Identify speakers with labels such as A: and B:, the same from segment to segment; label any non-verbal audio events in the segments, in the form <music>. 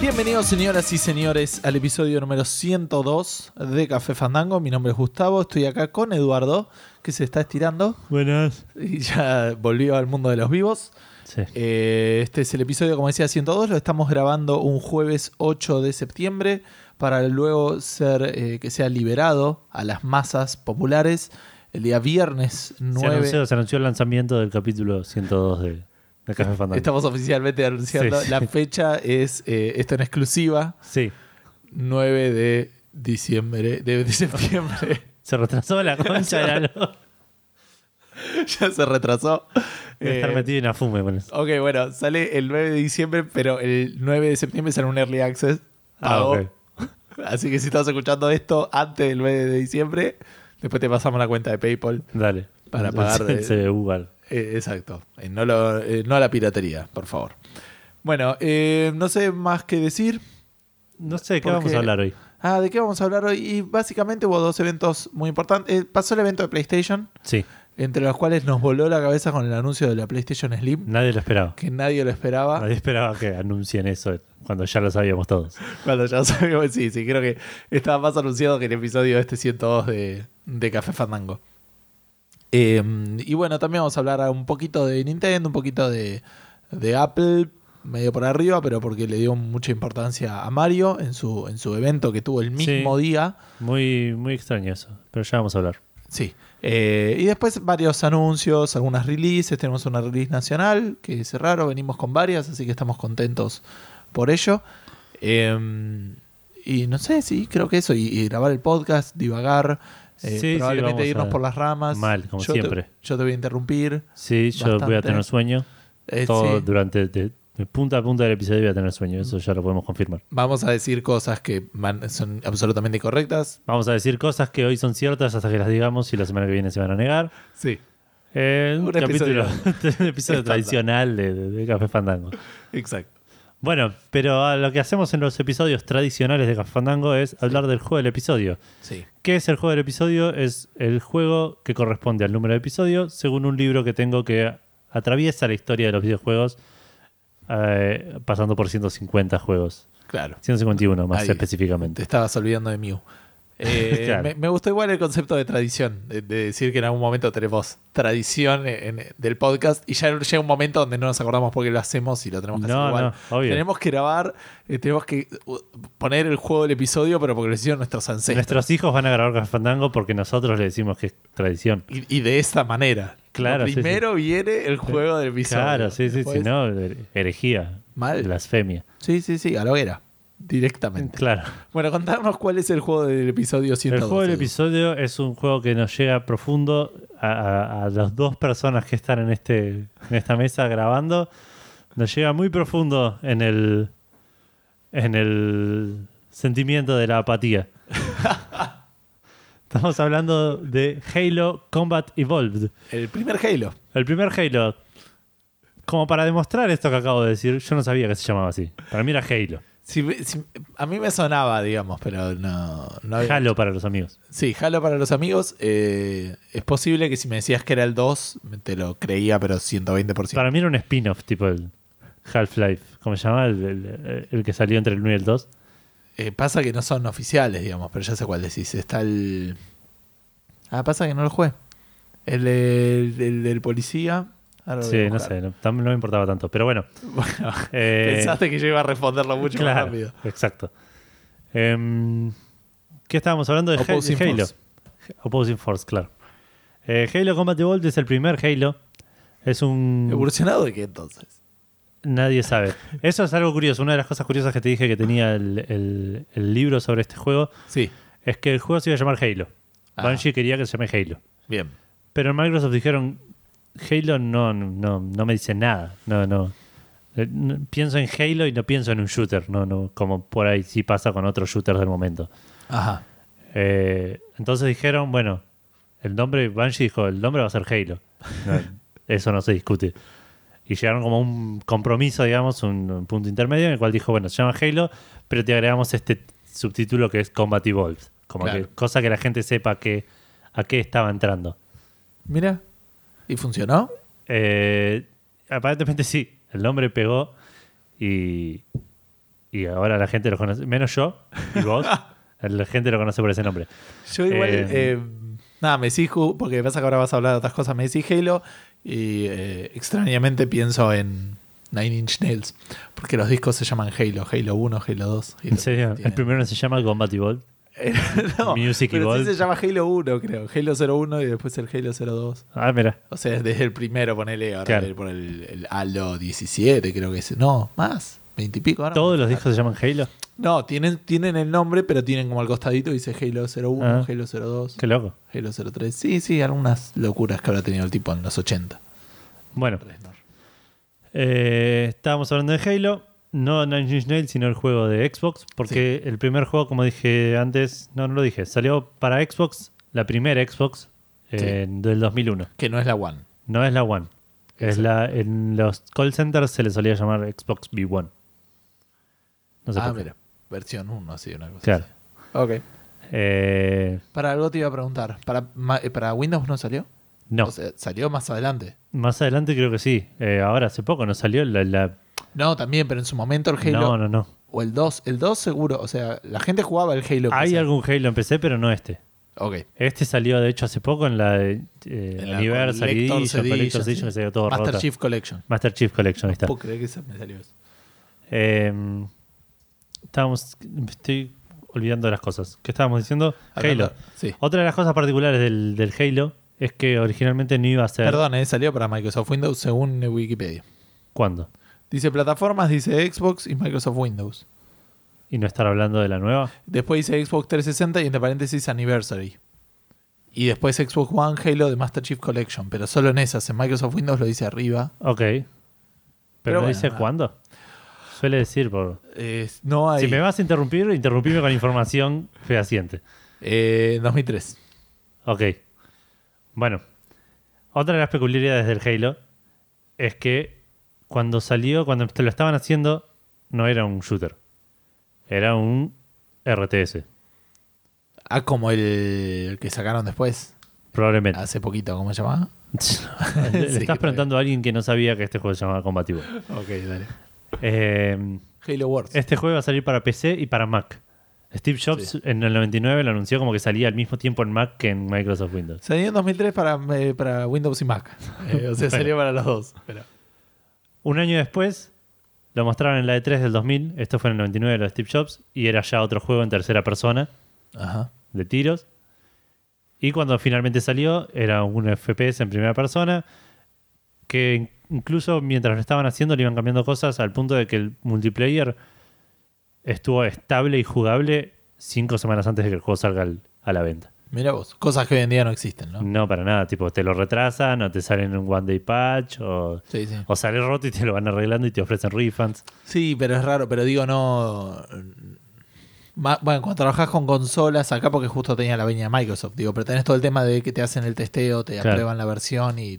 A: Bienvenidos señoras y señores al episodio número 102 de Café Fandango. Mi nombre es Gustavo, estoy acá con Eduardo, que se está estirando
B: Buenas.
A: y ya volvió al mundo de los vivos.
B: Sí.
A: Eh, este es el episodio, como decía, 102. Lo estamos grabando un jueves 8 de septiembre para luego ser eh, que sea liberado a las masas populares el día viernes
B: Se
A: 9.
B: anunció, se anunció el lanzamiento del capítulo 102 de, de Café Fandango.
A: Estamos oficialmente anunciando.
B: Sí, sí.
A: La fecha es eh, esto en exclusiva,
B: Sí.
A: 9 de diciembre, de, de septiembre.
B: Se retrasó la concha de la lora.
A: <laughs> ya se retrasó.
B: Debe estar
A: Eh,
B: metido en afume con eso.
A: ok, bueno, sale el 9 de diciembre, pero el 9 de septiembre sale un early access.
B: Ah,
A: Pagó.
B: ok.
A: Así que si estás escuchando esto antes del 9 de diciembre, después te pasamos la cuenta de PayPal.
B: Dale.
A: Para pagar de-
B: Se, se <laughs> Uber.
A: Eh, exacto. Eh, no, lo- eh, no a la piratería, por favor. Bueno, eh, no sé más que decir.
B: No sé, ¿qué
A: Porque-
B: vamos a hablar hoy?
A: Ah, ¿de qué vamos a hablar hoy? Y básicamente hubo dos eventos muy importantes. Eh, pasó el evento de PlayStation,
B: Sí,
A: entre los cuales nos voló la cabeza con el anuncio de la PlayStation Slim,
B: nadie lo esperaba.
A: que nadie lo esperaba.
B: Nadie esperaba que anuncien eso cuando ya lo sabíamos todos.
A: Cuando ya <laughs> sabíamos, sí, sí, creo que estaba más anunciado que el episodio este 102 de, de Café Fandango. Eh, y bueno, también vamos a hablar un poquito de Nintendo, un poquito de, de Apple, medio por arriba, pero porque le dio mucha importancia a Mario en su, en su evento que tuvo el mismo
B: Sí.
A: día.
B: Muy, muy extraño eso, pero ya vamos a hablar.
A: Sí. Eh, y después varios anuncios, algunas releases. Tenemos una release nacional, que es raro, venimos con varias, así que estamos contentos por ello. Eh, y no sé, sí, creo que eso. Y, y grabar el podcast, divagar, eh,
B: Sí, sí,
A: probablemente
B: vamos
A: irnos
B: a-
A: por las ramas.
B: mal, como
A: Yo te-
B: siempre.
A: yo te voy a interrumpir.
B: Sí, yo voy a
A: Bastante.
B: tener sueño.
A: Eh,
B: Todo
A: sí. Mm.
B: durante de- de punta a punta del episodio voy a tener sueño, eso ya lo podemos confirmar.
A: Vamos a decir cosas que man- son absolutamente incorrectas.
B: Vamos a decir cosas que hoy son ciertas hasta que las digamos y la semana que viene se van a negar.
A: Sí.
B: Eh, un,
A: Un
B: capítulo, <laughs>
A: episodio.
B: un episodio tradicional de, de- de Café Fandango.
A: Exacto.
B: Bueno, pero ah, lo que hacemos en los episodios tradicionales de Café Fandango es hablar del juego del episodio.
A: Sí.
B: ¿Qué es el juego del episodio? Es el juego que corresponde al número de episodio según un libro que tengo que atraviesa la historia de los videojuegos eh, pasando por 150 juegos.
A: Claro.
B: 151 más
A: Ahí. Te
B: específicamente.
A: estabas olvidando de
B: <laughs>
A: Mew. Eh,
B: Claro.
A: me, me gustó igual el concepto de tradición, de, de decir que en algún momento tenemos tradición en- en- del podcast y ya llega un momento donde no nos acordamos por qué lo hacemos y lo tenemos que
B: No,
A: hacer igual.
B: no, obvio.
A: Tenemos que grabar, eh, tenemos que uh, poner el juego del episodio, pero porque lo hicieron nuestros ancestros.
B: Nuestros hijos van a grabar Café Fandango porque nosotros le decimos que es tradición.
A: Y, y de esta manera.
B: Claro, sí, sí.
A: primero viene el juego del episodio.
B: Claro, sí, sí,
A: Después-
B: si no, her- herejía.
A: Mal.
B: Blasfemia.
A: Sí, sí, sí, a la hoguera. Directamente.
B: Claro.
A: Bueno, contanos cuál es el juego del episodio 102.
B: El juego del
A: Edu.
B: episodio es un juego que nos llega profundo a, a- a las dos personas que están en, este, en esta mesa grabando. Nos llega muy profundo en el, en el sentimiento de la apatía. Estamos hablando de Halo Combat Evolved.
A: El primer Halo.
B: El primer Halo. Como para demostrar esto que acabo de decir, yo no sabía que se llamaba así. Para mí era Halo.
A: Si me- si- a mí me sonaba, digamos, pero no. no había-
B: Halo para los amigos.
A: Sí, Halo para los amigos. eh, es posible que si me decías que era el 2, me- te lo creía, pero 120%.
B: Para mí era un spin-off, tipo el Half-Life. ¿Cómo se llama? El, el- el que salió entre el 1 y el 2.
A: Eh, pasa que no son oficiales, digamos, pero ya sé cuál decís. Está el. Ah, pasa que no lo jugué. El, del- el del policía. Ahora lo voy a
B: Sí, no
A: buscar.
B: sé, no, tam- no me importaba tanto. Pero bueno.
A: <laughs> Bueno,
B: eh,
A: pensaste que yo iba a responderlo mucho más
B: claro,
A: rápido.
B: Exacto. Em, ¿Qué estábamos hablando de, Ha- de
A: Opposing
B: Halo?
A: Force.
B: Opposing Force, claro. Eh, Halo Combat Evolved es el primer Halo. Es un.
A: ¿Evolucionado de qué entonces?
B: Nadie sabe. Eso es algo curioso. Una de las cosas curiosas que te dije que tenía el, el- el libro sobre este juego
A: Sí,
B: es que el juego se iba a llamar Halo.
A: Ah.
B: Bungie quería que se llame Halo.
A: bien.
B: Pero en Microsoft dijeron, Halo no, no, no me dice nada. No, no. Eh, no- Pienso en Halo y no pienso en un shooter, no, no, como por ahí sí pasa con otros shooters del momento.
A: Ajá.
B: Eh, entonces dijeron, bueno, el nombre, Bungie dijo, el nombre va a ser Halo. No, eso no se discute. Y llegaron como a un compromiso, digamos, un, un punto intermedio en el cual dijo, bueno, se llama Halo, pero te agregamos este subtítulo que es Combat Evolved. Como
A: Claro.
B: que, cosa que la gente sepa que, a qué estaba entrando.
A: Mira. ¿Y funcionó?
B: Eh, aparentemente sí, el nombre pegó y, Y ahora la gente lo conoce, menos yo y vos, la gente lo conoce por ese nombre.
A: Yo igual,
B: Eh,
A: eh, nada, me decís, Ju- porque pasa que ahora vas a hablar de otras cosas, me decís Halo y eh, extrañamente pienso en Nine Inch Nails, porque los discos se llaman Halo, Halo 1, Halo 2. Halo
B: En serio, el
A: tienen-
B: <laughs> primero se llama Combat Evolved.
A: <laughs> no,
B: Music
A: pero sí
B: Evolved.
A: se llama Halo 1, creo. Halo 01 y después el Halo 02.
B: Ah, mira,
A: O sea, desde el primero, ponele, ahora
B: Claro.
A: el- por el, el Halo 17, creo que es. No, más, 20 y pico. ahora.
B: todos los discos se llaman Halo.
A: No, tienen, tienen el nombre, pero tienen como al costadito, dice Halo 01,
B: Ah.
A: Halo 02.
B: Qué loco.
A: Halo 03. Sí, sí, algunas locuras que habrá tenido el tipo en los 80.
B: Bueno, eh, estábamos hablando de Halo, no Nine Inch Nails, sino el juego de Xbox, porque el primer juego, como dije antes, no, no lo dije, salió para Xbox, la primera Xbox eh, del 2001.
A: Que no es la One.
B: No es la One. Es la, en los call centers se le solía llamar Xbox V1. No sé
A: ah,
B: por qué.
A: mira. Versión 1, así, una cosa.
B: Claro.
A: así. Ok.
B: Eh,
A: Para algo te iba a preguntar. ¿Para, ma- eh, para Windows no salió?
B: no,
A: O sea, salió más adelante.
B: más adelante creo que sí. Eh, ahora hace poco no salió la... la-
A: No, también, pero en su momento el Halo.
B: no, no, no.
A: O el 2. El 2 seguro. O sea, la gente jugaba el Halo.
B: Hay
A: PC.
B: algún Halo en PC, pero no este.
A: Ok.
B: Este salió de hecho hace poco en la eh,
A: En la
B: Universal
A: Collector's
B: Edition, Collector's
A: Edition,
B: Edition, que
A: sí.
B: salió todo
A: Master
B: roto.
A: Chief Collection.
B: Master Chief Collection, ahí está.
A: Puedo creer que se me salió eso.
B: Eh, estábamos, me estoy olvidando las cosas. ¿Qué estábamos diciendo? Halo.
A: Hablando- Sí.
B: Otra de las cosas particulares del, del Halo es que originalmente no iba a ser.
A: Perdón, eh, salió para Microsoft Windows según Wikipedia.
B: ¿Cuándo?
A: Dice plataformas, dice Xbox y Microsoft Windows.
B: Y no estar hablando de la nueva.
A: Después dice Xbox 360 y entre paréntesis Anniversary. Y después Xbox One Halo de Master Chief Collection, pero solo en esas. En Microsoft Windows lo dice arriba.
B: Ok. Pero,
A: Pero
B: no
A: bueno,
B: dice
A: nada.
B: cuándo. Suele decir por.
A: Eh, no hay.
B: Si me vas a interrumpir, interrumpime con información fehaciente.
A: Eh, en 2003.
B: Ok. Bueno. Otra de las peculiaridades del Halo es que cuando salió, cuando te lo estaban haciendo, no era un shooter. Era un RTS.
A: Ah, como el que sacaron después.
B: Probablemente.
A: Hace poquito, ¿cómo se llamaba?
B: <laughs> Le
A: Ah, Sí,
B: estás preguntando a alguien que no sabía que este juego se llamaba Combativo.
A: Ok, dale.
B: Eh,
A: Halo Wars.
B: este juego va a salir para PC y para Mac. Steve Jobs
A: Sí.
B: en el 99 lo anunció como que salía al mismo tiempo en Mac que en Microsoft Windows.
A: Salió en 2003 para, eh, para Windows y Mac. Eh, o sea, <laughs> salió para los dos. pero-
B: Un año después lo mostraron en la E3 del 2000, esto fue en el 99 lo de Steve Jobs, y era ya otro juego en tercera persona
A: Ajá.
B: de tiros. Y cuando finalmente salió era un FPS en primera persona que in- incluso mientras lo estaban haciendo le iban cambiando cosas al punto de que el multiplayer estuvo estable y jugable cinco semanas antes de que el juego salga al- a la venta.
A: Mira vos. Cosas que hoy en día no existen, ¿no?
B: No, para nada. Tipo, te lo retrasan o te salen un one day patch o,
A: Sí, sí.
B: o sale roto y te lo van arreglando y te ofrecen refunds.
A: Sí, pero es raro, pero digo, no. Ma- Bueno, cuando trabajas con consolas, acá porque justo tenía la veña de Microsoft, digo, pero tenés todo el tema de que te hacen el testeo, te
B: Claro.
A: aprueban la versión y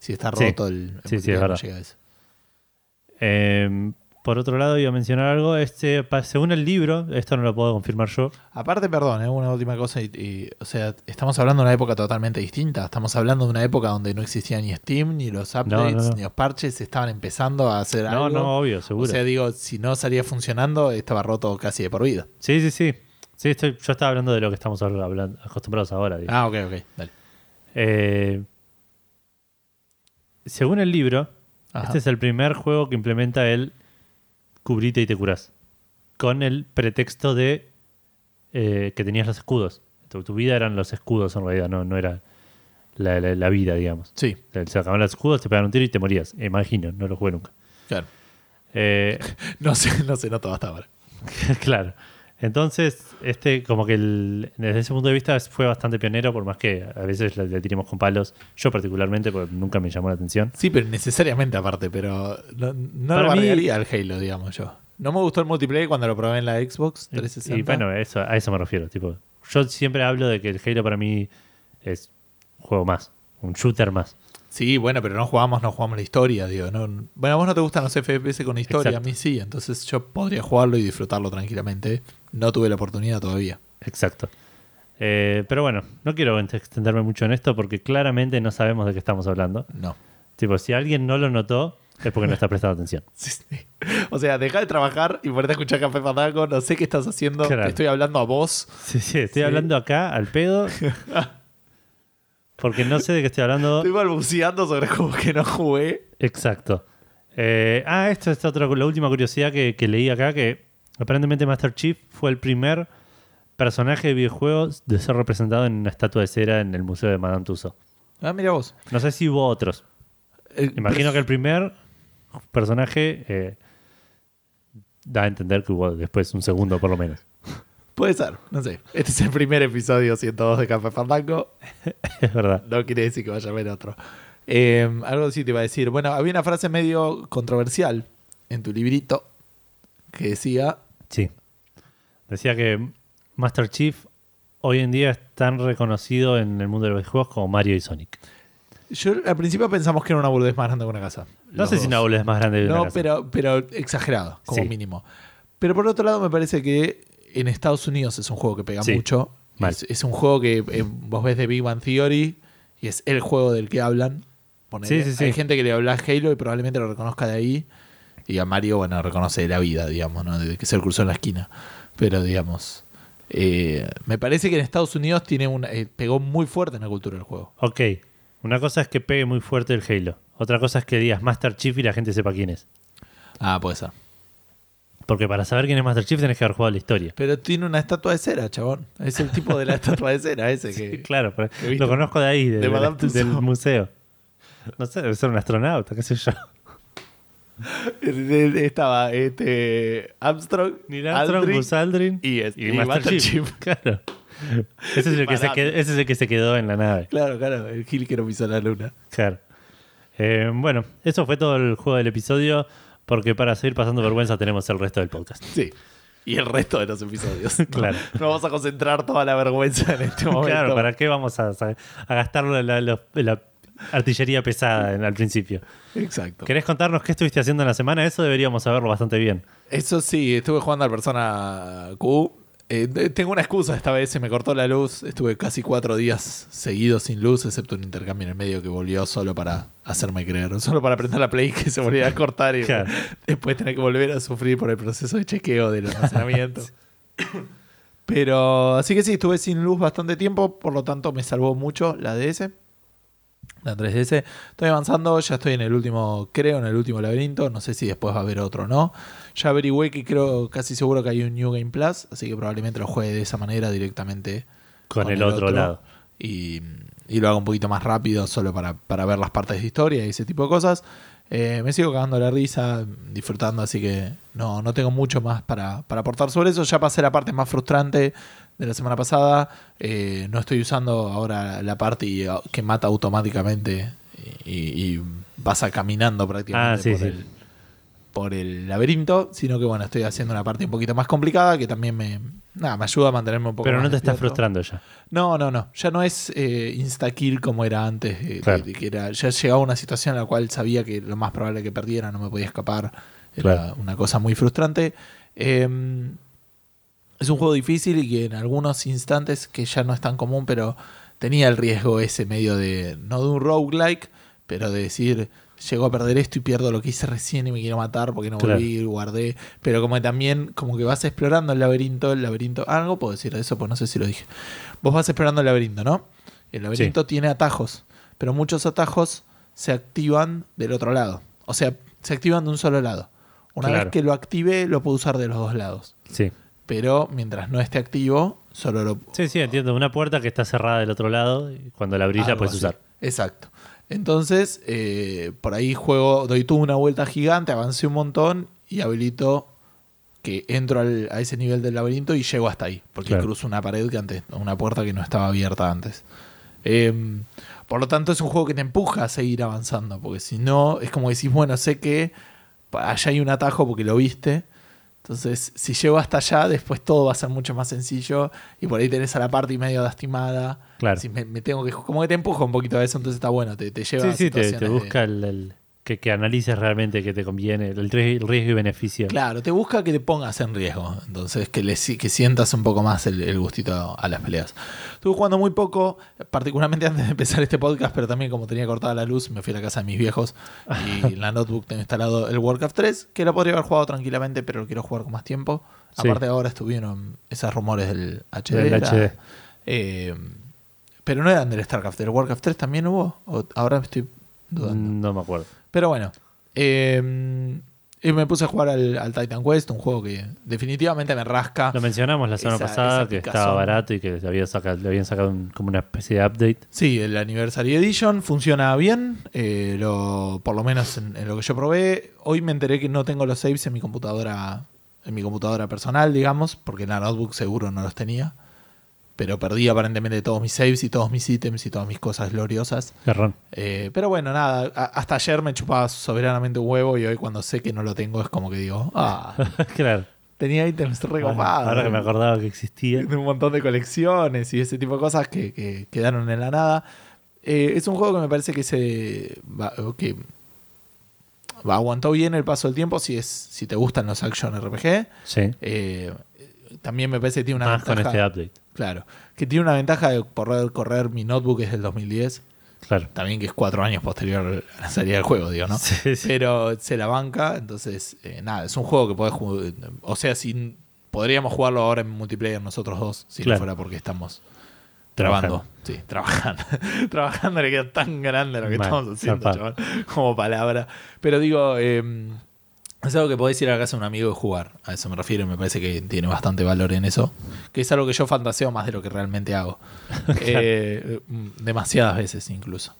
A: si está
B: Sí.
A: roto el. el
B: Sí, sí,
A: multiplayer
B: es
A: no
B: verdad.
A: llega a eso.
B: Eh, por otro lado, iba a mencionar algo. Este, pa- según el libro, esto no lo puedo confirmar yo.
A: Aparte, perdón, ¿eh? una última cosa, y, y, o sea, estamos hablando de una época totalmente distinta, estamos hablando de una época donde no existía ni Steam, ni los updates,
B: no.
A: ni los parches, estaban empezando a hacer
B: No,
A: algo.
B: no, obvio,
A: o
B: seguro.
A: sea, digo, si no salía funcionando, estaba roto casi de por vida.
B: sí, sí, sí. Sí, estoy- yo estaba hablando de lo que estamos ahora hablando- acostumbrados ahora. digo.
A: Ah, ok, ok, dale.
B: Eh, según el libro,
A: Ajá.
B: este es el primer juego que implementa el cubrite y te curás. Con el pretexto de eh, que tenías los escudos. Tu, tu vida eran los escudos en realidad, no, no era la, la- la vida, digamos.
A: Sí,
B: O sea, Se acababan los escudos, te pegaban un tiro y te morías. Imagino, no lo jugué nunca.
A: claro.
B: Eh,
A: <laughs> No se, no se notó hasta ahora.
B: <laughs> claro. Entonces, este, como que el- desde ese punto de vista es- fue bastante pionero, por más que a veces le, le tiremos con palos. Yo particularmente, porque nunca me llamó la atención.
A: Sí, pero necesariamente aparte, pero no, no
B: Para
A: lo
B: mí-
A: bardearía al Halo, digamos yo. No me gustó el multiplayer cuando lo probé en la Xbox
B: Y-
A: 360.
B: Y bueno, eso, a eso me refiero. Tipo, yo siempre hablo de que el Halo para mí es un juego más, un shooter más.
A: Sí, bueno, pero no jugamos, no jugamos la historia, digo. no- bueno, a vos no te gustan los FPS con historia,
B: Exacto.
A: a mí sí, entonces yo podría jugarlo y disfrutarlo tranquilamente. No tuve la oportunidad todavía.
B: Exacto. Eh, pero bueno, no quiero ent- extenderme mucho en esto porque claramente no sabemos de qué estamos hablando.
A: No. <laughs>
B: Tipo, si alguien no lo notó, Es porque no está prestando atención.
A: Sí, sí. O sea, deja de trabajar y ponerte a escuchar Café Fandango. No sé qué estás haciendo.
B: Claro.
A: Te estoy hablando a vos.
B: Sí, sí, estoy
A: Sí.
B: hablando acá al pedo. Porque no sé de qué estoy hablando.
A: Estoy balbuceando sobre <laughs> juegos que no jugué.
B: Exacto. Eh, ah, esto es otra, la última curiosidad que, que leí acá, que aparentemente Master Chief fue el primer personaje de videojuegos de ser representado en una estatua de cera en el Museo de Madame Tussauds.
A: Ah, mira vos.
B: No sé si hubo otros.
A: Eh,
B: Imagino que el primer personaje eh, da a entender que hubo después un segundo por lo menos. <laughs>
A: Puede ser, no sé. Este es el primer episodio 102 de Café Fandango.
B: es verdad.
A: No quiere decir que vaya a haber otro. Eh, algo sí te iba a decir. Bueno, había una frase medio controversial en tu librito que decía...
B: Sí. Decía que Master Chief hoy en día es tan reconocido en el mundo de los videojuegos como Mario y Sonic.
A: Yo al principio pensamos que era una burdez más grande que una casa.
B: No
A: Los
B: sé si
A: dos.
B: una bola es más grande de una
A: No,
B: casa.
A: pero, pero exagerado, como
B: Sí.
A: mínimo. Pero por otro lado, me parece que en Estados Unidos es un juego que pega
B: Sí,
A: mucho.
B: mal.
A: Es, es un juego que eh, vos ves de Big Bang Theory y es el juego del que hablan. Ponele.
B: Sí, sí, sí.
A: Hay gente que le habla a Halo y probablemente lo reconozca de ahí. Y a Mario, bueno, reconoce de la vida, digamos, ¿no? Desde que se le cruzó en la esquina. Pero digamos. eh, me parece que en Estados Unidos tiene una, eh, pegó muy fuerte en la cultura del juego.
B: Ok, una cosa es que pegue muy fuerte el Halo. Otra cosa es que digas Master Chief y la gente sepa quién es.
A: Ah, puede ser.
B: Porque para saber quién es Master Chief tenés que haber jugado la historia.
A: Pero tiene una estatua de cera, chabón. Es el tipo
B: <laughs>
A: de la estatua de cera ese que.
B: Claro, pero
A: ¿Qué viste?
B: lo conozco de ahí, de-
A: Eh, De
B: de la-
A: Madame
B: del
A: Tussauds.
B: museo. No sé, debe ser un astronauta, qué
A: <laughs>
B: sé yo.
A: Eh, eh, Estaba este Armstrong,
B: Neil Armstrong,
A: Aldrin,
B: Buzz Aldrin
A: y es- y Master Chief.
B: <laughs> Claro. Ese es, el que se
A: Disparate.
B: quedó, ese es el que se quedó en la nave.
A: Claro, claro, el Gil que no pisó la luna.
B: Claro. Eh, bueno, eso fue todo el juego del episodio. Porque para seguir pasando vergüenza tenemos el resto del podcast.
A: Sí. Y el resto de los episodios.
B: <laughs> Claro.
A: No, no vamos a concentrar toda la vergüenza en
B: <laughs>
A: este momento.
B: Claro, ¿para <laughs> qué vamos a, a gastar la, la- la- la artillería pesada en- al principio?
A: Exacto.
B: ¿Querés contarnos qué estuviste haciendo en la semana? Eso deberíamos saberlo bastante bien.
A: Eso sí, estuve jugando al Persona Q. Eh, de- tengo una excusa esta vez, se me cortó la luz. Estuve casi cuatro días seguidos sin luz, excepto un intercambio en el medio que volvió solo para hacerme creer, solo para apretar la play que se volviera a cortar y
B: Claro.
A: <laughs> después tener que volver a sufrir por el proceso de chequeo del
B: <laughs>
A: almacenamiento. Pero así que sí, estuve sin luz bastante tiempo, por lo tanto me salvó mucho la DS. La 3DS. Estoy avanzando, ya estoy en el último, creo, en el último laberinto. No sé si después va a haber otro o no. Ya averigüé que creo, casi seguro que hay un New Game Plus, así que probablemente lo juegue de esa manera directamente.
B: Con el otro lado.
A: Y, y lo hago un poquito más rápido, solo para, para ver las partes de historia y ese tipo de cosas. Eh, me sigo cagando la risa, disfrutando, así que no, no tengo mucho más para, para aportar sobre eso. Ya pasé la parte más frustrante de la semana pasada. Eh, no estoy usando ahora la parte ah, que mata automáticamente y, y- y vas a caminando prácticamente
B: Ah, sí,
A: por
B: sí.
A: el- por el laberinto, sino que bueno, estoy haciendo una parte un poquito más complicada que también me, nada, me ayuda a mantenerme un poco
B: Pero
A: más
B: no te estás
A: despierto.
B: frustrando ya.
A: No, no, no. Ya no es eh, insta-kill como era antes. eh, de-
B: Claro.
A: de que era, ya llegaba a una situación en la cual sabía que lo más probable que perdiera, no me podía escapar. Era
B: Claro.
A: una cosa muy frustrante. Eh, es un juego difícil y que en algunos instantes, que ya no es tan común, pero tenía el riesgo ese medio de, no de un roguelike, pero de decir, llego a perder esto y pierdo lo que hice recién y me quiero matar porque no
B: Claro.
A: volví, guardé. Pero como que también, como que vas explorando el laberinto, el laberinto, ah, algo puedo decir de eso, pues no sé si lo dije. Vos vas explorando el laberinto, ¿no? El laberinto tiene atajos, pero muchos atajos se activan del otro lado. O sea, se activan de un solo lado. Una
B: Claro.
A: vez que lo active, lo puedo usar de los dos lados
B: Sí.
A: pero mientras no esté activo, solo lo
B: Sí, sí, entiendo. Una puerta que está cerrada del otro lado y cuando la abrís la
A: algo
B: puedes
A: así.
B: usar.
A: Exacto. Entonces, eh, por ahí juego, doy tú una vuelta gigante, avancé un montón y habilito que entro al- a ese nivel del laberinto y llego hasta ahí, porque
B: Claro.
A: cruzo una pared que antes, una puerta que no estaba abierta antes. Eh, por lo tanto, es un juego que te empuja a seguir avanzando, porque si no, es como decís, bueno, sé que pa- allá hay un atajo porque lo viste. Entonces, si llego hasta allá, después todo va a ser mucho más sencillo y por ahí tenés a la parte y medio lastimada.
B: Claro.
A: Si me, me tengo que, como que te empuja un poquito a eso, entonces está bueno, te, te lleva
B: Sí,
A: a
B: sí, te- te,
A: situaciones de-
B: busca el, el- que, que analices realmente que te conviene, el ries- el riesgo y beneficio.
A: Claro, te busca que te pongas en riesgo. Entonces, que, le, si- que sientas un poco más el, el gustito a las peleas. Estuve jugando muy poco, particularmente <laughs> antes de empezar este podcast, pero también como tenía cortada la luz, me fui a la casa de mis viejos
B: <laughs>
A: y en la notebook tengo instalado el Warcraft 3, que lo podría haber jugado tranquilamente, pero lo quiero jugar con más tiempo.
B: Sí.
A: Aparte, ahora estuvieron esos rumores del HD.
B: Del
A: era-
B: HD.
A: eh, pero no eran del StarCraft, del Warcraft 3 también hubo. ¿O ahora estoy dudando.
B: No me acuerdo.
A: Pero bueno. eh, y me puse a jugar al, al Titan Quest, un juego que definitivamente me rasca.
B: Lo mencionamos la semana
A: Ah, Esa-
B: pasada
A: esa
B: que
A: picazón.
B: estaba barato y que le, había sacado, le habían sacado un- como una especie de update.
A: Sí, el Anniversary Edition funciona bien, eh, lo, por lo menos en, en lo que yo probé. Hoy me enteré que no tengo los saves en mi computadora, en mi computadora personal, digamos, porque en la notebook seguro no los tenía. Pero perdí aparentemente todos mis saves y todos mis ítems y todas mis cosas gloriosas. <laughs>
B: Garrón.
A: Eh, pero bueno, nada, a- hasta ayer me chupaba soberanamente un huevo y hoy cuando sé que no lo tengo es como que digo, ah,
B: claro.
A: tenía ítems recopados.
B: Ahora que me acordaba que existía.
A: de un montón de colecciones y ese tipo de cosas que, que quedaron en la nada. Eh, es un juego que me parece que se va, que va- aguantó bien el paso del tiempo si es si te gustan los action RPG.
B: Sí.
A: Eh, también me parece que tiene una
B: Más con
A: ventaja.
B: este update.
A: claro, que tiene una ventaja de poder correr mi notebook es del 2010
B: Claro.
A: también que es cuatro años posterior a la salida del juego, digo, ¿no?
B: <laughs> Sí,
A: <laughs>
B: sí.
A: Pero se la banca, entonces, eh, nada, es un juego que podés jugar. O sea, si podríamos jugarlo ahora en multiplayer nosotros dos, si
B: Claro.
A: no fuera porque estamos
B: Trabajando.
A: trabajando. Sí, <laughs> trabajando. trabajando le queda tan grande lo que
B: Mal,
A: estamos haciendo,
B: zarpado.
A: chaval, como palabra. Pero digo, eh, es algo que podés ir a la casa de un amigo y jugar. A eso me refiero y me parece que tiene bastante valor en eso. Que es algo que yo fantaseo más de lo que realmente
B: <laughs>
A: hago. Eh, demasiadas veces incluso.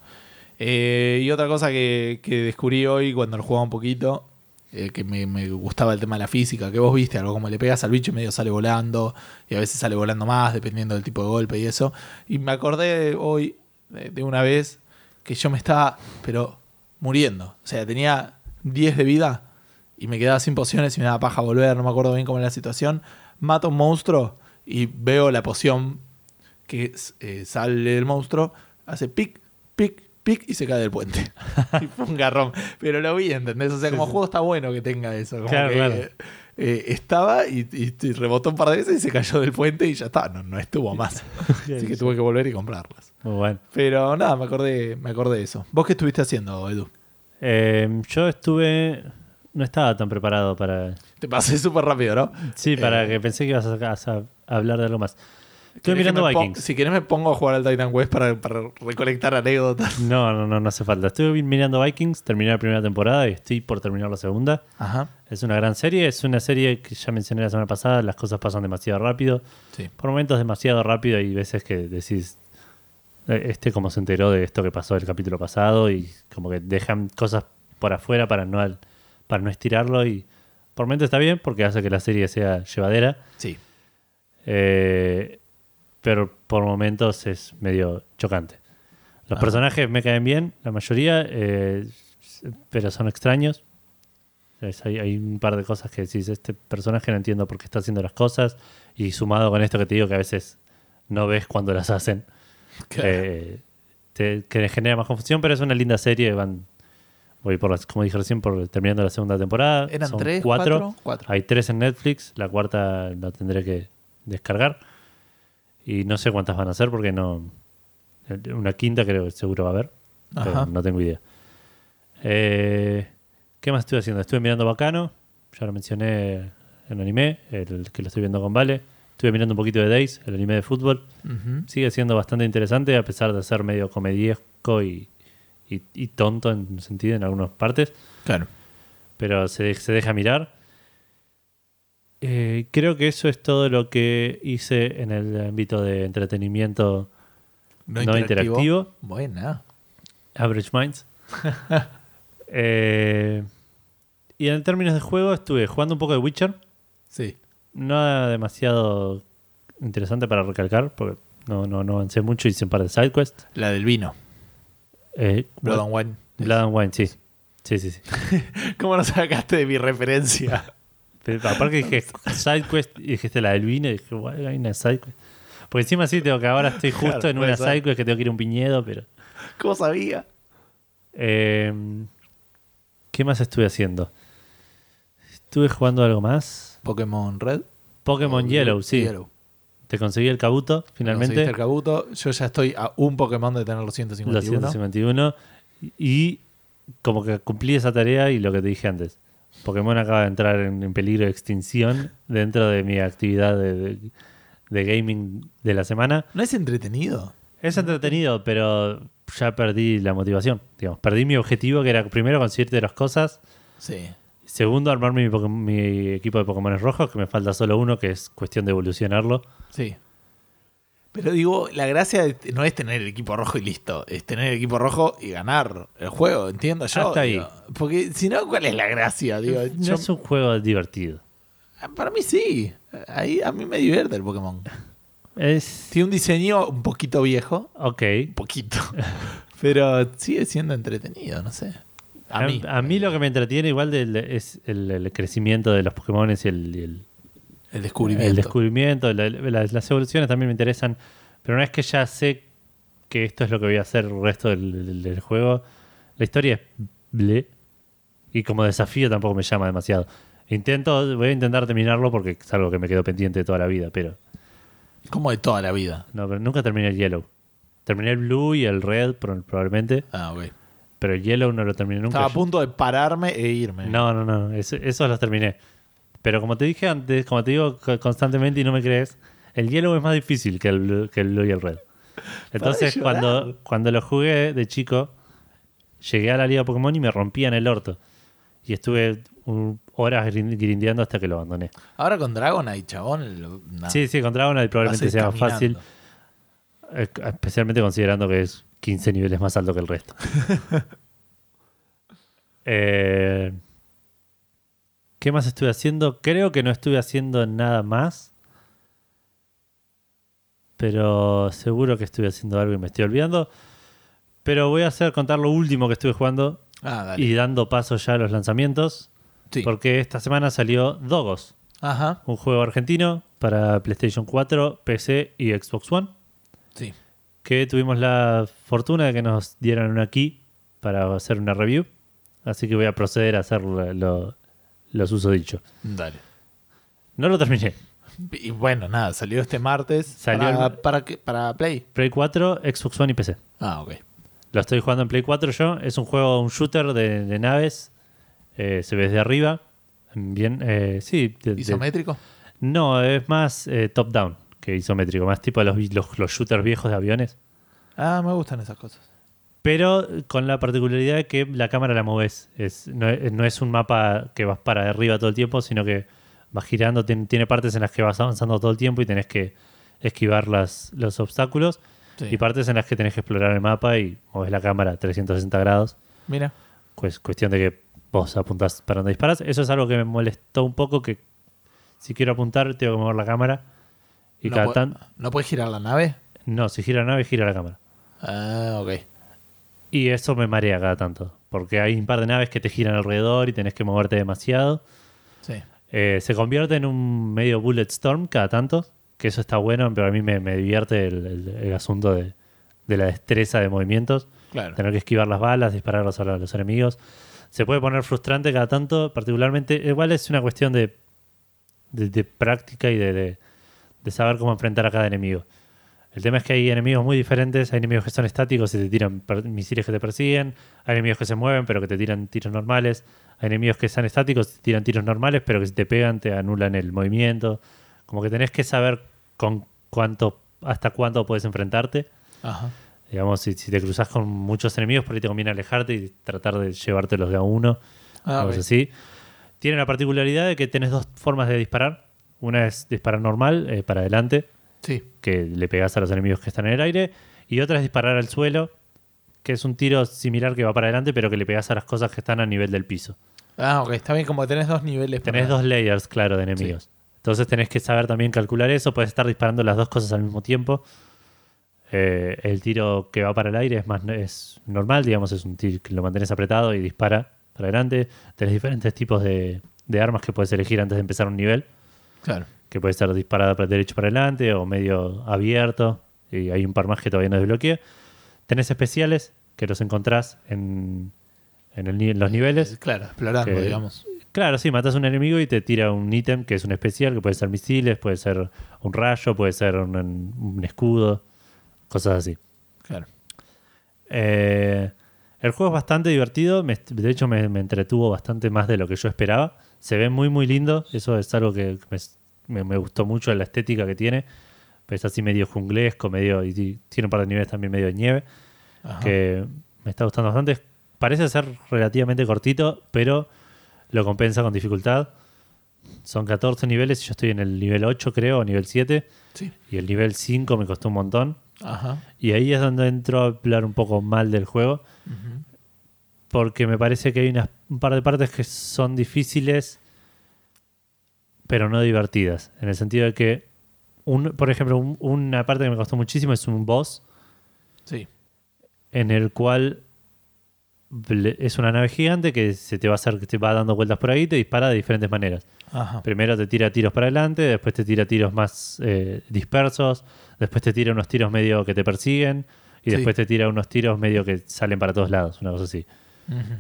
A: Eh, y otra cosa que, que descubrí hoy cuando lo jugaba un poquito, eh, que me, me gustaba el tema de la física, que vos viste, algo como le pegas al bicho y medio sale volando, y a veces sale volando más, dependiendo del tipo de golpe y eso. Y me acordé hoy eh, de, de una vez que yo me estaba, pero muriendo. O sea, tenía 10 de vida y me quedaba sin pociones y me daba paja volver, no me acuerdo bien cómo era la situación. Mato a un monstruo y veo la poción que eh, sale el monstruo, hace pic, pic, pic y se cae del puente. <laughs> y fue un garrón. Pero lo vi, ¿entendés? O sea, como juego está bueno que tenga eso. como
B: Claro,
A: que,
B: claro.
A: eh, estaba y, y- y rebotó un par de veces y se cayó del puente y ya está. No, no estuvo
B: <laughs>
A: más. Así que tuve que volver y comprarlas.
B: Muy bueno.
A: Pero nada, me acordé, me acordé de eso. ¿Vos qué estuviste haciendo, Edu?
B: Eh, yo estuve. No estaba tan preparado para.
A: Te pasé súper rápido, ¿no?
B: Sí, para
A: Eh,
B: que pensé que ibas a, a- a hablar de algo más. Estuve
A: ¿querés que
B: mirando
A: me pon-
B: Vikings.
A: Si querés me pongo a jugar al Titan Quest para, para recolectar anécdotas.
B: No, no, no, no hace falta. Estuve mirando Vikings, terminé la primera temporada y estoy por terminar la segunda.
A: Ajá.
B: Es una gran serie, es una serie que ya mencioné la semana pasada, las cosas pasan demasiado rápido.
A: Sí.
B: Por momentos demasiado rápido y veces que decís, "Eh, este como se enteró de esto que pasó el capítulo pasado y como que dejan cosas por afuera para no, al- para no estirarlo y por momentos está bien porque hace que la serie sea llevadera,
A: Sí.
B: eh, pero por momentos es medio chocante. Los
A: Ah.
B: personajes me caen bien, la mayoría, eh, pero son extraños. Es- hay, hay un par de cosas que decís, este personaje no entiendo por qué está haciendo las cosas, y sumado con esto que te digo que a veces no ves cuando las hacen, eh, te- que le genera más confusión, pero es una linda serie, van... Voy por las, como dije recién, por terminando la segunda temporada.
A: ¿Eran
B: son
A: tres? ¿Cuatro? Cuatro.
B: hay tres en Netflix, la cuarta la tendré que descargar. Y no sé cuántas van a ser porque no. Una quinta creo que seguro va a haber. pero
A: Ajá.
B: no tengo idea. Eh, ¿Qué más estuve haciendo? Estuve mirando Bacano, ya lo mencioné en anime, el que lo estoy viendo con Vale. Estuve mirando un poquito de Days, el anime de fútbol.
A: Ujú.
B: Sigue siendo bastante interesante a pesar de ser medio comediesco y, y- y tonto en sentido en algunas partes
A: Claro.
B: pero se, de- se deja mirar. Eh, creo que eso es todo lo que hice en el ámbito de entretenimiento No interactivo.
A: Buena.
B: Average Minds. Eh, y en términos de juego estuve jugando un poco de Witcher.
A: Sí.
B: Nada demasiado interesante para recalcar, porque no, no, no avancé mucho, hice un par de sidequests.
A: La del vino.
B: Eh,
A: Blood and Wine.
B: Blood and Wine, sí. Sí, sí, sí.
A: <laughs> ¿Cómo no sacaste de mi referencia? <laughs>
B: Pero Aparte dije sidequest y dijiste la del vino y dije, "Guay, hay una sidequest. Porque encima sí tengo que ahora estoy justo
A: Claro,
B: en
A: puede
B: una
A: ser.
B: sidequest que tengo que ir a un viñedo, pero.
A: ¿Cómo sabía?
B: eh, ¿Qué más estuve haciendo? Estuve jugando algo más.
A: Pokémon Red.
B: Pokémon
A: O
B: Yellow, sí.
A: Yellow.
B: Te conseguí el Kabuto, finalmente.
A: Conseguiste el Kabuto. Yo ya estoy a un Pokémon de tener los 151.
B: Los 151. Y como que cumplí esa tarea y lo que te dije antes. Pokémon acaba de entrar en, en peligro de extinción dentro de mi actividad de, de- de gaming de la semana.
A: ¿No es entretenido?
B: Es entretenido, pero ya perdí la motivación. Digamos. Perdí mi objetivo, que era primero conseguirte las cosas.
A: Sí.
B: Segundo, armarme mi, Poké- mi equipo de Pokémon rojos, que me falta solo uno, que es cuestión de evolucionarlo.
A: Sí. Pero digo, la gracia de- no es tener el equipo rojo y listo. Es tener el equipo rojo y ganar el juego, entiendo yo.
B: Hasta ahí.
A: digo. porque si no, ¿cuál es la gracia? Digo,
B: No
A: yo-
B: es un juego divertido.
A: Para mí sí. Ahí, a mí me divierte el Pokémon.
B: Es.
A: Tiene un diseño un poquito viejo.
B: Ok.
A: Un
B: <laughs>
A: poquito. Pero sigue siendo entretenido, no sé. A mí.
B: lo que me entretiene igual del- es el, el crecimiento de los Pokémon y el, y el-
A: El
B: ah. el
A: descubrimiento.
B: descubrimiento. la- la- las evoluciones también me interesan. Pero una vez que ya sé que esto es lo que voy a hacer el resto del, del- del juego, la historia es ble. Y como desafío tampoco me llama demasiado. Intento, voy a intentar terminarlo porque es algo que me quedó pendiente de toda la vida, pero
A: Como de toda la vida.
B: no, pero nunca terminé el yellow. Terminé el blue y el red pro- probablemente,
A: Ah, ok.
B: pero el yellow no lo terminé nunca.
A: Estaba a
B: Yo-
A: punto de pararme e irme.
B: No, no, no. Eso, esos los terminé. Pero como te dije antes, como te digo co- constantemente y no me crees, el hielo es más difícil que el blue, que el blue y
A: <laughs>
B: el red. Entonces,
A: llorar.
B: cuando, cuando lo jugué de chico, llegué a la Liga Pokémon y me rompían el orto. Y estuve un- horas grin- grindeando hasta que lo abandoné.
A: Ahora con Dragonite, chabón. lo- nada.
B: Sí, sí, contra una probablemente
A: Pasé
B: sea más
A: Ah. caminando.
B: fácil, eh, especialmente considerando que es 15 niveles más alto que
A: <laughs>
B: el resto. Eh, ¿Qué más estuve haciendo? Creo que no estuve haciendo nada más. Pero seguro que estuve haciendo algo y me estoy olvidando. Pero voy a hacer contar lo último que estuve jugando
A: Ah, dale.
B: y dando paso ya a los lanzamientos.
A: Sí.
B: Porque esta semana salió Dogos
A: Ajá.
B: un juego argentino para PlayStation 4, PC y Xbox One,
A: Sí.
B: que tuvimos la fortuna de que nos dieran una key para hacer una review, así que voy a proceder a hacer lo- lo- los usos dichos.
A: Dale.
B: No lo terminé.
A: Y bueno, nada, salió este martes.
B: Salió
A: para,
B: el-
A: para, qué? para Play.
B: Play 4, Xbox One y PC.
A: Ah, ok.
B: Lo estoy jugando en Play 4 yo. Es un juego, un shooter de, de naves. Eh, se ve desde arriba. Bien, eh, sí. de- de-
A: ¿Isométrico?
B: no, es más eh, top-down que isométrico. Más tipo los, los, los shooters viejos de aviones.
A: Ah, me gustan esas cosas.
B: Pero con la particularidad de que la cámara la moves. Es, no, es- no es un mapa que vas para arriba todo el tiempo, sino que vas girando. Tien- tiene partes en las que vas avanzando todo el tiempo y tenés que esquivar las, los obstáculos.
A: Sí.
B: Y partes en las que tenés que explorar el mapa y moves la cámara 360 grados.
A: Mira.
B: Pues cuestión de que vos apuntás para donde disparas. Eso es algo que me molestó un poco, que si quiero apuntar tengo que mover la cámara. Y
A: ¿No,
B: cada
A: pue-
B: tan-
A: ¿No puedes girar la nave?
B: No, si gira la nave, gira la cámara.
A: Ah, ok.
B: Y eso me marea cada tanto, porque hay un par de naves que te giran alrededor y tenés que moverte demasiado.
A: Sí.
B: Eh, se convierte en un medio bullet storm cada tanto, que eso está bueno, pero a mí me, me divierte el, el- el asunto de, de la destreza de movimientos,
A: Claro.
B: tener que esquivar las balas, dispararlas a los enemigos. Se puede poner frustrante cada tanto, particularmente, igual es una cuestión de, de- de práctica y de- de- de saber cómo enfrentar a cada enemigo. El tema es que hay enemigos muy diferentes, hay enemigos que son estáticos y te tiran per- misiles que te persiguen, hay enemigos que se mueven pero que te tiran tiros normales, hay enemigos que son estáticos y te tiran tiros normales pero que si te pegan te anulan el movimiento. Como que tenés que saber con cuánto, hasta cuánto puedes enfrentarte.
A: Ajá.
B: Digamos, si, si te cruzas con muchos enemigos, por ahí te conviene alejarte y tratar de llevártelos de a uno.
A: Ah,
B: cosas
A: ok.
B: así. Tiene la particularidad de que tenés dos formas de disparar. Una es disparar normal, eh, para adelante,
A: Sí.
B: que le pegas a los enemigos que están en el aire, y otra es disparar al suelo, que es un tiro similar que va para adelante, pero que le pegas a las cosas que están a nivel del piso.
A: Ah, ok. Está bien, como que tenés dos niveles. para-
B: Tenés dos layers, claro, de enemigos. Entonces tenés que saber también calcular eso, puedes estar disparando las dos cosas al mismo tiempo. Eh, el tiro que va para el aire es más es normal, digamos, es un tiro que lo mantienes apretado y dispara para adelante. Tenés diferentes tipos de, de armas que puedes elegir antes de empezar un nivel.
A: Claro.
B: que puede estar disparada para derecho para adelante o medio abierto. Y hay un par más que todavía no desbloqueé. Tenés especiales que los encontrás en, en, el ni- en los niveles.
A: Claro, explorando,
B: que-
A: digamos.
B: Claro, sí, matas a un enemigo y te tira un ítem que es un especial, que puede ser misiles, puede ser un rayo, puede ser un, un escudo, cosas así.
A: Claro.
B: Eh, el juego es bastante divertido, me- de hecho me, me entretuvo bastante más de lo que yo esperaba. Se ve muy muy lindo, eso es algo que me, me- me gustó mucho la estética que tiene. Es así medio junglesco, medio, y ti- tiene un par de niveles también medio de nieve,
A: Ajá.
B: que me está gustando bastante. Parece ser relativamente cortito, pero lo compensa con dificultad. Son 14 niveles y yo estoy en el nivel 8 creo, o nivel 7,
A: Sí.
B: y el nivel 5 me costó un montón.
A: Ajá.
B: Y ahí es donde entro a hablar un poco mal del juego. Porque me parece que hay unas, un par de partes que son difíciles, pero no divertidas. En el sentido de que, un, por ejemplo, un- una parte que me costó muchísimo es un boss
A: Sí.
B: en el cual ble- es una nave gigante que se te va a hacer, que te va dando vueltas por ahí y te dispara de diferentes maneras.
A: Ajá.
B: Primero te tira tiros para adelante, después te tira tiros más eh, dispersos, después te tira unos tiros medio que te persiguen y
A: Sí.
B: después te tira unos tiros medio que salen para todos lados, una cosa así.
A: Ujú.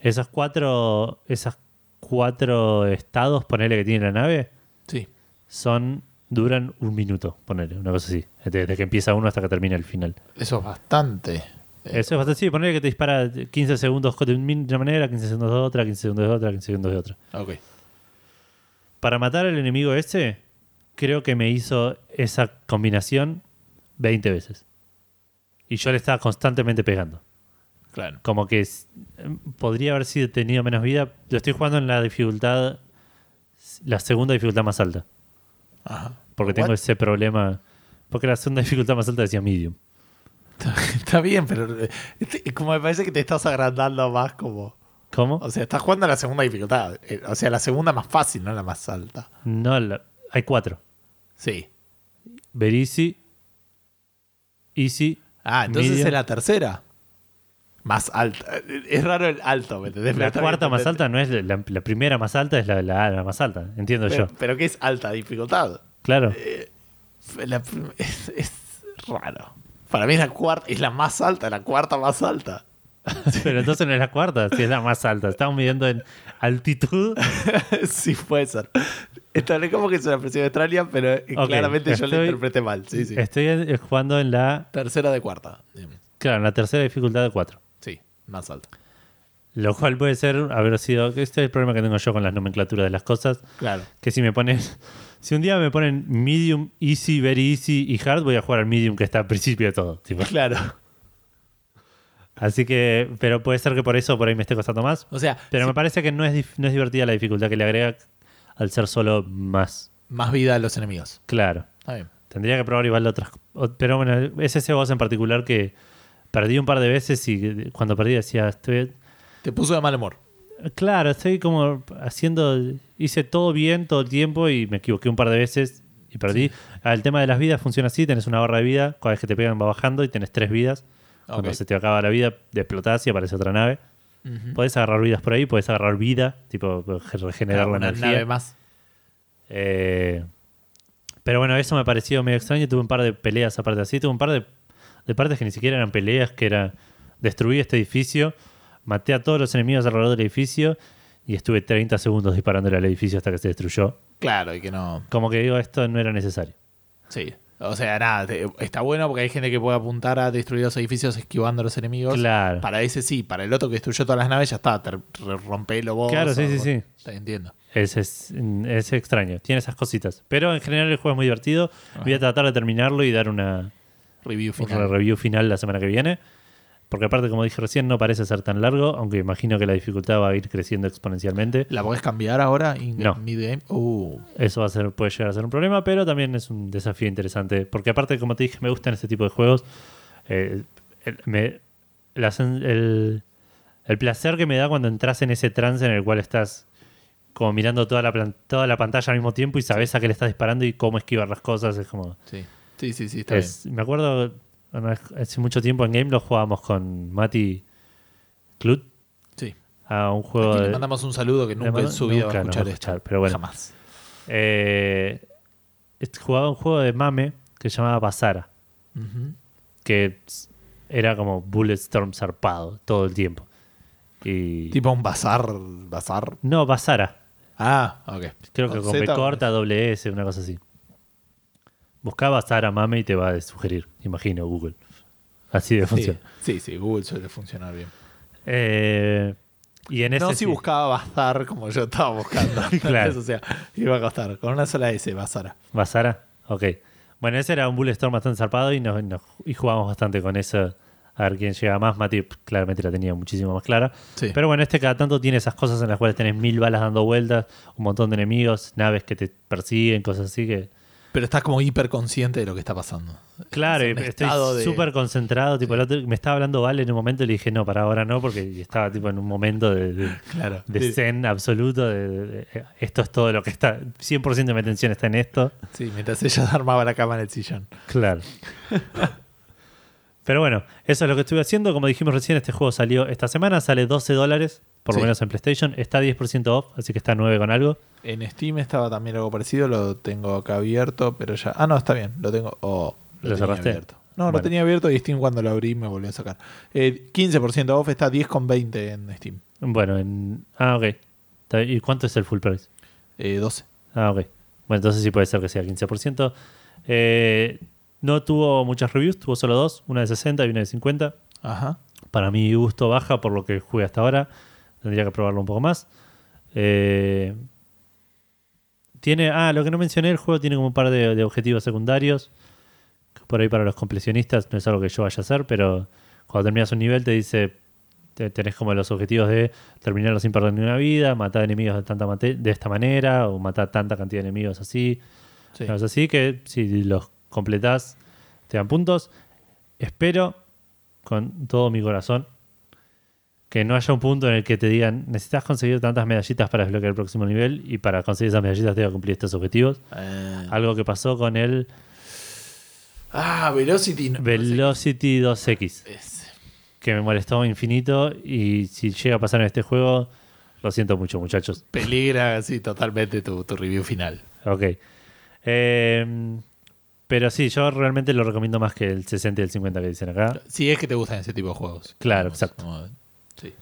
B: Esas cuatro, esas cuatro estados, ponele que tiene la nave,
A: Sí.
B: son duran un minuto, ponele, una cosa así. Desde que empieza uno hasta que termina el final.
A: Eso es bastante. Eh,
B: Eso es bastante así, ponele que te dispara 15 segundos de una manera, 15 segundos de otra, 15 segundos de otra, 15 segundos de otra.
A: ok.
B: Para matar al enemigo ese, creo que me hizo esa combinación 20 veces. Y yo le estaba constantemente pegando.
A: Claro.
B: Como que s- em, podría haber sido tenido menos vida. Lo estoy jugando en la dificultad, la segunda dificultad más alta.
A: Ajá. <laughs>
B: Porque tengo
A: What?
B: ese problema. Porque la segunda <laughs> dificultad más alta decía medium.
A: Está bien, pero eh, este- como me parece que te estás agrandando más como...
B: ¿Cómo?
A: O sea, estás jugando a la segunda dificultad. Eh, O sea, la segunda más fácil, no la más alta.
B: No, la- hay cuatro.
A: Sí.
B: Very easy. Easy.
A: Ah, entonces
B: medium.
A: es la tercera. Más alta. Eh, Es raro el alto, ¿me entendés? Pero
B: La
A: está
B: cuarta
A: bien,
B: más
A: te-
B: alta no es la, la primera más alta, es la, la, la más alta. Entiendo
A: Pero,
B: yo.
A: pero que es alta dificultad. <laughs>
B: Claro. <laughs>
A: La prim- <laughs> es, es raro. Para mí es la cuarta, es la más alta, la cuarta más alta. <laughs>
B: Pero entonces no es la cuarta, si es la más alta. Estamos midiendo en altitud.
A: sí, puede ser. Establecí como que es una expresión extraña, pero eh,
B: Ok,
A: claramente yo la
B: estoy-
A: interpreté mal. Sí, sí.
B: Estoy eh, jugando en la,
A: Tercera de cuarta. digamos.
B: claro, en la tercera dificultad de 4.
A: Sí, más alta.
B: Lo cual puede ser haber sido. Este es el problema que tengo yo con las nomenclaturas de las cosas.
A: Claro.
B: Que si me ponen. <laughs> Si un día me ponen medium, easy, very easy y hard, voy a jugar al medium que está al principio de todo. tipo.
A: Claro.
B: Así que. Pero puede ser que por eso por ahí me esté costando más.
A: O sea,
B: Pero
A: sí,
B: me parece que no es, dif- no es divertida la dificultad que le agrega al ser solo más.
A: más vida a los enemigos.
B: Claro.
A: Está bien.
B: Tendría que probar igual otras. o- Pero bueno, es ese boss en particular que perdí un par de veces y cuando perdí decía, estoy.
A: Te puso de mal humor.
B: Claro, estoy como haciendo. Hice todo bien todo el tiempo y me equivoqué un par de veces y perdí. Ah, El tema de las vidas funciona así: tenés una barra de vida, cada vez que te pegan va bajando y tenés tres vidas. Cuando
A: Ok.
B: se te acaba la vida, explotás y aparece otra nave. Podés agarrar vidas por ahí, podés agarrar vida, tipo regenerar la
A: Una
B: energía.
A: nave más.
B: Eh, pero bueno, eso me pareció medio extraño. Tuve un par de peleas aparte así. Tuve un par de, de partes que ni siquiera eran peleas, que era destruí este edificio, maté a todos los enemigos alrededor del edificio y estuve 30 segundos disparándole al edificio hasta que se destruyó.
A: Claro, y que no.
B: Como que digo, esto no era necesario.
A: Sí. O sea, nada, te- está bueno porque hay gente que puede apuntar a destruir los edificios esquivando a los enemigos.
B: Claro.
A: Para ese sí, para el otro que destruyó todas las naves ya está, te re- rompelo vos.
B: Claro, sí,
A: o-
B: sí, sí.
A: Te entiendo.
B: Es, es, es extraño, tiene esas cositas. Pero en general el juego es muy divertido. Voy a tratar de terminarlo y dar una,
A: Review final.
B: una review final la semana que viene. Porque aparte, como dije recién, no parece ser tan largo, aunque imagino que la dificultad va a ir creciendo exponencialmente.
A: ¿La podés cambiar ahora? In
B: No.
A: Mid-game. Uh,
B: Eso va a ser, puede llegar a ser un problema, pero también es un desafío interesante. Porque aparte, como te dije, me gustan este tipo de juegos. Eh, el, me- la sen- el- el placer que me da cuando entras en ese trance en el cual estás como mirando toda la, plan- toda la pantalla al mismo tiempo y sabes a qué le estás disparando y cómo esquivar las cosas. Es como...
A: sí. Sí, sí, sí, está
B: Es- me acuerdo, bueno, es- hace mucho tiempo en Game lo jugábamos con Mati Clut
A: bien. Sí.
B: a un juego
A: Y le
B: de-
A: mandamos un saludo que nunca en
B: mando-
A: su vida va
B: nunca
A: a escuchar
B: nos va a
A: esto.
B: escuchar, pero bueno.
A: Jamás.
B: eh, este- jugaba un juego de mame que se llamaba Basara,
A: Ujú.
B: que s- era como Bulletstorm zarpado todo el tiempo. Y...
A: Tipo un bazar. Bazar.
B: No, Basara.
A: Ah, ok.
B: Creo que con
A: Z,
B: B corta, doble S, una cosa así. Buscá Basara Mame y te va a sugerir, imagino, Google. Así de
A: Sí,
B: funciona.
A: sí, sí, Google suele funcionar bien.
B: Eh, y en ese
A: No si
B: sí-
A: buscaba bazar como yo estaba
B: <laughs>
A: buscando.
B: Claro.
A: o sea, iba a costar. Con una sola S, bazara.
B: Basara, ok. Bueno, ese era un Bull Storm bastante zarpado y, nos, nos- y jugamos bastante con eso. A ver quién llega más. Mati p- claramente la tenía muchísimo más clara.
A: Sí.
B: Pero bueno, este cada tanto tiene esas cosas en las cuales tenés mil balas dando vueltas, un montón de enemigos, naves que te persiguen, cosas así que...
A: Pero estás como hiper consciente de lo que está pasando.
B: Claro,
A: Es un
B: estoy
A: estado de-
B: súper concentrado. Tipo, el otro- me estaba hablando Vale en un momento y le dije, no, para ahora no, porque estaba tipo en un momento de, de-
A: Claro.
B: de
A: Sí.
B: zen absoluto. de- de- de- esto es todo lo que está. 100% de mi atención está en esto.
A: Sí, mientras ella <laughs> armaba la cama en el sillón.
B: Claro. Pero bueno, eso es lo que estuve haciendo. Como dijimos recién, este juego salió esta semana, sale 12 dólares, por lo
A: Sí.
B: menos en PlayStation. Está 10% off, así que está 9 con algo.
A: En Steam estaba también algo parecido, lo tengo acá abierto, pero ya. Ah, no, está bien, lo tengo. Oh,
B: ¿Lo
A: tenía
B: cerraste?
A: abierto. No, lo
B: Bueno.
A: tenía abierto y Steam cuando lo abrí me volvió a sacar. Eh, 15% off está 10,20 en Steam.
B: Bueno, en... Ah, ok. Está bien. ¿Y cuánto es el full price?
A: Eh, 12.
B: Ah, ok. Bueno, entonces sí puede ser que sea 15%. Eh, no tuvo muchas reviews, tuvo solo dos, una de 60 y una de 50.
A: Ajá.
B: Para mi gusto baja por lo que jugué hasta ahora. Tendría que probarlo un poco más. Eh, tiene, ah, lo que no mencioné, el juego tiene como un par de, de objetivos secundarios. que Por ahí para los completionistas no es algo que yo vaya a hacer, pero cuando terminas un nivel te dice, te- tenés como los objetivos de terminarlo sin perder ninguna vida, matar enemigos de, tanta mate- de esta manera, o matar tanta cantidad de enemigos así.
A: Sí.
B: No, es así que si los completás, te dan puntos. Espero con todo mi corazón que no haya un punto en el que te digan necesitas conseguir tantas medallitas para desbloquear el próximo nivel y para conseguir esas medallitas te voy a cumplir estos objetivos.
A: Eh,
B: Algo que pasó con el
A: Ah, Velocity. no,
B: Velocity 2X,
A: es-
B: que me molestó infinito y si llega a pasar en este juego, lo siento mucho muchachos.
A: Peligra así totalmente tu, tu review final.
B: Ok. Eh, pero sí, yo realmente lo recomiendo más que el 60 y el 50 que dicen acá.
A: Si es que te gustan ese tipo de juegos.
B: Claro,
A: Digamos,
B: exacto.
A: como- sí.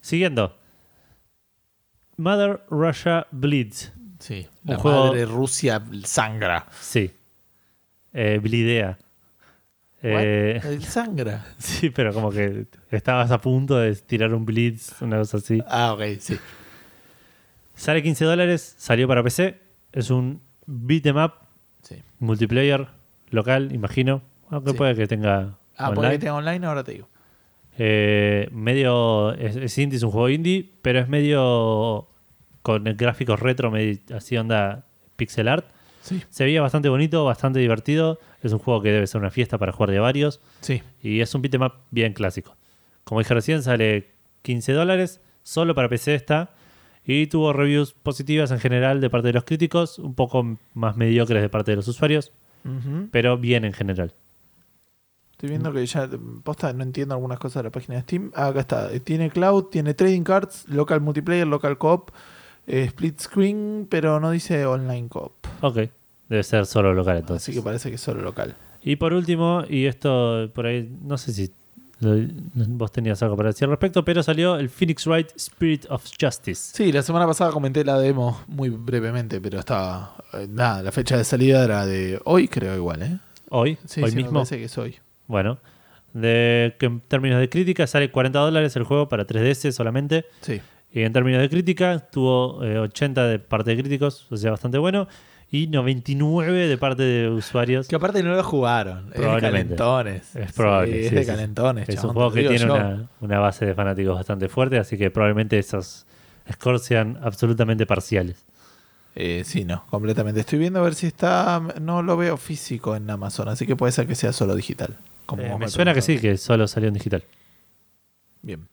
B: Siguiendo. Mother Russia Bleeds.
A: Sí. La
B: juego-
A: madre Rusia sangra.
B: <laughs> Sí. Eh, blidea. Eh, <laughs>
A: What? El sangra.
B: sí, pero como que estabas a punto de tirar un blitz, una cosa así.
A: Ah, ok, sí.
B: Sale 15 dólares, salió para PC. Es un beat em up,
A: sí.
B: multiplayer, local, imagino. Aunque
A: Sí.
B: puede que tenga
A: Ah, porque
B: online.
A: tengo online ahora te digo.
B: Eh, medio. Es, es indie, es un juego indie, pero es medio. con gráficos retro, medio así onda pixel art.
A: Sí.
B: Se veía bastante bonito, bastante divertido. Es un juego que debe ser una fiesta para jugar de varios.
A: Sí.
B: Y es un beat'em up bien clásico. Como dije recién, sale 15 dólares. Solo para PC está. Y tuvo reviews positivas en general de parte de los críticos. Un poco más mediocres de parte de los usuarios.
A: Ujú.
B: Pero bien en general.
A: Estoy viendo que ya, posta, no entiendo algunas cosas de la página de Steam. Ah, acá está. Eh, Tiene cloud, tiene trading cards, local multiplayer, local co-op, eh, split screen, pero no dice online co-op.
B: Ok. Debe ser solo local entonces.
A: Así que parece que es solo local.
B: Y por último, y esto por ahí, no sé si lo- vos tenías algo para decir al respecto, pero salió el Phoenix Wright Spirit of Justice.
A: Sí, la semana pasada comenté la demo muy brevemente, pero estaba. eh, nada, la fecha de salida era de hoy, creo igual, ¿eh?
B: Hoy,
A: Sí,
B: hoy
A: sí, me
B: mismo.
A: parece que es hoy.
B: Bueno, de, que en términos de crítica sale 40 dólares el juego para 3DS solamente.
A: Sí.
B: Y en términos de crítica tuvo eh, 80 de parte de críticos, o sea, bastante bueno. Y 99 de parte de usuarios.
A: Que aparte no lo jugaron. Es de
B: Probablemente.
A: calentones.
B: Es probable.
A: Sí, es
B: sí,
A: de
B: sí, sí.
A: calentones.
B: Es un
A: chabón,
B: juego
A: te
B: que
A: digo
B: tiene
A: yo.
B: una, una base de fanáticos bastante fuerte, así que probablemente esos scores sean absolutamente parciales.
A: Eh, sí, no, completamente. Estoy viendo a ver si está. No lo veo físico en Amazon, así que puede ser que sea solo digital. como
B: Eh,
A: vos
B: me suena que sí,
A: preguntabas.
B: que solo salió en digital.
A: Bien.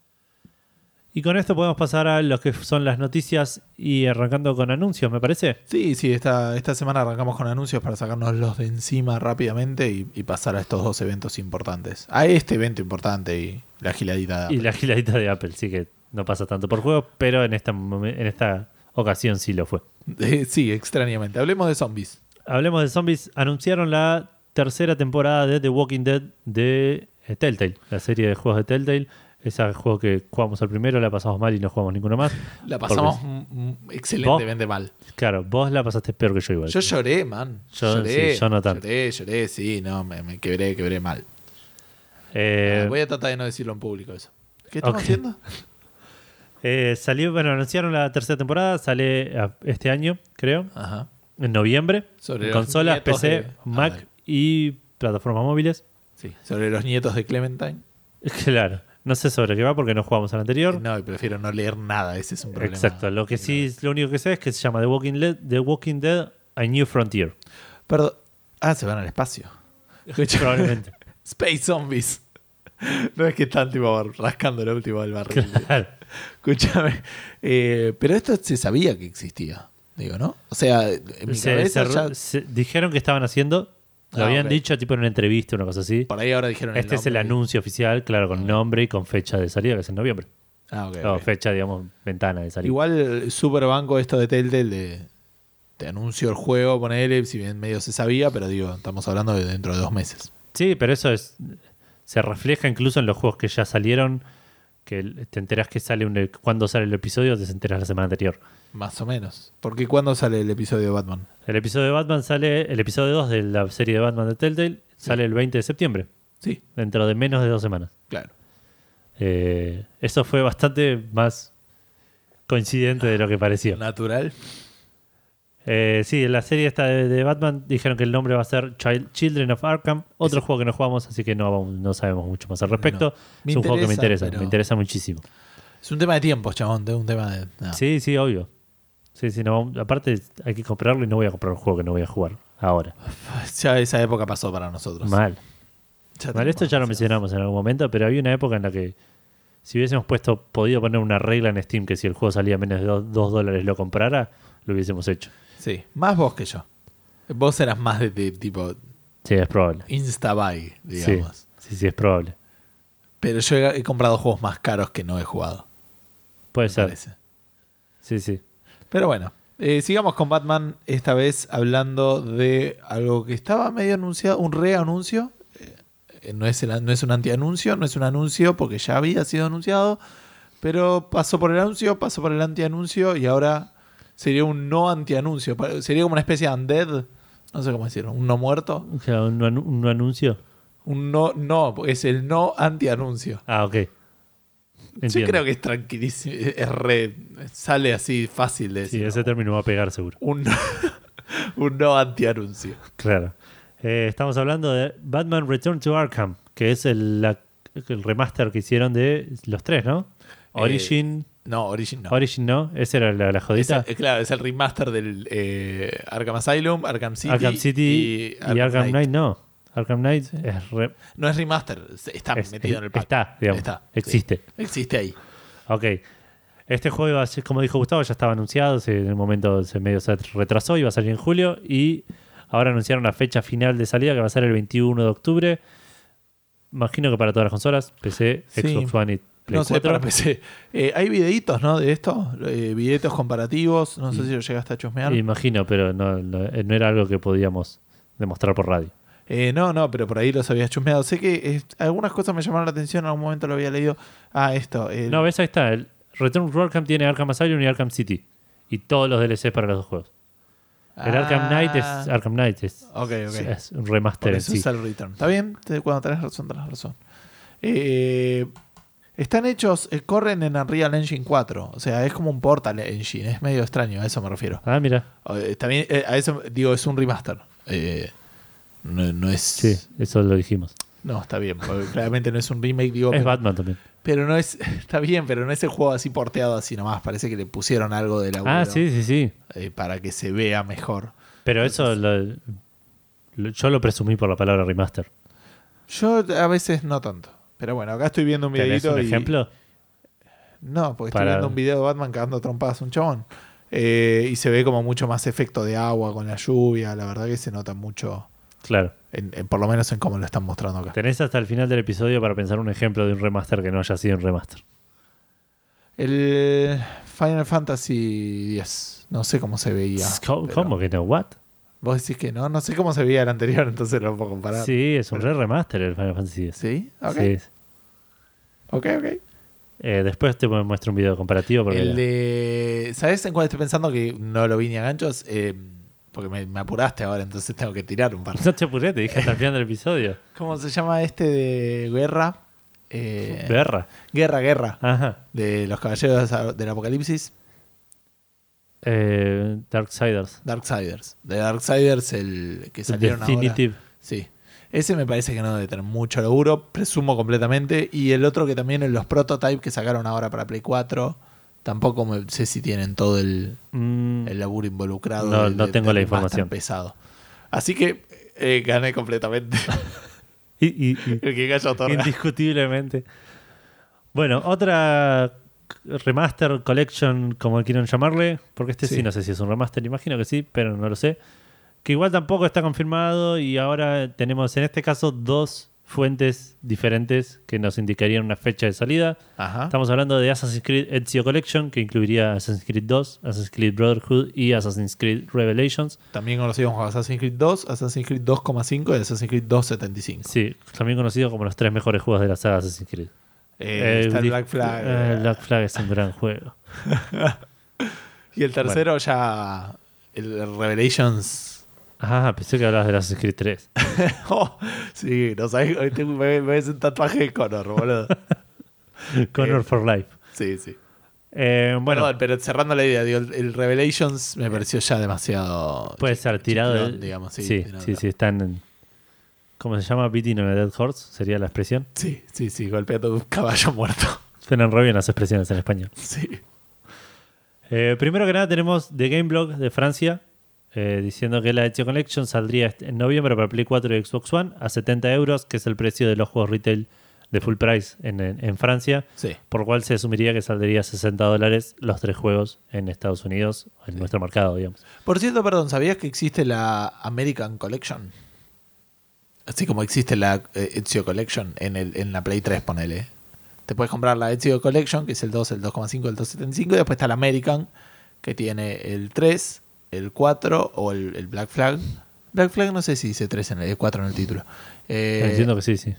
B: Y con esto podemos pasar a lo que son las noticias y arrancando con anuncios, me parece.
A: Sí, sí, esta, esta semana arrancamos con anuncios para sacarnos los de encima rápidamente y, y pasar a estos dos eventos importantes. A este evento importante y la giladita. de
B: Y la giladita de Apple, sí que no pasa tanto por juegos, pero en esta, momen- en esta ocasión sí lo fue.
A: Apple. <laughs> Eh, sí, extrañamente. Hablemos de zombies.
B: Hablemos de zombies. Anunciaron la tercera temporada de The Walking Dead de eh, Telltale, la serie de juegos de Telltale. Ese juego que jugamos al primero, la pasamos mal y no jugamos ninguno más.
A: La
B: Porque-
A: pasamos mm, mm, excelentemente mal.
B: claro, vos la pasaste peor que yo igual.
A: Yo lloré, man.
B: Yo-
A: lloré,
B: sí, yo no tanto.
A: lloré, lloré, sí, no, me, me quebré, quebré mal.
B: Eh,
A: Voy a tratar de no decirlo en público eso. ¿Qué estamos
B: Ok.
A: haciendo?
B: eh, salió, bueno, anunciaron la tercera temporada, sale a- este año, creo,
A: Ajá.
B: en noviembre.
A: Sobre
B: en
A: los
B: consolas,
A: nietos
B: PC,
A: de-
B: Mac
A: Ah.
B: y plataformas móviles.
A: Sí. Sobre los nietos de Clementine.
B: <laughs> Claro, no sé sobre qué va porque no jugamos al anterior.
A: No, y prefiero no leer nada, ese es un problema.
B: Exacto, lo que sí, lo único que sé es que se llama The Walking, Le- The Walking Dead A New Frontier.
A: Perdón. Ah, se van al
B: <laughs>
A: espacio. <laughs>
B: Probablemente.
A: Space Zombies. <laughs> No es que están tipo rascando el último del barril.
B: Claro.
A: Escúchame. eh, pero esto se sabía que existía, digo, ¿no? O sea, en mi
B: Se-
A: cabeza
B: se-
A: ya-
B: se- dijeron que estaban haciendo, lo
A: Ah,
B: habían
A: ok.
B: dicho tipo en una entrevista, una cosa así.
A: por ahí ahora dijeron
B: Este es el
A: nombre.
B: anuncio oficial, claro, con nombre y con fecha de salida, que es en noviembre.
A: Ah, ok,
B: No,
A: ok.
B: fecha, digamos, ventana de salida.
A: Igual super banco esto de Telltale de te anuncio el juego, ponele, si bien medio se sabía, pero digo, estamos hablando de dentro de dos meses.
B: Sí, pero eso es se refleja incluso en los juegos que ya salieron, que el- te enterás que sale un, e-, cuando sale el episodio, te enterás la semana anterior.
A: Más o menos. Porque ¿cuándo sale el episodio de Batman?
B: El episodio de Batman sale, el episodio 2 de la serie de Batman de Telltale sale el 20 de septiembre,
A: Sí,
B: dentro de menos de dos semanas.
A: claro.
B: Eh, eso fue bastante más coincidente de lo que parecía.
A: Natural.
B: Eh, sí, en la serie esta de, de Batman dijeron que el nombre va a ser Child- Children of Arkham, otro juego que no jugamos, así que no, vamos- no sabemos mucho más al respecto.
A: Me
B: Es un juego que me
A: interesa,
B: interesa,
A: pero-
B: me interesa muchísimo.
A: Es un tema de tiempo, chabón, es un tema de. no.
B: Sí, sí, obvio. Sí, sí, no, aparte hay que comprarlo y no voy a comprar un juego que no voy a jugar ahora.
A: Ya esa época pasó para nosotros.
B: Mal.
A: Ya
B: Mal,
A: tenemos
B: esto ya lo
A: demasiado.
B: mencionamos en algún momento, pero había una época en la que si hubiésemos puesto, podido poner una regla en Steam que si el juego salía menos de 2 dólares lo comprara, lo hubiésemos hecho.
A: Sí, más vos que yo. Vos eras más de, de tipo
B: Sí, es probable.
A: insta-buy,
B: Sí,
A: digamos.
B: sí, sí, es probable.
A: Pero yo he, he comprado juegos más caros que no he jugado.
B: Puede
A: me
B: ser.
A: parece.
B: Sí, sí.
A: Pero bueno, eh, sigamos con Batman, esta vez hablando de algo que estaba medio anunciado, un reanuncio. Eh, eh, no, es el- no es un antianuncio, no es un anuncio porque ya había sido anunciado. Pero pasó por el anuncio, pasó por el antianuncio y ahora sería un no antianuncio. Pa- Sería como una especie de undead, no sé cómo decirlo, un no muerto.
B: O sea, un, anu- un anuncio.
A: Un no, no, es el no antianuncio.
B: Ah, ok.
A: Yo creo que es tranquilísimo, es re- sale así fácil de
B: Sí,
A: decir.
B: ese término va a pegar seguro.
A: un, <laughs> un no antianuncio.
B: Claro. Eh, estamos hablando de Batman Return to Arkham, que es el, la- el remaster que hicieron de los tres, ¿no? Origin.
A: No, Origin Eh, no.
B: Origin no, esa era la, la
A: Es el-
B: jodita.
A: eh, claro, es el remaster del eh, Arkham Asylum, Arkham City,
B: Arkham City y, Arkham Knight. no. Arkham Knight es re-
A: No es remaster, se- está
B: es-
A: metido en el pack.
B: Está, digamos.
A: Está, sí.
B: existe.
A: Existe ahí.
B: Ok. Este juego, iba a ser- como dijo Gustavo, ya estaba anunciado. se- en el momento se medio se retrasó, iba a salir en julio. Y ahora anunciaron la fecha final de salida, que va a ser el 21 de octubre. Imagino que para todas las consolas: PC,
A: Sí.
B: Xbox One y Play
A: no sé,
B: 4.
A: para PC. Eh, hay videitos, ¿no? De esto, eh, videitos comparativos. No sé
B: Mm.
A: si lo llegaste a chusmear.
B: Imagino, pero no, no- no era algo que podíamos demostrar por radio.
A: Eh, no, no, pero por ahí los habías chusmeado. Sé que eh, algunas cosas me llamaron la atención, en algún momento lo había leído. Ah, esto. el-
B: No, ves, ahí está. El Return to Arkham tiene Arkham Asylum y Arkham City. Y todos los DLCs para los dos juegos. El Arkham Knight es
A: Ah,
B: Arkham Knight. Es,
A: Ok, ok.
B: es un remaster
A: Por
B: en
A: eso
B: sí.
A: es el return. Está bien, Te- cuando tenés razón, tenés razón. Eh, están hechos, eh, corren en Unreal Engine 4. O sea, es como un Portal Engine. Es medio extraño, a eso me refiero.
B: Ah, mira.
A: O, eh, También, eh, a eso digo, es un remaster. Eh, no, no es.
B: Sí, eso lo dijimos.
A: No, está bien, porque claramente no es un remake, digo.
B: Es
A: pero,
B: Batman también.
A: pero no es. <laughs> Está bien, pero no es el juego así porteado así nomás. Parece que le pusieron algo de la
B: Ah, sí, sí, sí.
A: para que se vea mejor.
B: Pero eso lo- lo- yo lo presumí por la palabra remaster.
A: Yo a veces no tanto. Pero bueno, acá estoy viendo un
B: ¿Tenés
A: videito.
B: un
A: y-
B: ejemplo?
A: No, porque estoy
B: Para-
A: viendo un video de Batman cagando trompadas a un chabón. Eh, y se ve como mucho más efecto de agua con la lluvia. La verdad que se nota mucho,
B: Claro.
A: en- en- por lo menos en cómo lo están mostrando acá.
B: Tenés hasta el final del episodio para pensar un ejemplo de un remaster que no haya sido un remaster.
A: El Final Fantasy X. No sé cómo se veía.
B: ¿Cómo,
A: pero-
B: cómo que no? ¿What?
A: Vos decís que no. No sé cómo se veía el anterior, <laughs> entonces lo puedo comparar.
B: Sí, es un
A: pero-
B: re remaster el Final Fantasy X.
A: ¿Sí? Ok.
B: Sí.
A: Ok, ok.
B: Eh, después te muestro un video comparativo. Porque
A: El de. ¿Sabes en cuál estoy pensando que no lo vi ni a ganchos? Eh, porque me, me apuraste ahora, entonces tengo que tirar un par.
B: <laughs> No te apuré, te dije hasta el final del episodio.
A: ¿Cómo se llama este de guerra? Eh,
B: Berra.
A: guerra, guerra.
B: Ajá.
A: De los caballeros del apocalipsis.
B: Eh, Darksiders.
A: Darksiders. De Darksiders, el que salieron ahora.
B: Definitive.
A: Sí. Ese me parece que no debe tener mucho laburo, presumo completamente. Y el otro que también en los prototypes que sacaron ahora para Play 4, tampoco me- sé si tienen todo el,
B: Mm,
A: el laburo involucrado.
B: No, no tengo
A: tener más
B: la
A: tan
B: información.
A: pesado. Así que eh, gané completamente. <laughs>
B: y- y- y-
A: el que gaya otorga.
B: indiscutiblemente. Bueno, otra remaster collection, como quieran llamarle, porque este sí.
A: Sí.
B: no sé si es un remaster, imagino que sí, pero no lo sé. Que igual tampoco está confirmado y ahora tenemos en este caso dos fuentes diferentes que nos indicarían una fecha de salida.
A: Ajá.
B: Estamos hablando de Assassin's Creed Ezio Collection, que incluiría Assassin's Creed 2, Assassin's Creed Brotherhood y Assassin's Creed Revelations.
A: También conocidos como Assassin's Creed 2, Assassin's Creed 2,5 y Assassin's Creed 2.75.
B: Sí, también conocido como los tres mejores juegos de la saga Assassin's Creed.
A: Eh, está el
B: di-
A: Black Flag.
B: eh, el Black Flag es un
A: <laughs>
B: gran juego.
A: Y el tercero ya. El Revelations
B: Ah, pensé que hablabas de Assassin's Creed 3.
A: <laughs> Oh, sí, no sabes, hoy tengo, me, me ves un tatuaje de Connor, <laughs> boludo.
B: Connor
A: Eh,
B: for Life.
A: Sí, sí.
B: Eh,
A: Bueno, Eh.
B: bueno,
A: pero cerrando la idea, digo, el, el Revelations me pareció ya demasiado.
B: puede ser tirado.
A: chiclón,
B: el-
A: digamos, sí,
B: sí,
A: tirado.
B: sí, sí, están en. ¿Cómo se llama? Beating on a Dead Horse, sería la expresión.
A: Sí, sí, sí, golpeando un caballo <laughs> muerto.
B: Suenan re bien las expresiones en español.
A: Sí.
B: Eh, primero que nada tenemos The Game Blog de Francia eh, diciendo que la Ezio Collection saldría est- en noviembre para Play 4 y Xbox One a 70 euros, que es el precio de los juegos retail de full price en, en- en Francia,
A: Sí.
B: por lo cual se asumiría que saldría a 60 dólares los tres juegos en Estados Unidos, en nuestro mercado, digamos.
A: Por cierto, perdón, ¿sabías que existe la American Collection? Así como existe la eh, Ezio Collection en, el, en la Play 3, ponele. Te puedes comprar la Ezio Collection, que es el 2, el 2,5, el 2,75, y después está la American, que tiene el 3, el 4 o el, el Black Flag. Black Flag no sé si dice 3 en el, el 4 en el título. Eh,
B: Entiendo que sí, sí.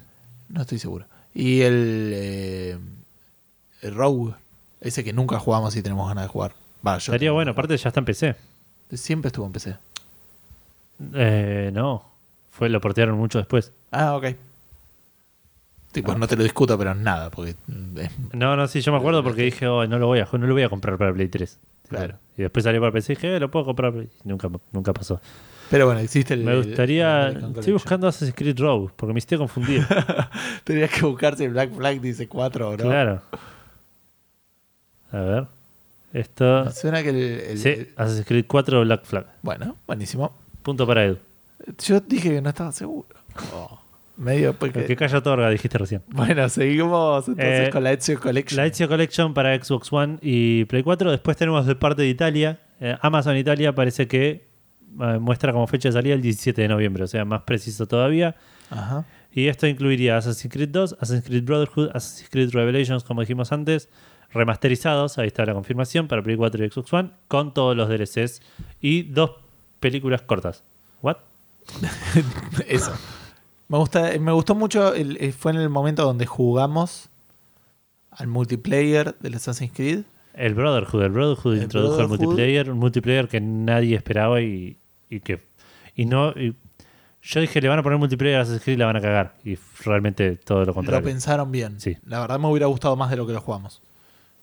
A: No estoy seguro. Y el, eh, el Rogue, ese que nunca jugamos y tenemos ganas de jugar. Va, yo
B: Estaría
A: tengo
B: bueno,
A: ganas de
B: aparte ya está en PC.
A: jugar. Siempre estuvo en PC.
B: Eh, no, fue lo portearon mucho después.
A: Ah, ok. Ah. Tipo, pues no te lo discuto, pero nada, porque mm, es
B: No, no, sí, yo me acuerdo porque dije, "Oh, no lo voy a no lo voy a comprar para Play 3.
A: Claro.
B: Y después salió para PC y dije, "Eh, lo puedo comprar. Y nunca, nunca pasó.
A: Pero bueno, existe el.
B: Me gustaría.
A: el American
B: Estoy
A: Collection. <laughs>
B: buscando Assassin's Creed Rogue porque me hiciste <laughs> confundir.
A: Tenías que buscar si el Black Flag dice 4 o no.
B: Claro. A ver. Esto.
A: Suena que el. el-
B: Sí,
A: el-
B: Assassin's Creed 4 Black Flag.
A: bueno, buenísimo.
B: Punto para Edu.
A: Yo dije que no estaba seguro. Oh, medio. porque-
B: El que calla otorga, dijiste recién.
A: Bueno, seguimos entonces
B: Eh,
A: con la Ezio Collection.
B: La Ezio Collection para Xbox One y Play 4. Después tenemos de parte de Italia. eh, Amazon Italia parece que eh, muestra como fecha de salida el 17 de noviembre, o sea, más preciso todavía.
A: Ajá.
B: Y esto incluiría Assassin's Creed 2, Assassin's Creed Brotherhood, Assassin's Creed Revelations, como dijimos antes, remasterizados, ahí está la confirmación, para Play 4 y Xbox One, con todos los DLCs y dos películas cortas. ¿What?
A: Eso. Me, gusta, me gustó mucho, el- eh, fue en el momento donde jugamos al multiplayer del Assassin's Creed.
B: El Brotherhood, el Brotherhood
A: El
B: introdujo
A: Brotherhood.
B: el multiplayer, un multiplayer que nadie esperaba y, y que y no y- yo dije le van a poner multiplayer a Assassin's Creed y la van a cagar y f- realmente todo lo
A: Lo
B: contrario.
A: pensaron bien.
B: Sí.
A: La verdad me hubiera gustado más de lo que lo jugamos.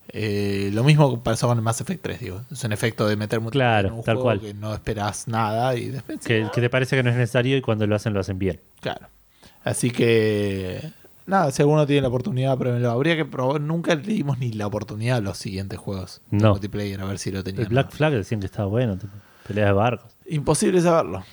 A: Eh, lo mismo pasó con el Mass Effect 3, digo. Es un efecto de meter mucho
B: Claro,
A: en un
B: tal
A: juego
B: cual.
A: que no esperás nada y después.
B: Que, que te parece que no es necesario y cuando lo hacen lo hacen bien.
A: Claro. Así que. Nada, si alguno tiene la oportunidad, pruébenlo. Habría que probar. Nunca le dimos ni la oportunidad a los siguientes juegos de
B: No.
A: multiplayer, a ver si lo tenían.
B: El Black Flag decían que estaba bueno, tipo, peleas de barcos.
A: Imposible saberlo.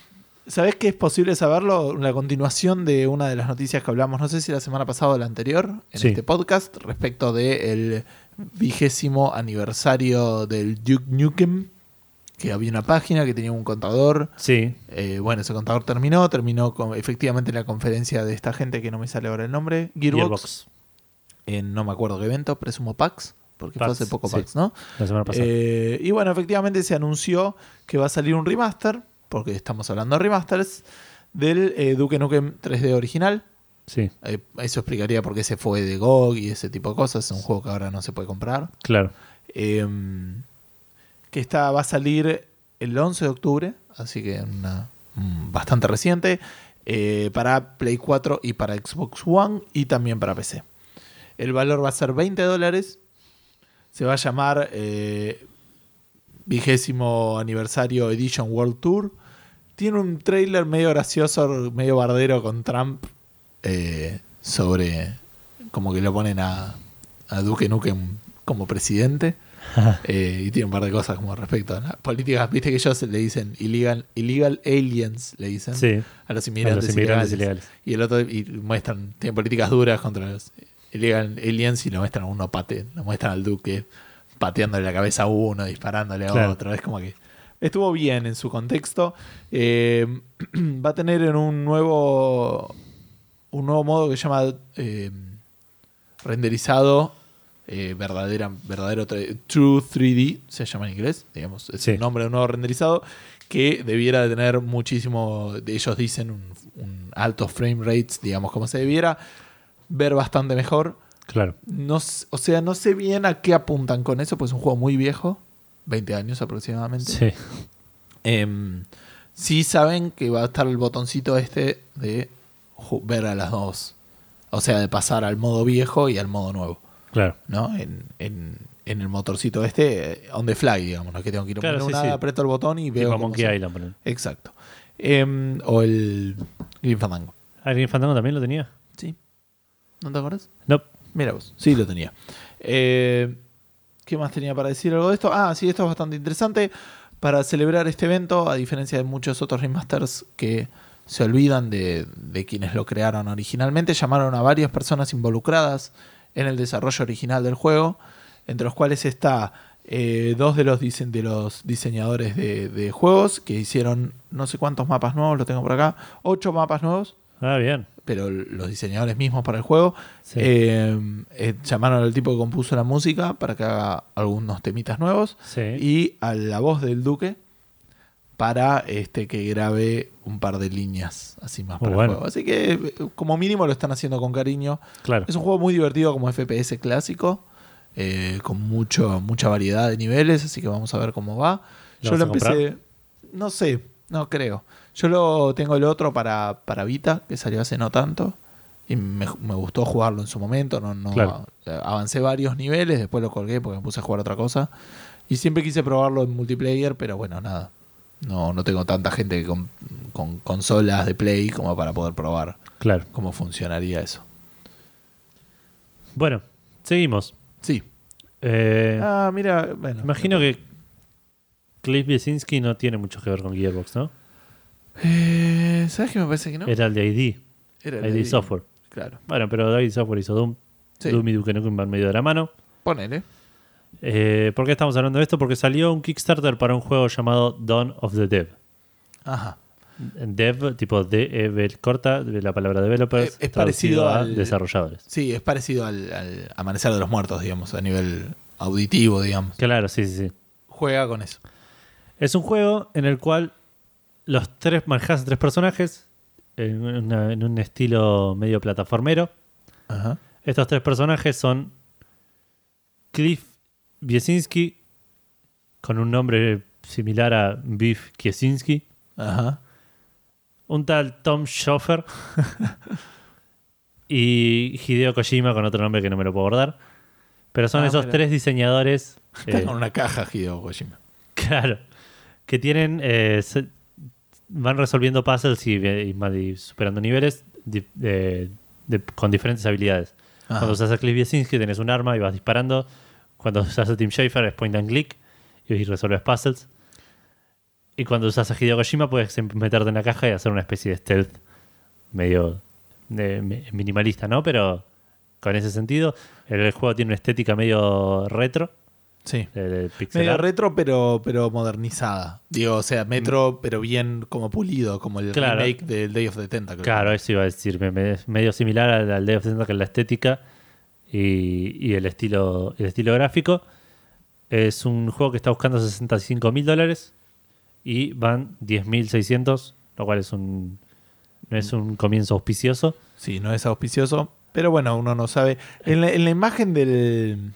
A: ¿Sabés qué es posible saberlo? La continuación de una de las noticias que hablamos, no sé si la semana pasada o la anterior, en
B: Sí.
A: este podcast, respecto del vigésimo aniversario del Duke Nukem, que había una página que tenía un contador.
B: Sí,
A: Eh, bueno, ese contador terminó, terminó con, efectivamente la conferencia de esta gente que no me sale ahora el nombre, Gearbox,
B: Gearbox.
A: en no me acuerdo qué evento, presumo PAX, porque
B: PAX,
A: fue hace poco
B: sí.
A: PAX, ¿no?
B: La semana pasada.
A: Eh, y bueno, efectivamente se anunció que va a salir un remaster, porque estamos hablando de remasters, del eh, Duke Nukem 3D original,
B: Sí,
A: Eh, eso explicaría por qué se fue de GOG y ese tipo de cosas. Es un juego que ahora no se puede comprar.
B: claro.
A: Em, que esta va a salir el 11 de octubre, así que una, mm, bastante reciente, eh, para Play 4 y para Xbox One y también para PC. El valor va a ser 20 dólares. Se va a llamar eh, vigésimo aniversario Edition World Tour. Tiene un trailer medio gracioso, medio bardero con Trump eh, sobre como que lo ponen a, a Duque Nukem como presidente. Eh, y tiene un par de cosas como respecto a las políticas. Viste que ellos le dicen illegal, illegal aliens, le dicen
B: Sí,
A: a los inmigrantes,
B: A los inmigrantes
A: ilegales.
B: ilegales.
A: Y el otro y muestran, tienen políticas duras contra los illegal aliens y lo muestran a uno pate, lo muestran al duque pateándole la cabeza a uno, disparándole a
B: Claro.
A: otro. Es como que estuvo bien en su contexto. Eh, <clears throat> va a tener en un nuevo un nuevo modo que se llama eh, renderizado eh, verdadera, verdadero tre- True 3D, se llama en inglés, digamos, es
B: Sí.
A: el nombre de un nuevo renderizado, que debiera de tener muchísimo, de ellos dicen, un, un alto frame rates, digamos, como se debiera, ver bastante mejor.
B: claro.
A: No, s- o sea, no sé bien a qué apuntan con eso, pues es un juego muy viejo, 20 años aproximadamente.
B: Sí,
A: Em, sí saben que va a estar el botoncito este de ju- ver a las dos. O sea, de pasar al modo viejo y al modo nuevo,
B: claro.
A: ¿no? En, en- en el motorcito este, eh, on the fly, digamos, no es que tengo que ir a
B: Claro,
A: poner
B: sí,
A: una,
B: sí.
A: aprieto el botón y veo.
B: Tipo
A: cómo
B: Monkey
A: se-
B: Island. ponen.
A: Exacto. Em, o el Green Fandango.
B: ¿Ah, ¿Green Fandango también lo tenía?
A: ¿Sí? ¿No te acuerdas?
B: No.
A: Mira vos, sí lo tenía. Eh, ¿Qué más tenía para decir algo de esto? Ah, sí, esto es bastante interesante. Para celebrar este evento, a diferencia de muchos otros remasters que se olvidan de, de quienes lo crearon originalmente, llamaron a varias personas involucradas en el desarrollo original del juego, entre los cuales está eh, dos de los, dise- de los diseñadores de, de juegos que hicieron no sé cuántos mapas nuevos, lo tengo por acá, ocho mapas nuevos
B: Ah, bien.
A: pero los diseñadores mismos para el juego
B: Sí.
A: eh, eh, llamaron al tipo que compuso la música para que haga algunos temitas nuevos
B: Sí.
A: y a la voz del duque para este que grabe un par de líneas así más
B: Muy
A: para
B: Oh, bueno.
A: el juego. Así que eh, como mínimo lo están haciendo con cariño.
B: Claro.
A: Es un juego muy divertido como FPS clásico, eh, con mucho, mucha variedad de niveles, así que vamos a ver cómo va.
B: ¿Lo
A: Yo
B: vas
A: lo
B: a comprar?
A: empecé, no sé, no creo. Yo lo tengo el otro para, para Vita, que salió hace no tanto, y me, me gustó jugarlo en su momento, no, no
B: Claro.
A: avancé varios niveles, después lo colgué porque me puse a jugar otra cosa. Y siempre quise probarlo en multiplayer, pero bueno, nada. No, no tengo tanta gente con, con consolas de play como para poder probar
B: Claro.
A: cómo funcionaría eso.
B: Bueno, seguimos.
A: Sí,
B: Eh,
A: Ah, mira, bueno.
B: imagino que Cliff Biesinski no tiene mucho que ver con Gearbox, ¿no?
A: Eh, ¿Sabes qué me parece que no?
B: Era el de ID,
A: Era
B: ID,
A: el de-
B: Software.
A: Claro.
B: Bueno, pero ID Software hizo Doom.
A: Sí.
B: Doom y Duke Nukem van medio de la mano.
A: Ponele.
B: Eh, ¿Por qué estamos hablando de esto? Porque salió un Kickstarter para un juego llamado Dawn of the Dev.
A: Ajá.
B: Dev, tipo DEV corta, de la palabra developers,
A: Eh, es
B: traducido
A: parecido
B: a
A: al-
B: desarrolladores.
A: Sí, es parecido al, al Amanecer de los Muertos, digamos, a nivel auditivo, digamos.
B: Claro, sí, sí, sí.
A: Juega con eso.
B: Es un juego en el cual los tres manejas a tres personajes en, una- en un estilo medio plataformero.
A: Ajá.
B: Estos tres personajes son Cliff Biesinski, con un nombre similar a Biff Kiesinski,
A: Ajá.
B: un tal Tom
A: <laughs>
B: Schoffer y Hideo Kojima con otro nombre que no me lo puedo abordar. Pero son
A: Ah,
B: esos
A: mira.
B: tres diseñadores.
A: <laughs> Está
B: eh,
A: con una caja, Hideo Kojima.
B: Claro. Que tienen. eh, se- van resolviendo puzzles y, y ma- y superando niveles di- eh, de- con diferentes habilidades.
A: Ajá.
B: Cuando usas a Cliff Biesinski tenés un arma y vas disparando. Cuando <laughs> usas a Tim Schafer es point and click y resolves puzzles. Y cuando usas a Hideo Kojima puedes em- meterte en la caja y hacer una especie de stealth medio eh, mi- minimalista, ¿no? Pero con ese sentido, el, el juego tiene una estética medio retro.
A: Sí.
B: eh, de pixel
A: Medio
B: art.
A: retro, pero, pero modernizada. Digo, o sea, metro, pero bien como pulido, como el
B: Mm. Claro.
A: remake del Day of the Tentacle.
B: Claro, eso iba a decir. me- me- Es medio similar al, al Day of the Tentacle, la estética y, y el, estilo, el estilo gráfico. Es un juego que está buscando 65 mil dólares y van 10.600, lo cual es un no es un comienzo auspicioso.
A: Sí, no es auspicioso. Pero bueno, uno no sabe. En la, en la imagen del,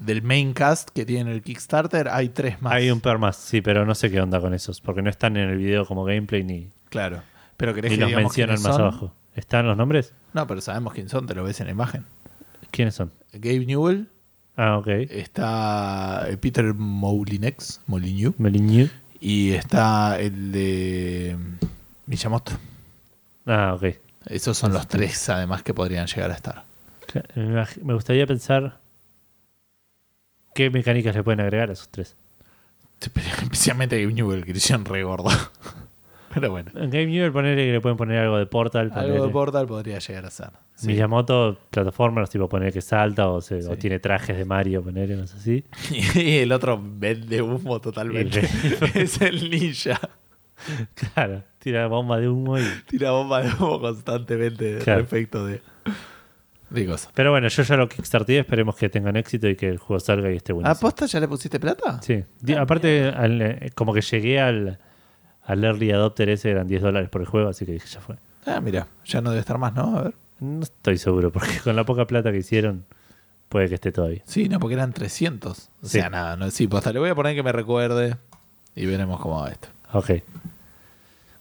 A: del main cast que tiene el Kickstarter hay tres más.
B: Hay un par más, sí, pero no sé qué onda con esos, porque no están en el video como gameplay ni,
A: Claro. Pero querés
B: ni
A: que
B: los
A: digamos
B: mencionan
A: quiénes
B: más
A: son?
B: abajo. ¿Están los nombres?
A: No, pero sabemos quién son, te lo ves en la imagen.
B: ¿Quiénes son?
A: Gabe Newell,
B: Ah, ok.
A: Eh, está eh, Peter Moulinex, Molyneux,
B: Meligny.
A: y está el de mm, Miyamoto.
B: Ah, ok.
A: Esos son los tres, además, que podrían llegar a estar.
B: Claro, Me imag- me gustaría pensar qué mecánicas le pueden agregar a esos tres.
A: Especialmente Gabe Newell, que le hicieron re gordo. <laughs> Pero bueno.
B: En Game Newell ponerle que le pueden poner algo de Portal.
A: Algo
B: ponele.
A: de Portal podría llegar a ser. Sí.
B: Miyamoto, plataformas, tipo poner que salta o, se- o
A: Sí.
B: tiene trajes de Mario, ponerle, no sé
A: <laughs> <laughs>
B: si.
A: Y el otro vende humo
B: <laughs>
A: totalmente. <laughs> es el ninja.
B: Claro, tira bomba de humo y...
A: Tira bomba de humo constantemente
B: Claro.
A: respecto de. De cosas.
B: Pero bueno, yo ya lo kickstarté, esperemos que tengan éxito y que el juego salga y esté bueno.
A: ¿Aposta ya le pusiste plata?
B: Sí,
A: ah,
B: Di- aparte, al, eh, como que llegué al, al early adopter ese, eran 10 dólares por el juego, así que dije, ya fue.
A: Ah, mira, ya no debe estar más, ¿no? A ver.
B: No estoy seguro, porque con la poca plata que hicieron, puede que esté todavía.
A: Sí, no, porque eran 300. O
B: Sí.
A: sea, nada, no, sí, posta. Le voy a poner que me recuerde y veremos cómo va esto.
B: Ok.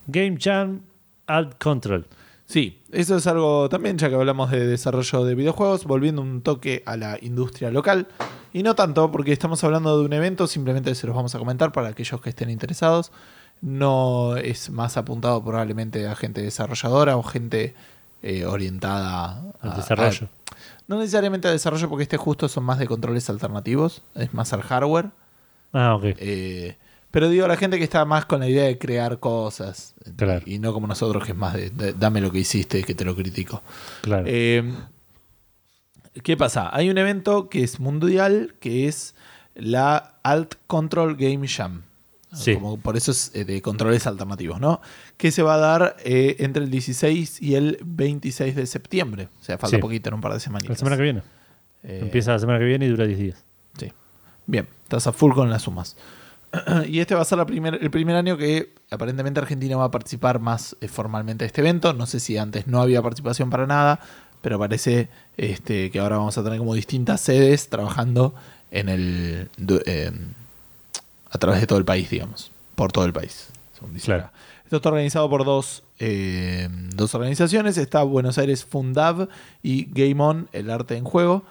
B: Game Jam Alt Control.
A: Sí, eso es algo también, ya que hablamos de desarrollo de videojuegos, volviendo un toque a la industria local. Y no tanto, porque estamos hablando de un evento, simplemente se los vamos a comentar para aquellos que estén interesados. No es más apuntado probablemente a gente desarrolladora o gente eh, orientada
B: Al
A: a-
B: desarrollo.
A: a- no necesariamente a desarrollo, porque este justo son más de controles alternativos, es más al hardware.
B: Ah, ok.
A: Eh, pero digo, la gente que está más con la idea de crear cosas.
B: Claro.
A: Y no como nosotros, que es más de, de- dame lo que hiciste, que te lo critico.
B: Claro.
A: Eh, ¿Qué pasa? Hay un evento que es mundial, que es la Alt Control Game Jam.
B: Sí.
A: Como por eso es eh, de controles alternativos, ¿no? Que se va a dar eh, entre el 16 y el 26 de septiembre. O sea, falta
B: Sí.
A: poquito, en un par de Eh, semanas.
B: la semana que viene. Empieza la semana que viene y dura 10 días.
A: Sí. Bien, estás a full con las sumas. <clears throat> y este va a ser la primer- el primer año que aparentemente Argentina va a participar más eh, formalmente de este evento. No sé si antes no había participación para nada, pero parece este, que ahora vamos a tener como distintas sedes trabajando en el du- en- a través de todo el país, digamos. Por todo el país. según dice
B: Claro.
A: acá. Esto está organizado por dos, eh, dos organizaciones. Está Buenos Aires Fundav y Game On, el arte en juego,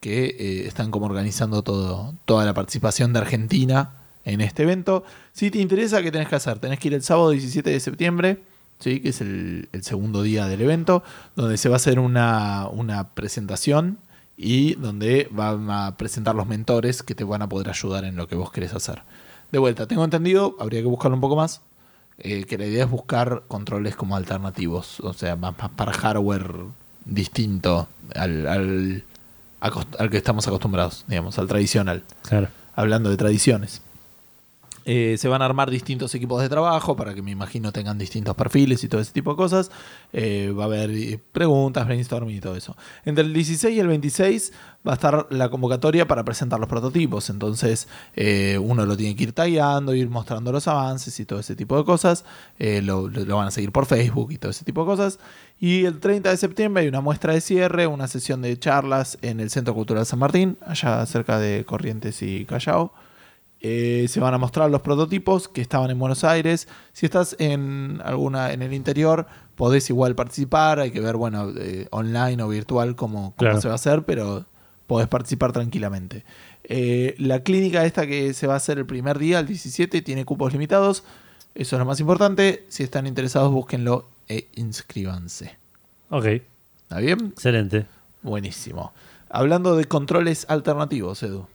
A: que eh, están como organizando todo, toda la participación de Argentina en este evento. Si te interesa, ¿qué tenés que hacer? Tenés que ir el sábado 17 de septiembre, ¿sí? que es el, el segundo día del evento, donde se va a hacer una, una presentación y donde van a presentar los mentores que te van a poder ayudar en lo que vos querés hacer. De vuelta, tengo entendido, habría que buscarlo un poco más, eh, que la idea es buscar controles como alternativos, o sea, más, más para hardware distinto al, al, acost- al que estamos acostumbrados, digamos, al tradicional,
B: Claro.
A: hablando de tradiciones. Eh, se van a armar distintos equipos de trabajo para que me imagino tengan distintos perfiles y todo ese tipo de cosas. Eh, va a haber eh, preguntas, brainstorming y todo eso. Entre el 16 y el 26 va a estar la convocatoria para presentar los prototipos. Entonces eh, uno lo tiene que ir tallando, ir mostrando los avances y todo ese tipo de cosas. Eh, lo, lo- lo van a seguir por Facebook y todo ese tipo de cosas. Y el 30 de septiembre hay una muestra de cierre, una sesión de charlas en el Centro Cultural San Martín, allá cerca de Corrientes y Callao. Eh, se van a mostrar los prototipos que estaban en Buenos Aires. Si estás en alguna en el interior, podés igual participar. Hay que ver, bueno, eh, online o virtual cómo, cómo
B: Claro.
A: se va a hacer, pero podés participar tranquilamente. Eh, la clínica esta que se va a hacer el primer día, el 17, tiene cupos limitados. Eso es lo más importante. Si están interesados, búsquenlo e inscríbanse.
B: Ok,
A: ¿Está bien?
B: excelente.
A: Buenísimo. Hablando de controles alternativos, Edu.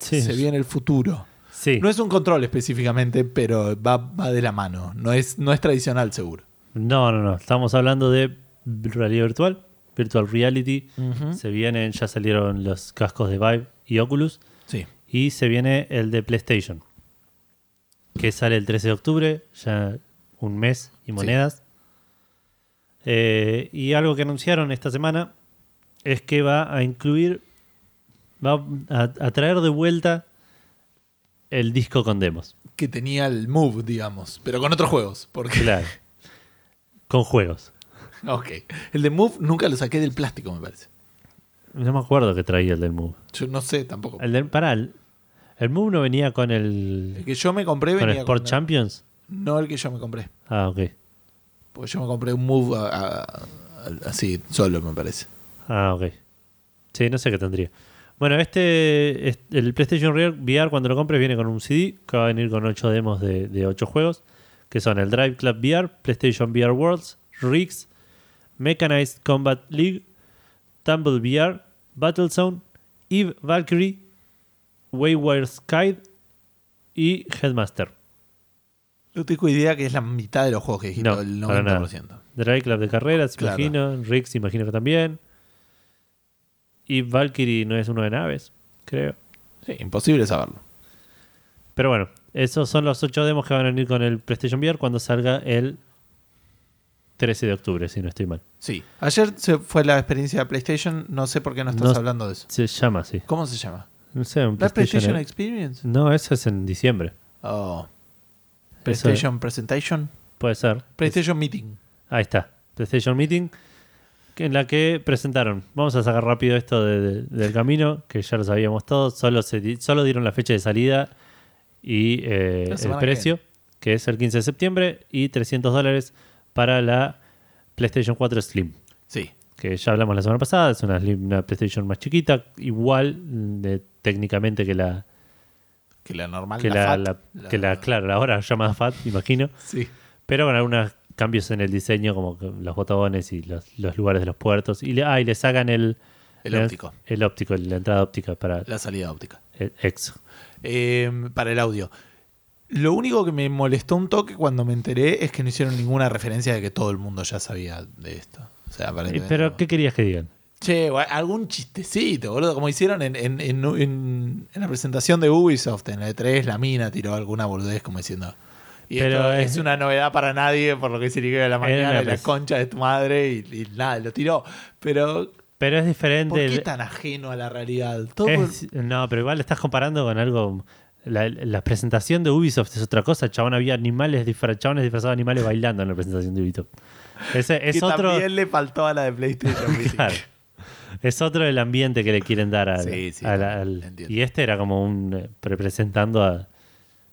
B: Sí.
A: Se viene el futuro.
B: Sí.
A: No
B: No,
A: es un control específicamente, pero va, va de la mano. No es, no es tradicional, seguro.
B: no, no, Estamos hablando de realidad virtual, virtual reality. Se vienen, ya salieron los cascos de Vive y Oculus.
A: Sí.
B: Y se viene el de PlayStation, que sale el 13 de octubre, ya un mes y monedas. Eh, y algo que anunciaron esta semana es que va a incluir, va a, a traer de vuelta el disco con demos.
A: Que tenía el move, digamos, pero con otros juegos. Porque
B: Claro. con juegos.
A: <laughs> Ok. El de Move nunca lo saqué del plástico, me parece.
B: No me acuerdo que traía el del Move.
A: Yo no sé tampoco.
B: El del, pará, el, el Move no venía con
A: El
B: el,
A: que yo me compré
B: con
A: venía
B: Sport
A: con-
B: Champions.
A: No el que yo me compré.
B: Ah, ok.
A: Porque yo me compré un Move a- a- a- así, solo, me parece.
B: Ah, ok. Sí, no sé qué tendría. Bueno, este, es- el PlayStation Rear- VR cuando lo compres viene con un CD que va a venir con 8 demos de, de 8 juegos, que son el Drive Club VR, PlayStation VR Worlds, Rigs, Mechanized Combat League, Tumble VR, Battlezone, Eve Valkyrie, Wayward Sky y Headmaster.
A: No tengo idea que es la mitad de los juegos que dijiste,
B: No,
A: el
B: para nada.
A: 90%.
B: Drive Club de carreras,
A: Claro.
B: imagino. Riggs, imagino que también. Y Valkyrie no es uno de naves, creo.
A: Sí, imposible saberlo.
B: Pero bueno, esos son los 8 demos que van a venir con el PlayStation VR cuando salga el 13 de octubre, si no estoy mal.
A: Sí. Ayer se fue la experiencia de PlayStation, no sé por qué no estás
B: No-
A: hablando de eso.
B: Se llama así.
A: ¿Cómo se llama?
B: No sé, un
A: ¿La PlayStation
B: PlayStation-
A: Experience?
B: No, eso es en diciembre.
A: Oh. PlayStation Presentation.
B: Puede ser.
A: PlayStation Meeting.
B: Ahí está. PlayStation Meeting, que- en la que presentaron. Vamos a sacar rápido esto de- de- del camino, que ya lo sabíamos todos. Solo, se di- solo dieron la fecha de salida y eh,
A: La
B: el
A: semana que
B: precio, que es el 15 de septiembre, y 300 dólares para la PlayStation 4 Slim.
A: Sí.
B: que ya hablamos la semana pasada, es una, slim- una PlayStation más chiquita, igual mm, de- técnicamente que la,
A: Que la normal.
B: que
A: la
B: la,
A: Fat,
B: la- que la- claro, la ahora llamada FAT, imagino,
A: Sí.
B: pero con algunos cambios en el diseño, como que los botones y los, los lugares de los puertos, y le, ah, y le sacan el,
A: El
B: le-
A: óptico.
B: el óptico, la entrada óptica para
A: La salida óptica.
B: el EXO.
A: Eh, para el audio. Lo único que me molestó un toque cuando me enteré es que no hicieron ninguna referencia de que todo el mundo ya sabía de esto. O sea,
B: Eh,
A: aparentemente
B: Pero,
A: no.
B: ¿qué querías que digan?
A: Che, o a- algún chistecito, boludo, como hicieron en, en- en- en- en la presentación de Ubisoft, en la E3, la mina tiró alguna boludez como diciendo. Y
B: Pero
A: esto es,
B: es-
A: una novedad para nadie, por lo que se le queda la mañana
B: una
A: y la
B: pres-
A: concha de tu madre y, y nada, lo tiró. Pero,
B: Pero es diferente.
A: ¿por
B: el-
A: qué tan ajeno a la realidad? Todo
B: Es- no, pero igual estás comparando con algo. La, la presentación de Ubisoft es otra cosa. Chabón, había animales disfra- chabones disfrazados de animales bailando en la presentación de Ubisoft. Ese,
A: que
B: es, otro,
A: también le faltó a la de
B: <laughs>
A: PlayStation. Meeting.
B: claro. es otro el ambiente que le quieren dar al.
A: Sí, sí,
B: al-
A: también,
B: al-
A: entiendo.
B: y este era como un. eh, representando a.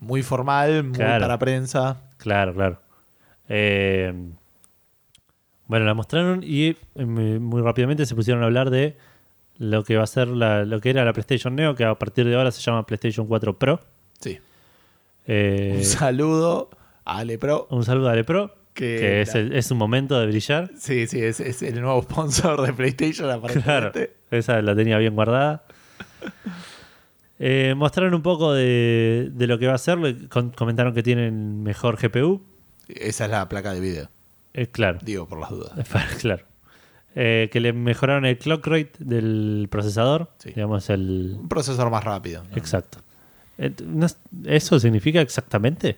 A: Muy formal, muy
B: Claro.
A: para prensa.
B: Claro, claro. Eh, bueno, la mostraron y eh, muy rápidamente se pusieron a hablar de lo que va a ser la- lo que era la PlayStation Neo, que a partir de ahora se llama PlayStation 4 Pro.
A: Sí.
B: Eh,
A: Un saludo a Ale Pro.
B: Un saludo a Lepro,
A: Que
B: que,
A: la-
B: es, el- es un momento de brillar.
A: Sí, sí, es, es el nuevo <laughs> sponsor de PlayStation,
B: Claro,
A: aparentemente.
B: esa la tenía bien guardada. Eh, mostraron un poco de, de lo que va a ser. le con- comentaron que tienen mejor GPU.
A: Esa es la placa de video,
B: Eh, claro, <laughs>
A: digo por las dudas.
B: claro. Eh, que le mejoraron el clock rate del procesador.
A: Sí.
B: Digamos, el.
A: Un procesor más rápido. ¿no?
B: Exacto. Eh, no es- ¿Eso significa exactamente?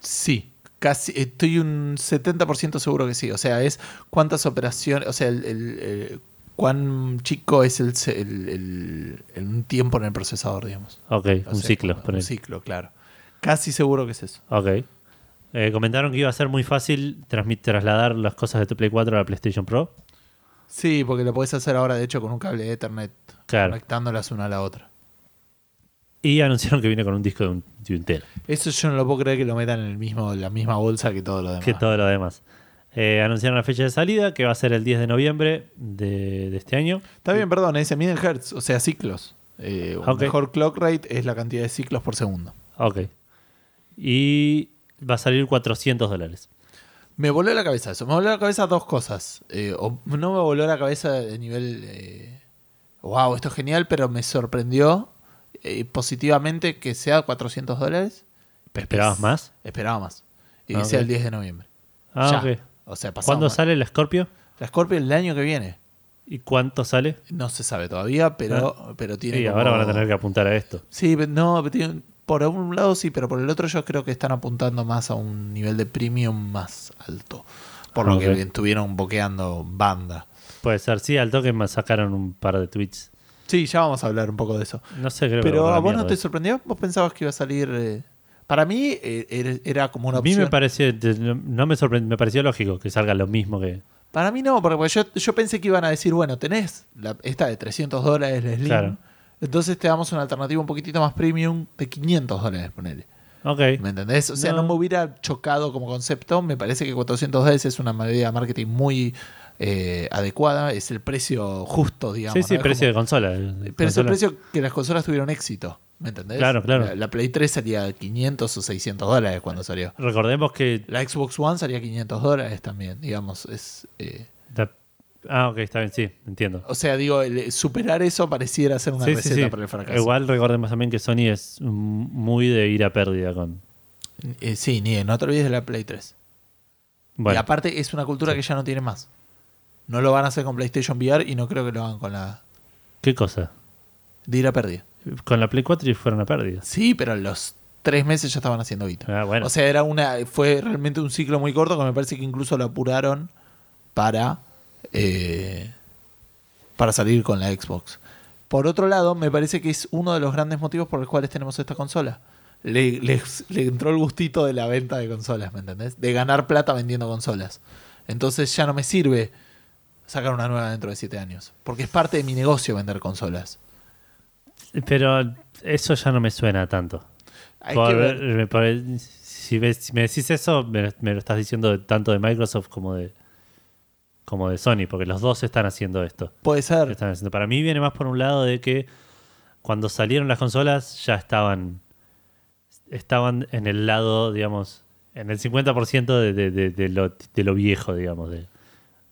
A: Sí, casi estoy un 70% seguro que sí. O sea, es cuántas operaciones, o sea, el, el- el- cuán chico es el, se- el- el- el- un tiempo en el procesador, digamos.
B: Ok,
A: O
B: un
A: sea,
B: ciclo.
A: Un
B: ponele.
A: ciclo, claro. Casi seguro que es eso.
B: Ok. Eh, comentaron que iba a ser muy fácil transmit- trasladar las cosas de tu Play 4 a la PlayStation Pro.
A: Sí, porque lo podés hacer ahora, de hecho, con un cable de Ethernet,
B: Claro.
A: conectándolas una a la otra.
B: Y anunciaron que viene con un disco de un, de un tera,
A: Eso yo no lo puedo creer que lo metan en el mismo, la misma bolsa que todo lo demás.
B: que todo lo demás. Eh, anunciaron la fecha de salida, que va a ser el 10 de noviembre de, de este año.
A: Está bien, perdón, es en mil hertz, o sea, ciclos. Eh, un
B: Ah, Ok.
A: mejor clock rate es la cantidad de ciclos por segundo.
B: Ok. Y va a salir 400 dólares.
A: Me voló la cabeza eso. Me voló la cabeza dos cosas. Eh, o no me voló la cabeza de nivel. eh, wow, esto es genial, pero me sorprendió eh, positivamente que sea 400 dólares.
B: ¿Esperabas
A: Es-
B: más?
A: Esperaba más. Y
B: Ah,
A: que sea
B: ok.
A: el 10 de noviembre.
B: Ah,
A: Ya.
B: ok.
A: O sea, pasado
B: ¿Cuándo
A: ma-
B: sale el Scorpio?
A: La Scorpio el año que viene.
B: ¿Y cuánto sale?
A: No se sabe todavía, pero, pero tiene.
B: Ah. Sí, ahora
A: como-
B: van a tener que apuntar a esto.
A: Sí, pero no, pero tiene- por un lado sí, pero por el otro yo creo que están apuntando más a un nivel de premium más alto. Por lo
B: Ok.
A: que estuvieron boqueando banda.
B: Puede ser, sí, al toque me sacaron un par de tweets.
A: Sí, ya vamos a hablar un poco de eso.
B: No sé, creo que
A: Pero
B: borré
A: a
B: la
A: vos no
B: mierda.
A: te sorprendió, vos pensabas que iba a salir... eh, Para mí eh, era- era como una
B: a mí me
A: opción.
B: pareció, de- no- no me sorprendió, me pareció lógico que salga lo mismo que...
A: Para mí no, porque porque yo, yo pensé que iban a decir, bueno, tenés la- esta de 300 dólares, la Slim.
B: Claro.
A: Entonces te damos una alternativa un poquitito más premium de 500 dólares, ponele.
B: Ok.
A: ¿Me entendés? O sea, no.
B: No.
A: me hubiera chocado como concepto. Me parece que 400 dólares es una medida de marketing muy eh, adecuada. Es el precio justo, digamos.
B: sí, sí,
A: ¿no? Es
B: precio
A: como-
B: de consola. de
A: pero es el
B: consola.
A: precio que las consolas tuvieron éxito. ¿Me entendés?
B: Claro, claro.
A: La, la Play 3 salía 500 o 600 dólares cuando salió.
B: Recordemos que...
A: La Xbox One salía 500 dólares también, digamos. Es, eh,
B: la- Ah, ok, está bien, sí, entiendo.
A: o sea, digo, el- eh, superar eso pareciera ser una
B: Sí, sí,
A: receta
B: sí.
A: para el fracaso.
B: Igual recordemos también que Sony es mm, muy de ir a pérdida con...
A: Eh, sí, ni no te olvides de la Play 3. Y
B: Bueno,
A: aparte es una cultura que ya no tiene más. No lo van a hacer con PlayStation VR y no creo que lo hagan con la...
B: ¿qué cosa?
A: De ir a pérdida.
B: Con la Play 4 y fueron a pérdida.
A: Sí, pero los tres meses ya estaban haciendo guita.
B: Ah, bueno.
A: O sea, era una, fue realmente un ciclo muy corto que me parece que incluso lo apuraron para, eh, para salir con la Xbox. Por otro lado, me parece que es uno de los grandes motivos por los cuales tenemos esta consola. Le, les- le entró el gustito de la venta de consolas, ¿me entendés? De ganar plata vendiendo consolas. Entonces ya no me sirve sacar una nueva dentro de siete años. Porque es parte de mi negocio vender consolas.
B: Pero eso ya no me suena tanto.
A: Hay
B: Por-
A: que ver-
B: me pare- si, ves- si me decís eso, me, lo- me lo estás diciendo de- tanto de Microsoft como de como de Sony, porque los dos están haciendo esto.
A: Puede ser.
B: Están haciendo. Para mí viene más por un lado de que cuando salieron las consolas ya estaban estaban en el lado, digamos, en el 50% de, de- de- de lo, de lo viejo, digamos, de-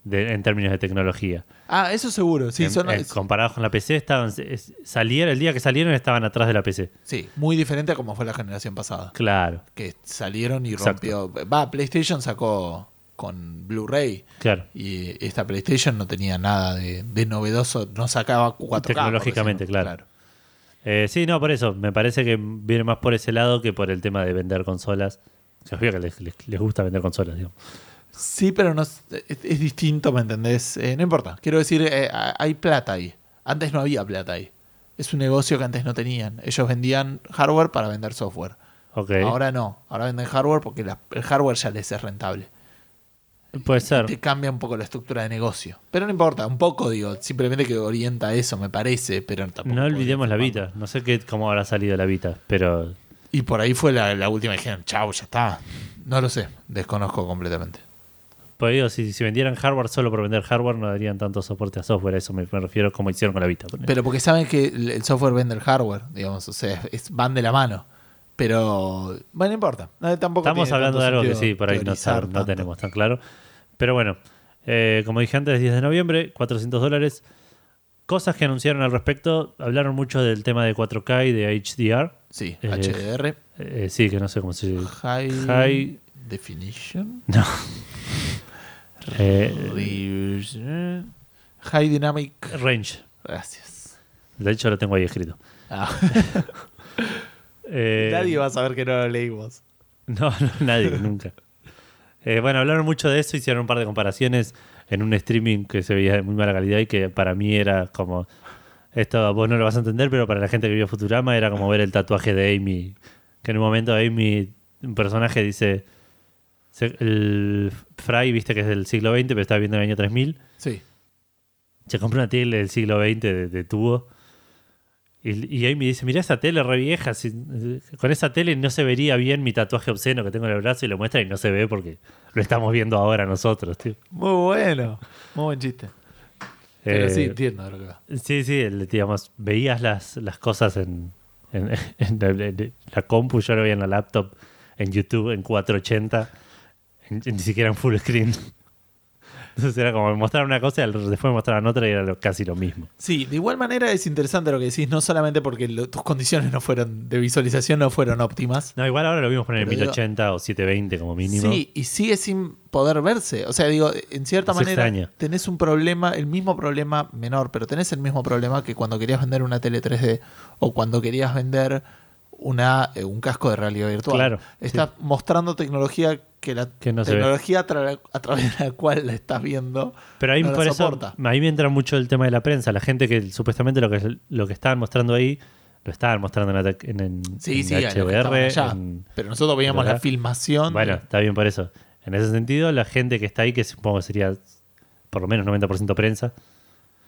B: de- en términos de tecnología.
A: Ah, eso seguro. Sí,
B: En-
A: son,
B: en- comparados con la PC, estaban, es- salieron, el día que salieron estaban atrás de la PC.
A: Sí, muy diferente a como fue la generación pasada.
B: Claro,
A: Que salieron y
B: Exacto.
A: rompió. Va, PlayStation sacó con Blu-ray.
B: claro.
A: Y esta PlayStation no tenía nada de, de novedoso. No sacaba 4K.
B: Tecnológicamente,
A: por decirlo.
B: claro. Eh, sí, no, por eso. Me parece que viene más por ese lado que por el tema de vender consolas. Es obvio que les, les- les gusta vender consolas, digamos.
A: Sí, pero no, es, es- es distinto, ¿me entendés? Eh, no importa. Quiero decir, eh, a- hay plata ahí. Antes no había plata ahí. Es un negocio que antes no tenían. Ellos vendían hardware para vender software.
B: Ok.
A: Ahora no. Ahora venden hardware porque la- el hardware ya les es rentable.
B: Puede ser.
A: te cambia un poco la estructura de negocio. Pero no importa, un poco, digo, simplemente que orienta eso, me parece, pero tampoco.
B: No olvidemos la
A: podría-
B: Vita. No sé qué, cómo habrá salido la Vita, pero
A: Y por ahí fue la, la última, dijeron, chau, ya está. No lo sé, desconozco completamente.
B: pues digo, si, si vendieran hardware solo por vender hardware, no darían tanto soporte a software. A eso me, me refiero como hicieron con la Vita.
A: Pero porque saben que el el software vende el hardware, digamos, o sea, es, van de la mano. Pero, bueno, no importa. No, tampoco
B: Estamos
A: tiene
B: hablando
A: tanto
B: de algo que
A: sentido
B: sí, por ahí no,
A: teorizar
B: sab- no
A: tanto.
B: tenemos tan claro. Pero bueno, eh, como dije antes, 10 de noviembre, 400 dólares. Cosas que anunciaron al respecto, hablaron mucho del tema de 4K y de HDR.
A: Sí,
B: Eh,
A: HDR,
B: Eh, sí, que no sé cómo se
A: High,
B: High-
A: Definition,
B: <laughs> No. Eh,
A: Reverse- eh, High Dynamic.
B: range.
A: Gracias.
B: De hecho, lo tengo ahí escrito.
A: Ah. <laughs>
B: Eh,
A: Nadie va a saber que no lo leímos.
B: No, no, nadie, nunca. Eh, bueno, hablaron mucho de eso, hicieron un par de comparaciones en un streaming que se veía de muy mala calidad y que para mí era como. Esto vos no lo vas a entender, pero para la gente que vio Futurama era como ver el tatuaje de Amy. Que en un momento Amy, un personaje, dice. se- El Fry, viste que es del siglo XX, pero está viendo el año 3000.
A: Sí.
B: Se compra una tele del siglo XX de, de tubo. Y, y Amy dice, mirá esa tele re vieja. si- eh, con esa tele no se vería bien mi tatuaje obsceno que tengo en el brazo y lo muestra y no se ve porque lo estamos viendo ahora nosotros. tío.
A: Muy bueno. Muy buen chiste. Pero
B: Eh,
A: sí, entiendo de lo que va.
B: sí, sí, el- digamos, veías las, las cosas en, en- <laughs> en la- en la compu, yo lo veía en la laptop, en YouTube, en 480, en- en- ni siquiera en full screen. <laughs> Entonces era como mostrar una cosa y al- después mostraban otra y era lo- casi lo mismo.
A: Sí, de igual manera es interesante lo que decís, no solamente porque lo- tus condiciones no fueron de visualización no fueron óptimas.
B: No, igual ahora lo vimos poner en
A: Pero digo-
B: 1080 o 720 como mínimo.
A: Sí, y sigue sin poder verse. O sea, digo, en cierta
B: Es
A: manera
B: extraño.
A: tenés un problema, el mismo problema menor, pero tenés el mismo problema que cuando querías vender una tele 3D o cuando querías vender una, eh, un casco de realidad virtual.
B: Claro,
A: Estás mostrando tecnología que la
B: Que no se ve.
A: tecnología a, tra- a través de la cual la estás viendo.
B: Pero ahí,
A: no la
B: por eso,
A: soporta.
B: ahí me entra mucho el tema de la prensa. La gente que supuestamente lo que, lo que estaban mostrando ahí Lo estaban mostrando en, la tec- en, en-
A: Sí,
B: en
A: sí, a los que
B: HBR.
A: estaban allá.
B: en-
A: Pero nosotros veíamos
B: ¿verdad?
A: la filmación.
B: bueno, está bien por eso. En ese sentido, la gente que está ahí, que supongo que sería por lo menos 90% prensa,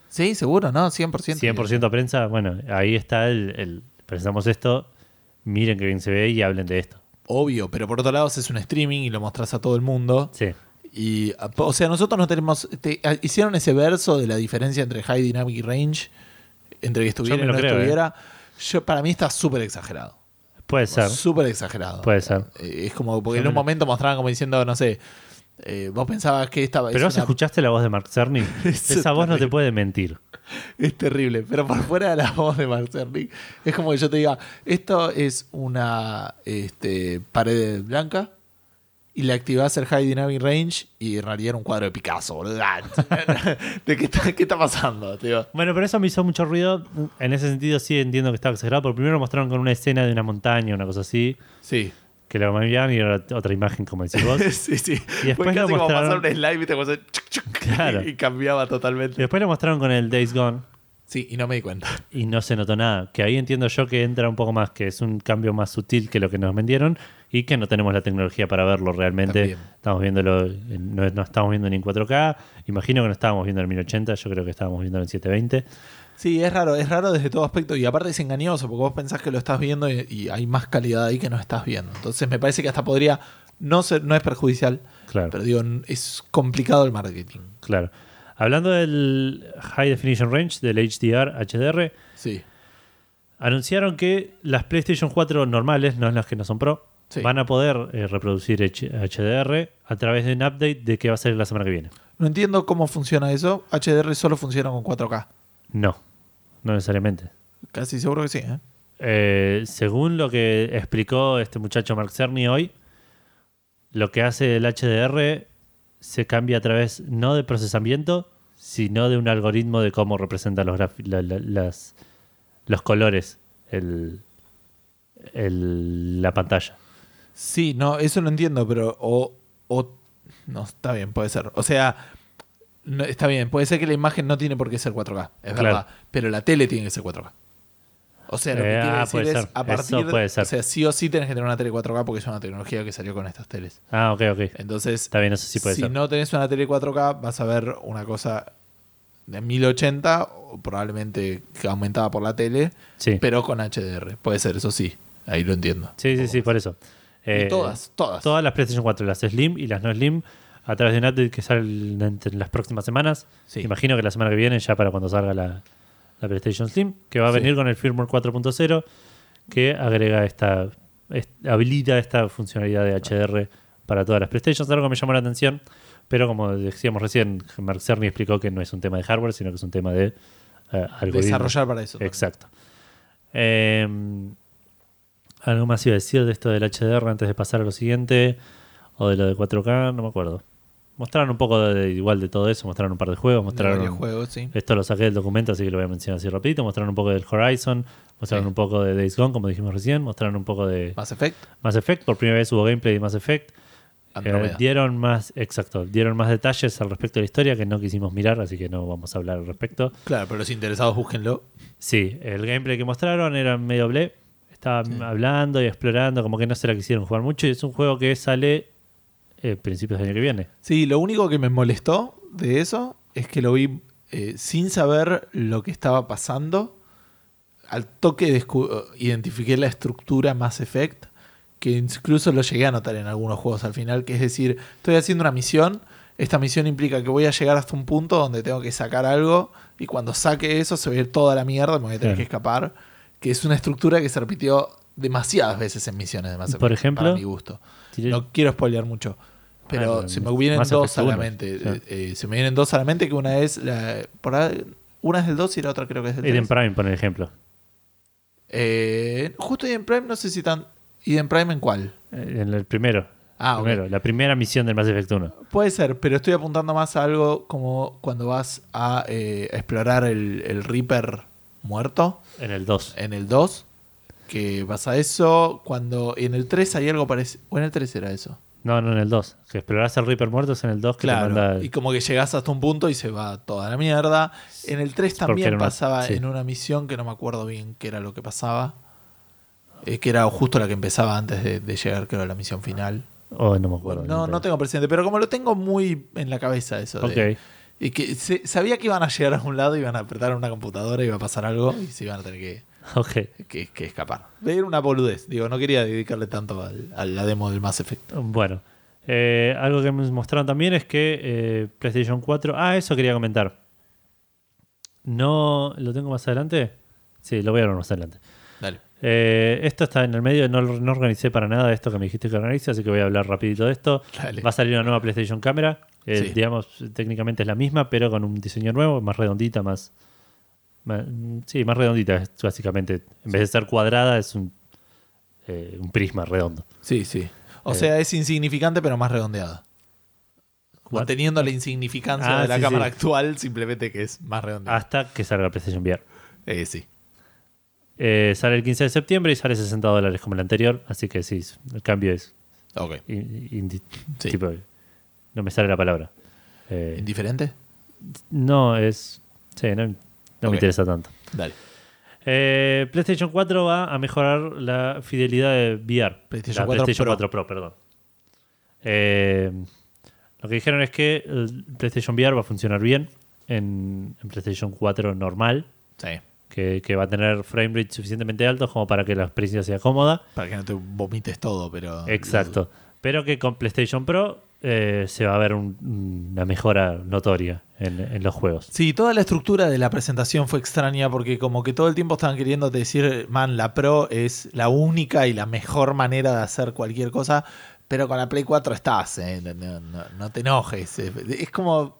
A: Sí, seguro, ¿no? 100%.
B: 100% prensa, bueno, ahí está el, el- Pensamos esto, miren que bien se ve y hablen de esto.
A: Obvio, pero por otro lado haces un streaming y lo mostrás a todo el mundo.
B: Sí,
A: Y, ah, o sea, nosotros no tenemos. te- ah, hicieron ese verso de la diferencia entre high dynamic y range, entre que estuviera
B: me
A: y
B: lo
A: no
B: creo, eh.
A: estuviera. Yo, para mí está súper exagerado.
B: puede ser.
A: Súper exagerado.
B: Puede ser.
A: Eh, Es como, porque
B: Yo
A: en un
B: me lo-
A: momento mostraban como diciendo, no sé, eh, vos pensabas que esta es,
B: Pero vos
A: una-
B: escuchaste la voz de Mark Cerny.
A: <laughs> Eso
B: Esa voz no te
A: terrible.
B: puede mentir.
A: es terrible, pero por fuera de la voz de Marcernick, es como que yo te diga, esto es una este, pared blanca y le activás el High Dynamic Range y en realidad era un cuadro de Picasso, boludo. Ah, <laughs> ¿De qué está, qué está pasando? tío?
B: Bueno, pero eso me hizo mucho ruido. En ese sentido sí entiendo que estaba exagerado. Porque primero mostraron con una escena de una montaña, una cosa así,
A: Sí.
B: que la miraban y era otra imagen como decís vos.
A: <laughs>
B: Y
A: sí, sí.
B: Y después
A: Fue
B: lo
A: casi como pasar
B: mostraron-
A: un slide ¿viste? Como hacer chuc, chuc,
B: Claro.
A: y cambiaba totalmente.
B: después lo mostraron con el Days Gone
A: Sí, y no me di cuenta.
B: y no se notó nada. Que ahí entiendo yo que entra un poco más, que es un cambio más sutil que lo que nos vendieron y que no tenemos la tecnología para verlo realmente.
A: También.
B: Estamos viéndolo, en- no, no estamos viendo ni en 4K. Imagino que no estábamos viendo en 1080, yo creo que estábamos viendo en 720.
A: Sí, es raro, es raro desde todo aspecto y aparte es engañoso porque vos pensás que lo estás viendo y, y hay más calidad ahí que no estás viendo. Entonces me parece que hasta podría no ser, no es perjudicial,
B: Claro.
A: pero digo, n- es complicado el marketing.
B: Claro. Hablando del High Definition Range, del HDR, HDR,
A: Sí.
B: anunciaron que las PlayStation 4 normales, no las que no son Pro,
A: Sí.
B: van a poder eh, reproducir H- HDR a través de un update de que va a ser la semana que viene.
A: No entiendo cómo funciona eso. HDR solo funciona con 4K.
B: No, no necesariamente.
A: Casi seguro que sí, ¿eh?
B: Eh, según lo que explicó este muchacho Mark Cerny hoy, lo que hace el HDR se cambia a través no de procesamiento, sino de un algoritmo de cómo representa los, grafi- la- la- las- los colores el, el- la pantalla.
A: Sí, no, eso no entiendo, pero o, o- no, está bien, puede ser. O sea, no, está bien, puede ser que la imagen no tiene por qué ser 4K, es
B: Claro.
A: verdad, pero la tele tiene que ser 4K. O sea, lo que
B: Eh,
A: quiere
B: ah,
A: decir
B: puede
A: es
B: ser.
A: a partir
B: Eso puede ser.
A: o sea, sí o sí tenés que tener una tele 4K porque es una tecnología que salió con estas teles.
B: Ah, ok, ok.
A: Entonces,
B: Está bien, eso sí puede
A: si
B: ser.
A: no tenés una tele 4K, vas a ver una cosa de 1080 o probablemente aumentada por la tele,
B: Sí.
A: pero con HDR. Puede ser, eso sí. Ahí lo entiendo.
B: sí, sí, sí, por eso.
A: Y
B: Eh,
A: todas, todas.
B: Todas las PlayStation 4, las Slim y las no Slim, a través de un update que sale entre las próximas semanas.
A: Sí.
B: Imagino que la semana que viene, ya para cuando salga la, la PlayStation Slim, que va a
A: Sí.
B: venir con el firmware 4.0, que agrega esta, est- habilita esta funcionalidad de HDR para todas las PlayStation. Algo que me llamó la atención, pero como decíamos recién, Mark Cerny explicó que no es un tema de hardware, sino que es un tema de eh, algoritmos.
A: Desarrollar para eso. también.
B: Exacto. Eh, algo más iba a decir de esto del HDR antes de pasar a lo siguiente. O de lo de 4K, no me acuerdo. Mostraron un poco de, igual de todo eso, mostraron un par de juegos,
A: De
B: mostraron.
A: varios juegos, sí.
B: Esto lo saqué del documento, así que lo voy a mencionar así rapidito. Mostraron un poco del Horizon, mostraron
A: Sí. Ah.
B: un poco de Days Gone, como dijimos recién, mostraron un poco de
A: Mass Effect,
B: Mass Effect, por primera vez hubo gameplay de Mass Effect. Eh,
A: Andrómeda.
B: dieron más, exacto, dieron más detalles al respecto de la historia que no quisimos mirar, así que no vamos a hablar al respecto.
A: claro, pero los interesados búsquenlo.
B: Sí, el gameplay que mostraron era medio ble. Estaban hablando y explorando, como que no se la quisieron jugar mucho. Y es un juego que sale eh, principios del año que viene.
A: Sí, lo único que me molestó de eso es que lo vi eh, sin saber lo que estaba pasando. Al toque descu- identifiqué la estructura Mass Effect, que incluso lo llegué a notar en algunos juegos al final, que es decir, estoy haciendo una misión, esta misión implica que voy a llegar hasta un punto donde tengo que sacar algo, y cuando saque eso se va a ir toda la mierda, me voy a tener
B: Claro.
A: que escapar, que es una estructura que se repitió demasiadas veces en misiones de Mass Effect,
B: Por ejemplo,
A: para mi gusto.
B: Tiré-
A: No quiero spoilear mucho.
B: Ah,
A: Pero
B: pero
A: se me vienen
B: Mass
A: dos
B: Effect
A: a la
B: uno,
A: mente.
B: claro.
A: Eh, eh, se me vienen dos a la mente que una es la, por ahí- una es del 2 y la otra creo que es del
B: Eden
A: 3.
B: Prime, por ejemplo.
A: Eh, justo Eden Prime no sé si tan Eden Prime en cuál.
B: Eh, En el primero.
A: Ah, ok.
B: primero La primera misión del Mass Effect 1.
A: Puede ser, pero estoy apuntando más a algo como cuando vas a eh, a explorar el, el Reaper muerto
B: En el 2.
A: en el 2. Que vas a eso cuando en el 3 hay algo parecido. O en el 3 era eso.
B: No, no en el 2. Que explorás al Reaper muerto es en el 2 que te manda.
A: Claro, y como que llegás hasta un punto y se va toda la mierda. En el 3
B: porque
A: también
B: era una-
A: pasaba
B: sí.
A: en una misión que no me acuerdo bien qué era lo que pasaba. eh, que era justo la que empezaba antes de, de llegar, creo, a la misión final.
B: Oh, no me acuerdo.
A: No, no tengo presente, pero como lo tengo muy en la cabeza eso. de-
B: Ok.
A: y que se- sabía que iban a llegar a un lado, iban a apretar una computadora, iba a pasar algo y se iban a tener que,
B: <laughs> Ok.
A: que, que escapar. Era una boludez, digo, no quería dedicarle tanto al- a la demo del Mass Effect.
B: Bueno. Eh, algo que me mostraron también es que eh, PlayStation 4. Ah, eso quería comentar. No. ¿Lo tengo más adelante? Sí, lo voy a ver más adelante.
A: Dale.
B: Eh, esto está en el medio, no, no organicé para nada esto que me dijiste que organice, así que voy a hablar rapidito de esto.
A: Dale.
B: Va a salir una nueva PlayStation Cámara, eh,
A: Sí.
B: digamos, técnicamente es la misma, pero con un diseño nuevo, más redondita, más... más- mm, sí, más redondita, es básicamente. En vez de ser cuadrada, es un, eh, un prisma redondo.
A: Sí, sí. O
B: Eh.
A: sea, es insignificante, pero más redondeada.
B: What?
A: Manteniendo la insignificancia
B: Ah,
A: de la
B: sí,
A: cámara
B: sí.
A: actual, simplemente que es más redondeada.
B: Hasta que salga PlayStation VR.
A: Eh, sí.
B: Eh, sale el 15 de septiembre y sale 60 dólares como el anterior, así que sí, el cambio es...
A: Ok.
B: in- indi-
A: Sí.
B: tipo, no me sale la palabra. Eh,
A: ¿Indiferente?
B: No, es. Sí, no, no
A: Ok.
B: me interesa tanto.
A: Dale.
B: Eh, PlayStation 4 va a mejorar la fidelidad de VR.
A: PlayStation
B: La
A: 4
B: PlayStation
A: Pro.
B: 4 Pro, perdón. Eh, lo que dijeron es que el PlayStation VR va a funcionar bien en, en PlayStation 4 normal,
A: Sí.
B: que, que va a tener frame rate suficientemente alto como para que la experiencia sea cómoda.
A: Para que no te vomites todo, pero.
B: Exacto. Pero que con PlayStation Pro eh, se va a ver un- una mejora notoria en- en los juegos.
A: Sí, toda la estructura de la presentación fue extraña porque como que todo el tiempo estaban queriendo decir, man, la Pro es la única y la mejor manera de hacer cualquier cosa, pero con la Play 4 estás, eh, no, no- no te enojes. eh. Es como...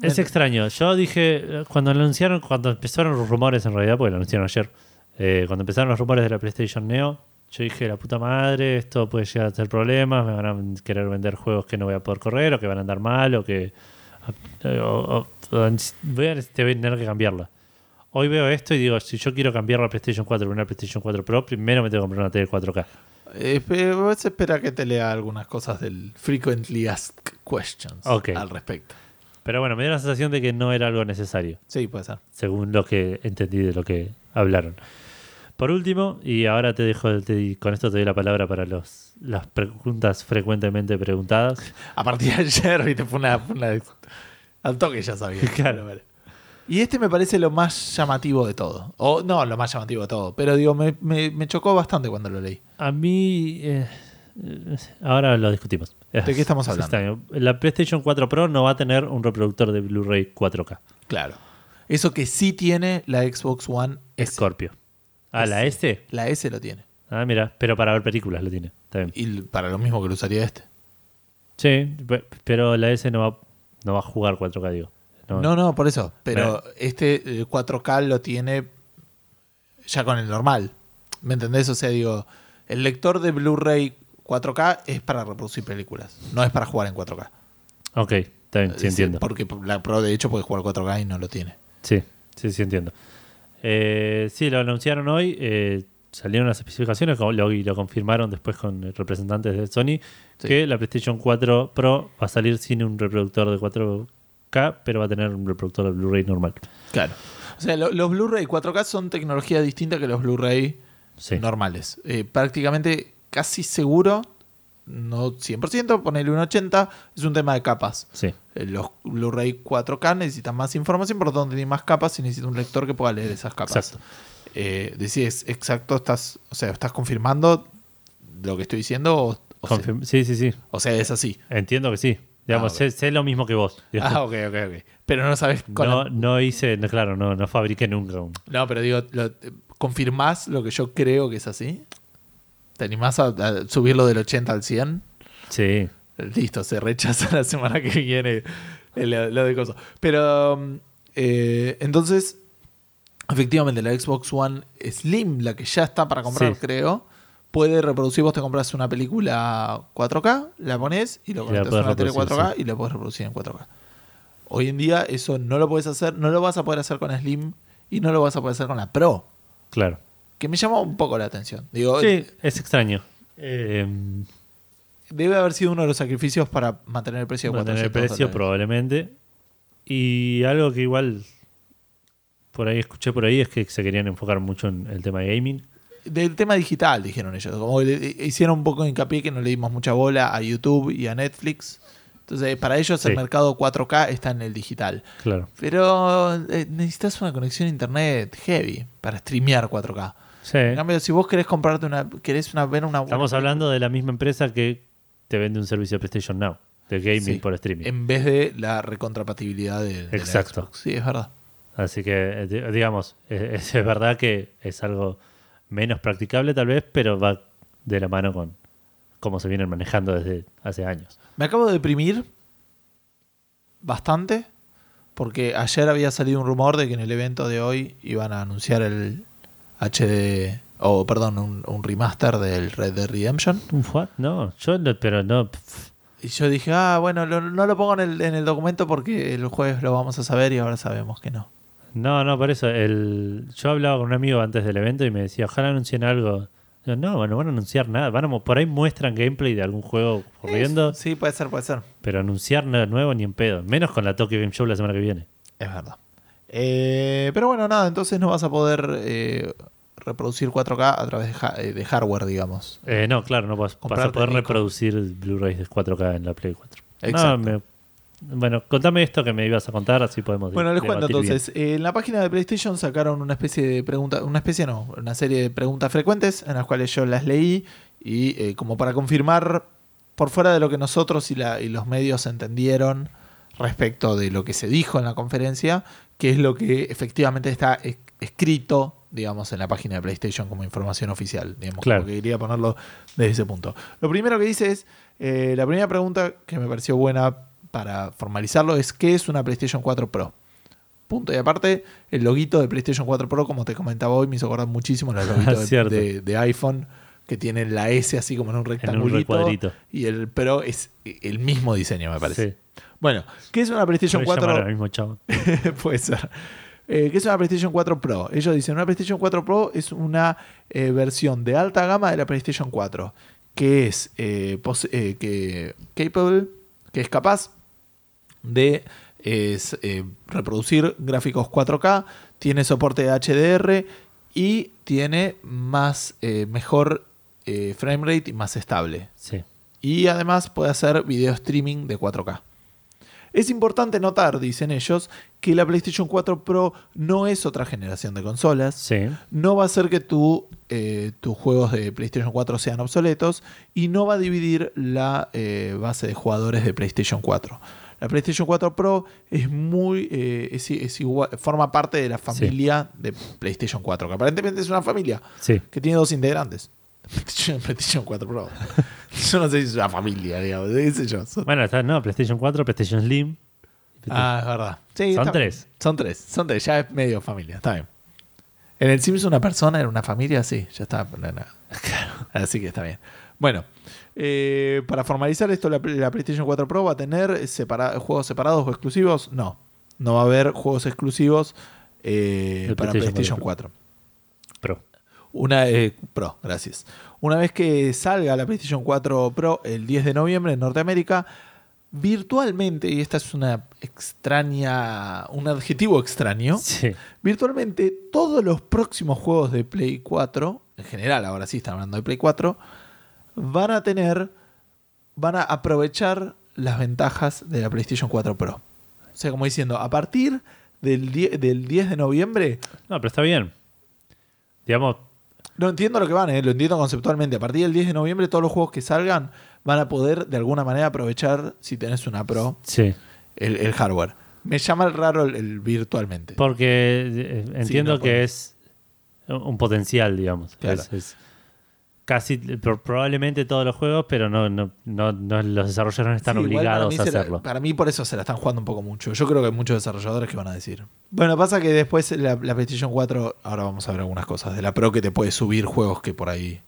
B: Es extraño. Yo dije, eh, cuando anunciaron, cuando empezaron los rumores en realidad, porque lo anunciaron ayer, eh, cuando empezaron los rumores de la PlayStation Neo, yo dije, la puta madre, esto puede llegar a ser problemas, me van a querer vender juegos que no voy a poder correr, o que van a andar mal, o que... eh, o- o- o- voy a tener que cambiarla. Hoy veo esto y digo, si yo quiero cambiar la PlayStation 4 por una PlayStation 4 Pro, primero me tengo que comprar una tele 4K.
A: Eh, pero se espera que te lea algunas cosas del Frequently Asked Questions
B: Ok.
A: al respecto.
B: Pero bueno, me dio la sensación de que no era algo necesario.
A: Sí, puede ser.
B: según lo que entendí de lo que hablaron. Por último, y ahora te dejo, te- con esto te doy la palabra para los, las preguntas frecuentemente preguntadas.
A: A partir de ayer, <laughs> viste, fue una... fue una- al toque ya sabía.
B: <laughs> Claro.
A: Vale. Y este me parece lo más llamativo de todo. O no, lo más llamativo de todo. Pero digo, me, me- me chocó bastante cuando lo leí.
B: A mí, eh, eh, ahora lo discutimos. ¿De
A: qué estamos hablando?
B: La PlayStation 4 Pro no va a tener un reproductor de Blu-ray 4K.
A: Claro. Eso que sí tiene la Xbox One S.
B: Scorpio. Ah, la S.
A: La S lo tiene.
B: Ah, mira, pero para ver películas lo tiene. Está bien.
A: Y l- para lo mismo que lo usaría este.
B: Sí, pe- pero la S no va, no va a jugar 4K, digo. No,
A: No, no, por eso. Pero este eh, 4K lo tiene ya con el normal. ¿Me entendés? O sea, digo, el lector de Blu-ray 4K es para reproducir películas, no es para jugar en 4K.
B: Ok, está bien, sí
A: Es decir,
B: entiendo.
A: Porque la Pro, de hecho, puede jugar 4K y no lo tiene.
B: Sí, sí, sí, entiendo. Eh, sí, lo anunciaron hoy, eh, salieron las especificaciones como lo- y lo confirmaron después con representantes de Sony,
A: Sí.
B: que la PlayStation 4 Pro va a salir sin un reproductor de 4K, pero va a tener un reproductor de Blu-ray normal.
A: Claro. O sea, lo- los Blu-ray 4K son tecnología distinta que los Blu-ray
B: Sí.
A: normales. Eh, prácticamente casi seguro, no 100%, ponele un 80%, es un tema de capas.
B: Sí.
A: Eh, Los Blu-ray 4K necesitan más información, por lo tanto tienen más capas y necesitan un lector que pueda leer esas capas.
B: Exacto.
A: Eh, decís, exacto, estás, o sea, estás confirmando lo que estoy diciendo o, o sea-
B: Confirm- sí, sí, sí.
A: o sea, es así.
B: Entiendo que sí. Digamos,
A: Ah, ok.
B: sé, sé lo mismo que vos. Digamos,
A: Ah, ok, ok, ok. Pero no sabes con
B: no,
A: la-
B: no hice, no, claro, no, no fabriqué nunca un.
A: No, pero digo, lo- eh, ¿confirmás lo que yo creo que es así? ¿Te animás a, a subirlo del 80 al 100?
B: Sí.
A: Listo, se rechaza la semana que viene el- lo, de cosas. Pero um, eh, entonces, efectivamente, la Xbox One Slim, la que ya está para comprar,
B: Sí.
A: creo, puede reproducir. Vos te compras una película 4K, la pones y lo
B: Y la
A: conectas a
B: podés
A: una tele
B: reproducir,
A: 4K y la puedes reproducir en 4K. Hoy en día eso no lo puedes hacer, no lo vas a poder hacer con Slim y no lo vas a poder hacer con la Pro,
B: Claro.
A: que me llamó un poco la atención. Digo,
B: Sí, es extraño. Eh,
A: Debe haber sido uno de los sacrificios para mantener el precio de
B: Mantener el
A: 400
B: precio
A: dólares.
B: probablemente. Y algo que igual por ahí escuché por ahí es que se querían enfocar mucho en el tema de gaming.
A: Del tema digital, dijeron ellos. Como le- le- hicieron un poco de hincapié que no le dimos mucha bola a YouTube y a Netflix. Entonces, para ellos el
B: Sí.
A: mercado 4K está en el digital.
B: Claro.
A: Pero eh, necesitas una conexión a internet heavy para streamear 4K.
B: Sí.
A: En cambio, si vos querés comprarte una. querés una, ver una.
B: Estamos hablando de la misma empresa que te vende un servicio de PlayStation Now, de gaming
A: Sí. Em-
B: por streaming.
A: En vez de la recontrapatibilidad de. de la
B: Exacto.
A: Xbox. Sí, es verdad.
B: Así que, eh, di- digamos, eh, <laughs> es, es verdad que es algo menos practicable tal vez, pero va de la mano con cómo se vienen manejando desde hace años.
A: Me acabo de deprimir bastante porque ayer había salido un rumor de que en el evento de hoy iban a anunciar el HD, o perdón, un, un remaster del Red Dead Redemption.
B: ¿Un what? No, yo no, pero no. pf,
A: Y yo dije, ah, bueno, lo- no lo pongo en el, en el documento porque el jueves lo vamos a saber y ahora sabemos que no.
B: No, no, por eso. El, yo hablaba con un amigo antes del evento y me decía, ojalá anuncien algo. Yo, no, bueno, van a anunciar nada. Van a mo- por ahí muestran gameplay de algún juego corriendo,
A: Sí, puede ser, puede ser.
B: pero anunciar nada nuevo ni en pedo. Menos con la Tokyo Game Show la semana que viene.
A: Es verdad. Eh, pero bueno, nada, entonces no vas a poder eh, reproducir 4K a través de, ha- eh, de hardware, digamos.
B: Eh, no, claro, no vas, vas
A: Comprarte
B: a poder
A: el disco.
B: reproducir Blu-rays de 4K en la Play 4. No,
A: Exacto.
B: me- bueno, contame esto que me ibas a contar, así podemos
A: Bueno, les cuento
B: debatir
A: entonces. Eh, en la página de PlayStation sacaron una especie de preguntas, una especie no, una serie de preguntas frecuentes en las cuales yo las leí y eh, como para confirmar por fuera de lo que nosotros y, la- y los medios entendieron respecto de lo que se dijo en la conferencia, que es lo que efectivamente está es- escrito, digamos, en la página de PlayStation como información oficial. Digamos,
B: Claro.
A: como que quería ponerlo desde ese punto. Lo primero que dice es, eh, la primera pregunta que me pareció buena para formalizarlo es, ¿qué es una PlayStation 4 Pro? Punto. Y aparte, el loguito de PlayStation 4 Pro, como te comentaba hoy, me hizo acordar muchísimo los
B: <laughs>
A: loguitos de,
B: Cierto.
A: de- de iPhone, que tienen la S así como en un rectangulito.
B: recuadrito.
A: y el Pro es el mismo diseño, me parece.
B: Sí.
A: Bueno, ¿qué es una PlayStation
B: Yo
A: 4?
B: mismo chavo.
A: <laughs> Puede ser. Eh, ¿Qué es una PlayStation 4 Pro? Ellos dicen, una PlayStation 4 Pro es una eh, versión de alta gama de la PlayStation 4, que es, eh, pos- eh, que, capable, que es capaz de eh, s- eh, reproducir gráficos 4K, tiene soporte de HDR y tiene más, eh, mejor eh, frame rate y más estable.
B: Sí.
A: Y además puede hacer video streaming de 4K. Es importante notar, dicen ellos, que la PlayStation 4 Pro no es otra generación de consolas.
B: Sí.
A: No va a hacer que tu, eh, tus juegos de PlayStation 4 sean obsoletos y no va a dividir la eh, base de jugadores de PlayStation 4. La PlayStation 4 Pro es muy. eh, es, es igual, forma parte de la familia de PlayStation 4, que aparentemente es una familia
B: Sí.
A: que tiene dos integrantes. <laughs> PlayStation, PlayStation 4
B: <laughs>
A: Pro. Yo no sé si es una familia, digamos. qué sé yo. Son-
B: Bueno, está, no, PlayStation 4, PlayStation Slim.
A: Ah, es verdad. Sí,
B: Son
A: está-
B: tres.
A: Son tres. Son tres. Ya es medio familia. Está bien. En el Sims una persona era una familia, sí. Ya está.
B: <laughs>
A: no, no. Así que está bien. Bueno, eh, para formalizar esto, la, la PlayStation 4 Pro va a tener separa- juegos separados o exclusivos. No. No va a haber juegos exclusivos eh,
B: De
A: para
B: PlayStation
A: PlayStation 4.
B: 4. Pro.
A: Una eh, Pro, gracias. Una vez que salga la PlayStation 4 Pro el 10 de noviembre en Norteamérica, virtualmente, y esta es una extraña, un adjetivo extraño,
B: Sí.
A: virtualmente todos los próximos juegos de Play 4, en general, ahora sí están hablando de Play 4, van a tener, van a aprovechar las ventajas de la PlayStation 4 Pro. O sea, como diciendo, a partir del 10, del 10 de noviembre
B: No, pero está bien. Digamos,
A: no entiendo lo que van, eh, lo entiendo conceptualmente. A partir del 10 de noviembre, todos los juegos que salgan van a poder de alguna manera aprovechar, si tenés una Pro,
B: sí.
A: el, el hardware. Me llama el raro el, el virtualmente.
B: Porque eh, entiendo
A: no, por-
B: que es un potencial, digamos.
A: Claro.
B: Es, es casi pro- probablemente todos los juegos, pero no, no, no, no los desarrolladores están
A: Sí, igual para mí
B: obligados a
A: se la-
B: hacerlo.
A: para mí por eso se la están jugando un poco mucho. Yo creo que hay muchos desarrolladores que van a decir. Bueno, pasa que después la, la PlayStation 4, ahora vamos a ver algunas cosas de la Pro que te puede subir juegos que por ahí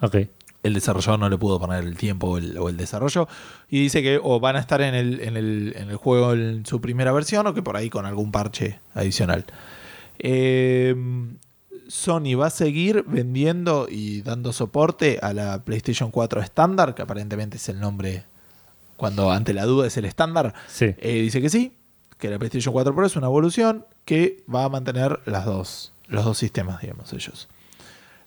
B: Ok.
A: el desarrollador no le pudo poner el tiempo o el, o el desarrollo. Y dice que o van a estar en el, en el- en el juego en su primera versión o que por ahí con algún parche adicional. Eh, Sony va a seguir vendiendo y dando soporte a la PlayStation 4 estándar, que aparentemente es el nombre cuando ante la duda es el estándar.
B: Sí.
A: Eh, dice que sí, que la PlayStation 4 Pro es una evolución que va a mantener las dos, los dos sistemas, digamos, ellos.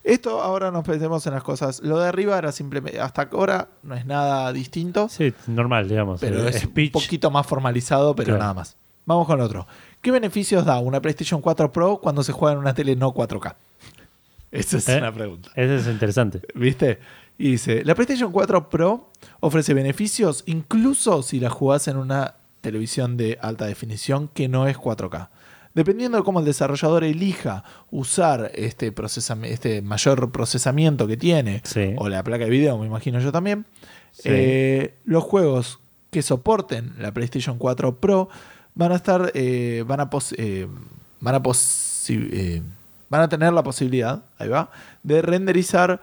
A: Esto ahora nos pensemos en las cosas. Lo de arriba era simplemente, hasta ahora no es nada distinto,
B: Sí, normal, digamos.
A: pero
B: Eh,
A: es
B: speech,
A: un poquito más formalizado, pero
B: Claro.
A: nada más. Vamos con otro. ¿Qué beneficios da una PlayStation 4 Pro cuando se juega en una tele no 4K? Esa es
B: ¿Eh?
A: una pregunta.
B: Eso es interesante.
A: ¿Viste? Y dice, la PlayStation 4 Pro ofrece beneficios incluso si la jugás en una televisión de alta definición que no es 4K. Dependiendo de cómo el desarrollador elija usar este, procesam- este mayor procesamiento que tiene,
B: Sí.
A: o la placa de video, me imagino yo también,
B: Sí.
A: eh, los juegos que soporten la PlayStation 4 Pro van a estar, eh, van a pos- eh, van a posi- eh, van a tener la posibilidad, ahí va, de renderizar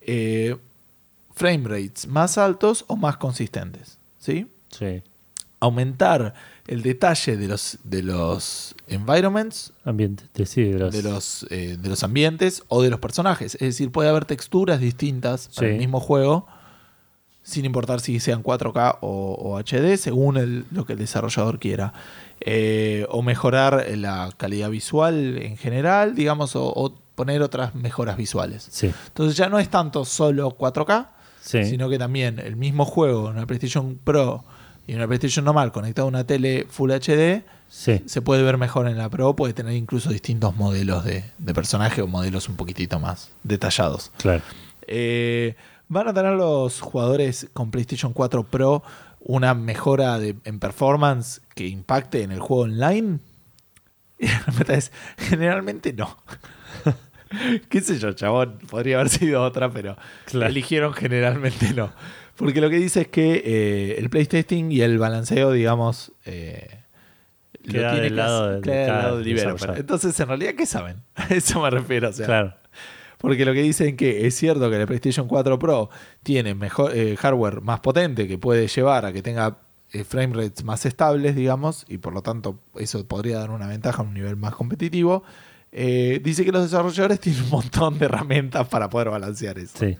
A: eh, frame rates más altos o más consistentes, ¿sí?
B: Sí.
A: Aumentar el detalle de los, de los environments,
B: Ambiente, de- sí, de los-
A: de los, eh, de los ambientes o de los personajes. Es decir, puede haber texturas distintas para
B: Sí.
A: el mismo juego, sin importar si sean 4K o, o HD, según el- lo que el desarrollador quiera. Eh, o mejorar la calidad visual en general, digamos, o, o poner otras mejoras visuales.
B: Sí,
A: Entonces ya no es tanto solo 4K,
B: sí.
A: sino que también el mismo juego en una PlayStation Pro y en una PlayStation normal conectado a una tele Full HD
B: sí.
A: se puede ver mejor en la Pro, puede tener incluso distintos modelos de, de personaje o modelos un poquitito más detallados.
B: Claro.
A: Eh, van a tener los jugadores con PlayStation 4 Pro una mejora de- en performance que impacte en el juego online. <laughs> Y la respuesta es, generalmente no. <laughs> Qué sé yo, chabón, podría haber sido otra, pero
B: Claro.
A: eligieron generalmente no. Porque lo que dice es que eh, el playtesting y el balanceo, digamos, eh, lo
B: Queda
A: tiene
B: del
A: que
B: lado
A: hacer-
B: de-
A: queda del
B: cada
A: lado del developer.
B: desarrollador.
A: Entonces, en realidad, ¿qué saben? <laughs> A eso me refiero. O sea,
B: claro.
A: porque lo que dicen que es cierto que la PlayStation 4 Pro tiene mejor eh, hardware más potente que puede llevar a que tenga eh, frame rates más estables, digamos, y por lo tanto eso podría dar una ventaja a un nivel más competitivo. Eh, dice que los desarrolladores <laughs> tienen un montón de herramientas para poder balancear eso.
B: Sí.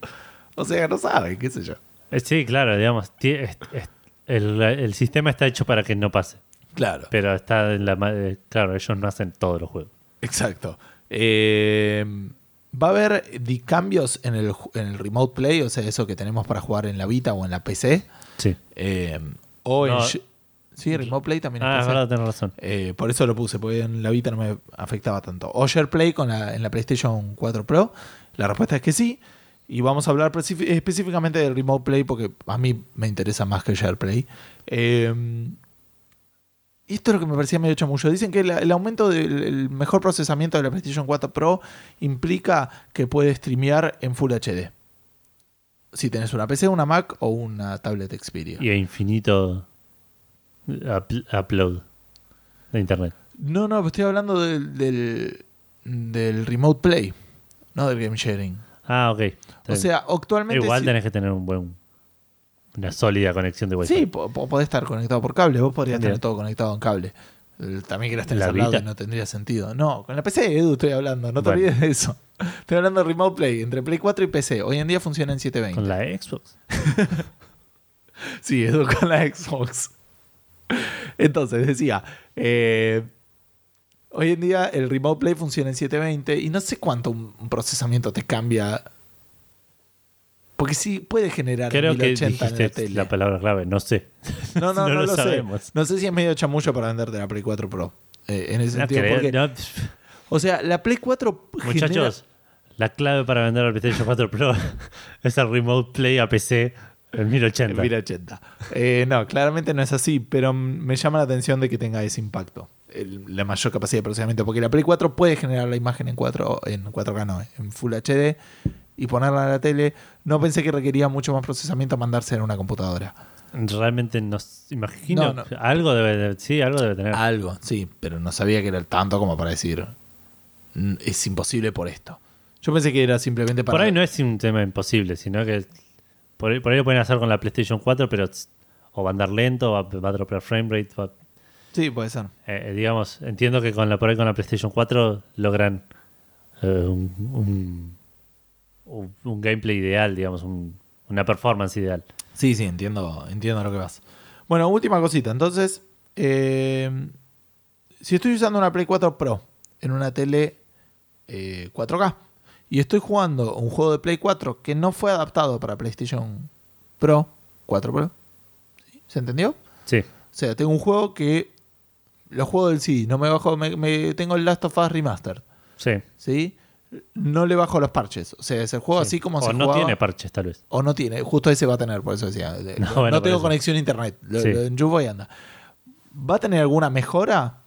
A: O sea, no saben, qué sé yo.
B: Eh, Sí, claro, digamos. ti- es- es- el, el sistema está hecho para que no pase.
A: Claro.
B: Pero está en la. ma- eh, Claro, ellos no hacen todos los juegos.
A: Exacto. Eh, ¿Va a haber di- cambios en el, ju- en el Remote Play? O sea, eso que tenemos para jugar en la Vita o en la PC.
B: Sí.
A: Eh, o en
B: No.
A: sh- Sí, Remote Play también es
B: Ah, es
A: PC.
B: verdad, tenés razón.
A: Eh, por eso lo puse, porque en la Vita no me afectaba tanto. ¿O SharePlay con la, en la PlayStation 4 Pro? La respuesta es que sí. Y vamos a hablar preci- específicamente del Remote Play porque a mí me interesa más que el SharePlay. Eh, y esto es lo que me parecía medio chamullo. Dicen que la- el aumento del el mejor procesamiento de la PlayStation 4 Pro implica que puedes streamear en Full HD. Si tenés una PC, una Mac o una tablet Xperia.
B: Y a infinito up- upload de internet.
A: No, no, estoy hablando del, del, del remote play, no del game sharing.
B: Ah, ok. Está
A: O
B: bien.
A: sea, actualmente.
B: Igual
A: sí-
B: tenés que tener un buen. Una sólida conexión de Wi-Fi.
A: Sí, po- po- podés estar conectado por cable. Vos podrías tener
B: Bien.
A: todo conectado en cable. El- También que las tenés
B: La
A: al lado
B: Vita.
A: y no tendría sentido. No, con la PC, Edu, estoy hablando. No te
B: Bueno.
A: olvides de eso. <laughs> Estoy hablando de Remote Play, entre Play 4 y PC. Hoy en día funciona en 720.
B: Con la Xbox.
A: Sí, Edu con la Xbox. Entonces, decía, eh, hoy en día el Remote Play funciona en 720 y no sé cuánto un un procesamiento te cambia. Porque sí puede generar
B: Creo que
A: 1080 en la
B: dijiste
A: tele.
B: la palabra clave, <laughs> no sé.
A: No, no, no,
B: lo
A: lo, sé.
B: sabemos.
A: No sé si es medio chamullo para venderte la Play 4 Pro. eh, en ese
B: No
A: sentido,
B: creo,
A: porque-
B: no,
A: O sea, la Play 4 genera-
B: Muchachos, la clave para vender al PlayStation 4 Pro <laughs> es el Remote Play a PC en 1080.
A: 1080. Eh, no, claramente no es así, pero mm, me llama la atención de que tenga ese impacto. el- la mayor capacidad de procesamiento. Porque la Play 4 puede generar la imagen en 4, en 4K, no, eh, en Full HD y ponerla en la tele. No pensé que requería mucho más procesamiento mandarse en una computadora.
B: Realmente no s- imagino.
A: No, Ah, no.
B: Algo debe de- sí, algo debe tener.
A: Algo, sí, pero no sabía que era tanto como para decir "Mm, es imposible por esto. Yo pensé que era simplemente para.
B: por ahí no es un tema imposible, sino que por ahí, por ahí lo pueden hacer con la PlayStation 4, pero s- o va a andar lento, va, va a dropear frame rate. va-
A: Sí, puede ser.
B: eh, eh, digamos, entiendo que con la, por ahí con la PlayStation 4 logran eh, un, un- un gameplay ideal, digamos, un- una performance ideal.
A: Sí, sí, entiendo, entiendo a lo que vas. Bueno, última cosita. Entonces, eh, si estoy usando una Play 4 Pro en una tele eh, 4K y estoy jugando un juego de Play 4 que no fue adaptado para PlayStation Pro 4 Pro, ¿sí? ¿se entendió?
B: Sí,
A: O sea, tengo un juego que lo juego del sí, no me bajo, me, me- tengo el Last of Us Remastered,
B: sí.
A: ¿sí? No le bajo los parches. O sea, es el juego
B: Sí.
A: así como
B: o
A: se
B: no
A: jugaba.
B: tiene parches, tal vez.
A: O no tiene, justo ese va a tener, por eso decía. de-
B: <laughs> No,
A: No,
B: bueno,
A: no
B: por
A: tengo
B: eso.
A: conexión a internet, lo,
B: Sí.
A: lo enchufo y anda. ¿Va a tener alguna mejora?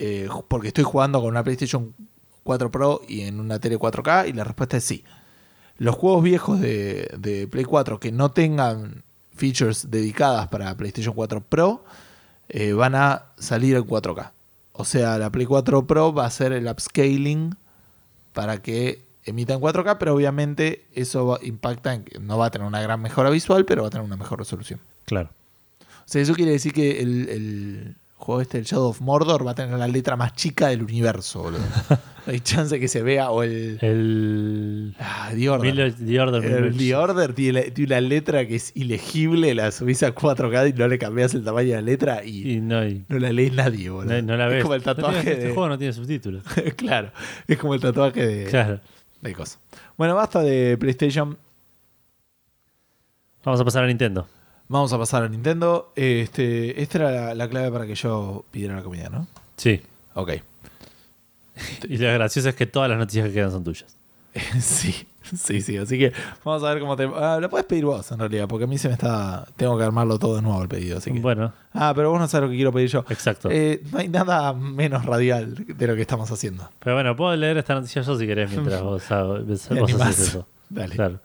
A: Eh, ju- porque estoy jugando con una PlayStation 4 Pro y en una tele 4K y la respuesta es sí. Los juegos viejos de, de Play 4 que no tengan features dedicadas para PlayStation 4 Pro eh, van a salir en 4K. O sea, la Play 4 Pro va a hacer el upscaling para que emita en 4K, pero obviamente eso va- impacta en que no va a tener una gran mejora visual, pero va a tener una mejor resolución.
B: Claro.
A: O sea, eso quiere decir que el, el juego este, el Shadow of Mordor, va a tener la letra más chica del universo,
B: <laughs>
A: boludo. No Hay chance que se vea, o el...
B: El.
A: Ah, The Order.
B: Mil- The Order,
A: El
B: mil-
A: The Order tiene, la- tiene una letra que es ilegible, la subís a 4K y no le cambias el tamaño de la letra y
B: Y no, y-
A: no la lees nadie, boludo.
B: no- no la ves.
A: Es como el
B: No tiene-
A: tatuaje
B: Este
A: de... Eh.
B: juego no tiene subtítulos.
A: <laughs> claro, es como el tatuaje de,
B: Claro.
A: de cosas. Bueno, basta de PlayStation.
B: Vamos a pasar a Nintendo.
A: Vamos a pasar a Nintendo. Este, esta era la, la clave para que yo pidiera la comida, ¿no?
B: Sí.
A: Ok.
B: Y lo gracioso es que todas las noticias que quedan son tuyas.
A: <laughs> sí, sí, sí. Así que vamos a ver cómo te. Ah, lo puedes pedir vos, en realidad, porque a mí se me está. Tengo que armarlo todo de nuevo el pedido. Así que...
B: Bueno,
A: Ah, pero vos no sabes lo que quiero pedir yo.
B: exacto.
A: Eh, no hay nada menos radial de lo que estamos haciendo.
B: Pero bueno, puedo leer esta noticia yo si
A: <laughs>
B: querés mientras vos, ha- vos
A: Te
B: haces
A: animás.
B: eso.
A: Dale.
B: Claro.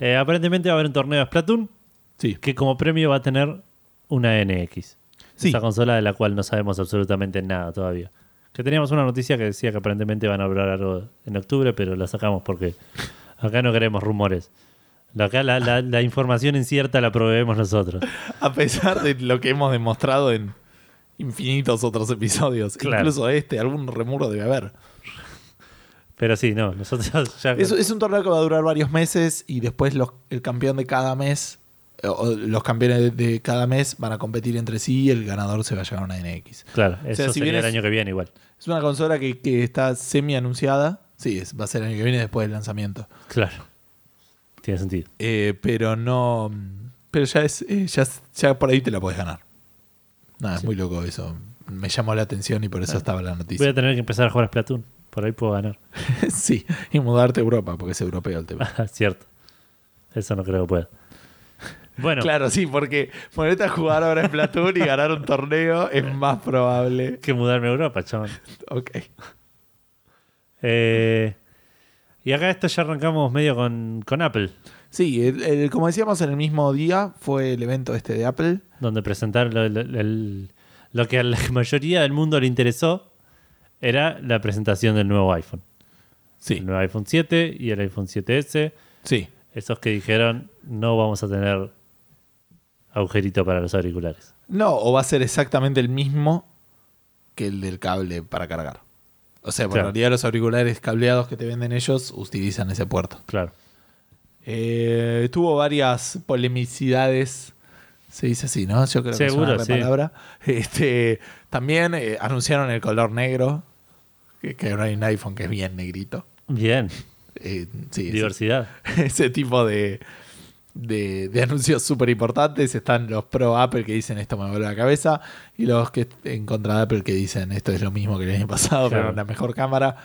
B: Eh, aparentemente va a haber un torneo de Splatoon
A: Sí.
B: que como premio va a tener una NX.
A: Sí.
B: Esa consola de la cual no sabemos absolutamente nada todavía. Que teníamos una noticia que decía que aparentemente van a hablar algo en octubre, pero la sacamos
A: <laughs>
B: porque acá no queremos rumores. Acá la, la- la información incierta la proveemos nosotros.
A: A pesar de lo que hemos demostrado en infinitos otros episodios,
B: Claro.
A: incluso este, algún remuro debe haber.
B: Pero sí, no, nosotros <laughs> ya...
A: Es, es un torneo que va a durar varios meses y después los- el campeón de cada mes, eh, o los campeones de, de cada mes van a competir entre sí y el ganador se va a llevar una NX.
B: Claro, eso
A: si
B: sería
A: bien
B: el
A: es-
B: año que viene igual.
A: Es una consola que, que está semi anunciada. Sí, es- va a ser el año que viene después del lanzamiento.
B: Claro. Tiene sentido.
A: Eh, pero no. Pero ya es. eh, ya, es- ya por ahí te la podés ganar. Nada, es muy loco eso. Me llamó la atención y por eso estaba la
B: Voy a
A: noticia.
B: tener que empezar a jugar a Splatoon. Por ahí puedo ganar.
A: <laughs>
B: <laughs>
A: sí, y mudarte a Europa, porque es europeo el tema.
B: Ah, Cierto. Eso no creo
A: <laughs>
B: que pueda. Bueno,
A: Claro, sí, porque ponerte a jugar ahora en Platoon y ganar un torneo es más probable.
B: que mudarme a Europa, chaval.
A: Ok.
B: Eh, y acá esto ya arrancamos medio con, con Apple,
A: Sí, el- el- como decíamos, en el mismo día fue el evento este de Apple.
B: donde presentaron lo, lo- el- lo que a la <laughs> mayoría del mundo le interesó era la presentación del nuevo iPhone. El
A: Sí,
B: nuevo iPhone 7 y el iPhone 7S.
A: sí.
B: Esos que dijeron no vamos a tener agujerito para los auriculares.
A: No, o va a ser exactamente el mismo que el del cable para cargar. O sea, por
B: Claro.
A: realidad los auriculares cableados que te venden ellos utilizan ese puerto.
B: Claro.
A: Eh, tuvo varias polemicidades. Se dice así, ¿no? Yo creo
B: Seguro,
A: que es
B: sí.
A: una palabra. Este, también eh, anunciaron el color negro, que, que ahora hay un iPhone que es bien negrito.
B: Bien.
A: Eh, sí, ese-
B: Diversidad.
A: <laughs> ese tipo de, de- de anuncios súper importantes. Están los pro Apple que dicen esto me vuelve la cabeza y los que en contra de Apple que dicen esto es lo mismo que el año pasado,
B: Claro.
A: pero la mejor cámara.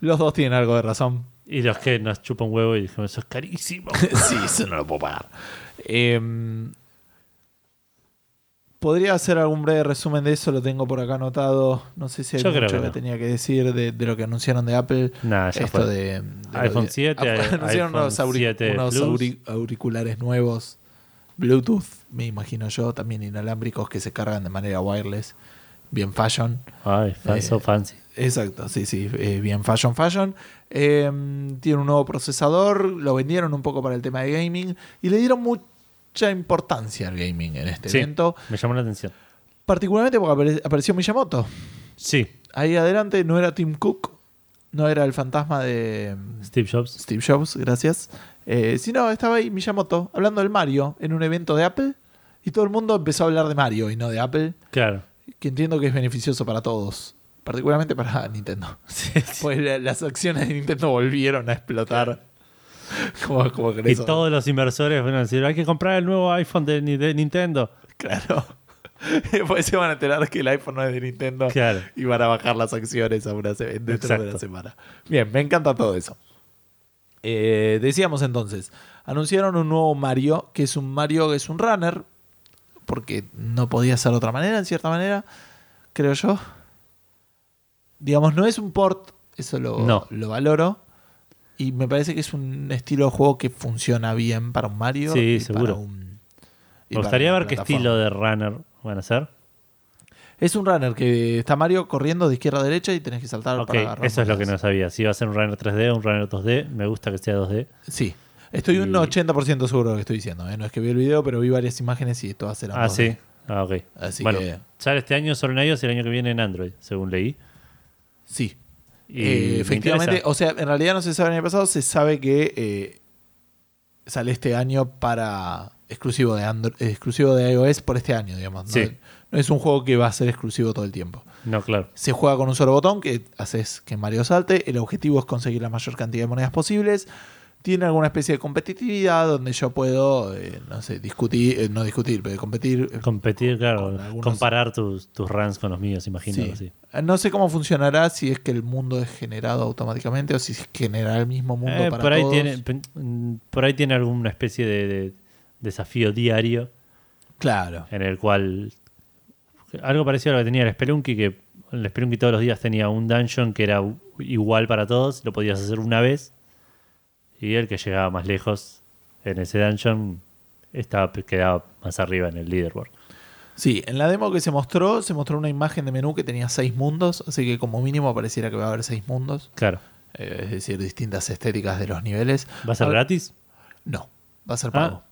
A: Los dos tienen algo de razón.
B: Y los que nos chupan huevo y dijimos, eso es carísimo.
A: <laughs> sí, eso no lo puedo pagar. Em, Podría hacer algún breve resumen de eso, lo tengo por acá anotado. No sé si hay
B: Yo creo
A: mucho
B: que
A: que,
B: no.
A: tenía que decir de, de lo que anunciaron de Apple.
B: Nah, ya
A: Esto
B: fue.
A: de, de
B: iPhone
A: lo-
B: 7,
A: Ah, <laughs> anunciaron
B: iPhone
A: unos, auri-
B: 7
A: unos
B: Plus.
A: auri- auriculares nuevos, Bluetooth, me imagino yo, también inalámbricos que se cargan de manera wireless, bien fashion.
B: Ay, fan- so
A: Eh,
B: fancy.
A: Exacto, sí, sí, eh, bien fashion, fashion. Eh, tiene un nuevo procesador, lo vendieron un poco para el tema de gaming y le dieron mucha importancia al gaming en este
B: Sí,
A: evento,
B: me llamó la atención.
A: particularmente porque apare- apareció Miyamoto.
B: Sí.
A: Ahí adelante no era Tim Cook, No era el fantasma de mm,
B: Steve Jobs.
A: Steve Jobs, gracias. Eh, sino estaba ahí Miyamoto hablando del Mario en un evento de Apple y todo el mundo empezó a hablar de Mario y no de Apple,
B: Claro.
A: que entiendo que es beneficioso para todos, particularmente para <laughs> Nintendo. Pues la- las acciones de Nintendo volvieron a explotar. <laughs> Como, como que
B: Y
A: eso-
B: todos los inversores van a decir, hay que comprar el nuevo iPhone de, Ni- de Nintendo.
A: Claro. <laughs> Después se van a enterar que el iPhone no es de Nintendo
B: Claro.
A: <laughs> y van a bajar las acciones a una se- dentro de la
B: Exacto.
A: semana. Bien, me encanta todo eso. Eh, decíamos entonces, anunciaron un nuevo Mario, que es un Mario que es un runner, porque no podía ser de otra manera, en cierta manera, creo yo. Digamos, no es un port, eso lo,
B: No.
A: lo valoro. Y me parece que es un estilo de juego que funciona bien para un Mario.
B: Sí,
A: y
B: seguro.
A: para un- y
B: Me
A: para
B: gustaría
A: una
B: ver qué
A: plataforma.
B: estilo de runner van a hacer.
A: Es un runner que está Mario corriendo de izquierda a derecha y tenés que saltar
B: Ok,
A: Ah, para agarrar.
B: eso es lo que no
A: monedas.
B: sabía. Si iba a ser un runner 3D o un runner 2D, me gusta que sea 2D.
A: Sí. Estoy un
B: Y-
A: 80% seguro de lo que estoy diciendo. ¿eh? No es que vi el video, pero vi varias imágenes y todas eran.
B: Ah,
A: dos D.
B: sí. Ah, ok.
A: Así
B: bueno,
A: que-
B: sale este año solo en iOS y el año que viene en Android, según leí.
A: Sí.
B: Y
A: Eh,
B: me
A: efectivamente,
B: interesa.
A: o sea, en realidad no se sabe en el pasado, se sabe que eh, sale este año para exclusivo de Andro- eh, exclusivo de iOS por este año, digamos. No-
B: Sí.
A: no es un juego que va a ser exclusivo todo el tiempo.
B: No, claro.
A: Se juega con un solo botón que haces que Mario salte. El objetivo es conseguir la mayor cantidad de monedas posibles. Tiene alguna especie de competitividad donde yo puedo, eh, no sé, discutir, eh, no discutir, pero competir. eh,
B: Competir, claro.
A: con algunos-
B: Comparar tus, tus runs con los míos, imagino.
A: sí.
B: algo así.
A: Eh, No sé cómo funcionará, si es que el mundo es generado automáticamente o si es generar el mismo mundo
B: Eh,
A: para
B: por, ahí
A: todos.
B: tiene, pen- mm, por ahí tiene alguna especie de, de desafío diario
A: Claro,
B: en el cual algo parecido a lo que tenía el Spelunky, que el Spelunky todos los días tenía un dungeon que era u- igual para todos, lo podías hacer una vez, y el que llegaba más lejos en ese dungeon estaba, quedaba más arriba en el leaderboard.
A: sí, en la demo que se mostró, se mostró una imagen de menú que tenía seis mundos, así que como mínimo pareciera que va a haber seis mundos,
B: Claro.
A: eh, es decir, distintas estéticas de los niveles.
B: ¿Va a ser
A: Al-
B: gratis?
A: No, va a ser
B: Ah.
A: pago.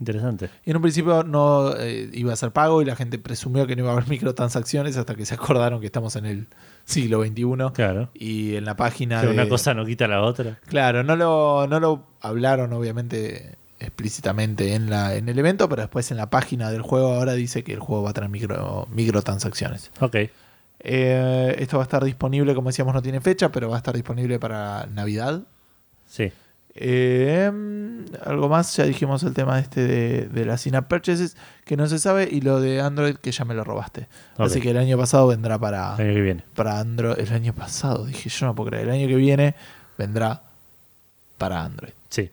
B: Interesante.
A: Y en un principio no eh, iba a ser pago y la gente presumió que no iba a haber <laughs> microtransacciones hasta que se acordaron que estamos en el siglo XXI.
B: Claro.
A: Y eh, en la página.
B: Que
A: de-
B: una cosa no quita la otra.
A: Claro, no lo, no lo hablaron obviamente explícitamente en, la, en el evento, pero después en la página del juego ahora dice que el juego va a tener micro, microtransacciones.
B: Ok.
A: Eh, esto va a estar disponible, como decíamos, no tiene fecha, pero va a estar disponible para Navidad.
B: Sí.
A: Eh, algo más, ya dijimos el tema este de, de las in-app purchases, que no se sabe, y lo de Android, que ya me lo robaste.
B: Ok.
A: Así que el año pasado vendrá para,
B: El año que viene.
A: para Android. El año pasado, dije yo no puedo creer. El año que viene vendrá para Android.
B: Sí.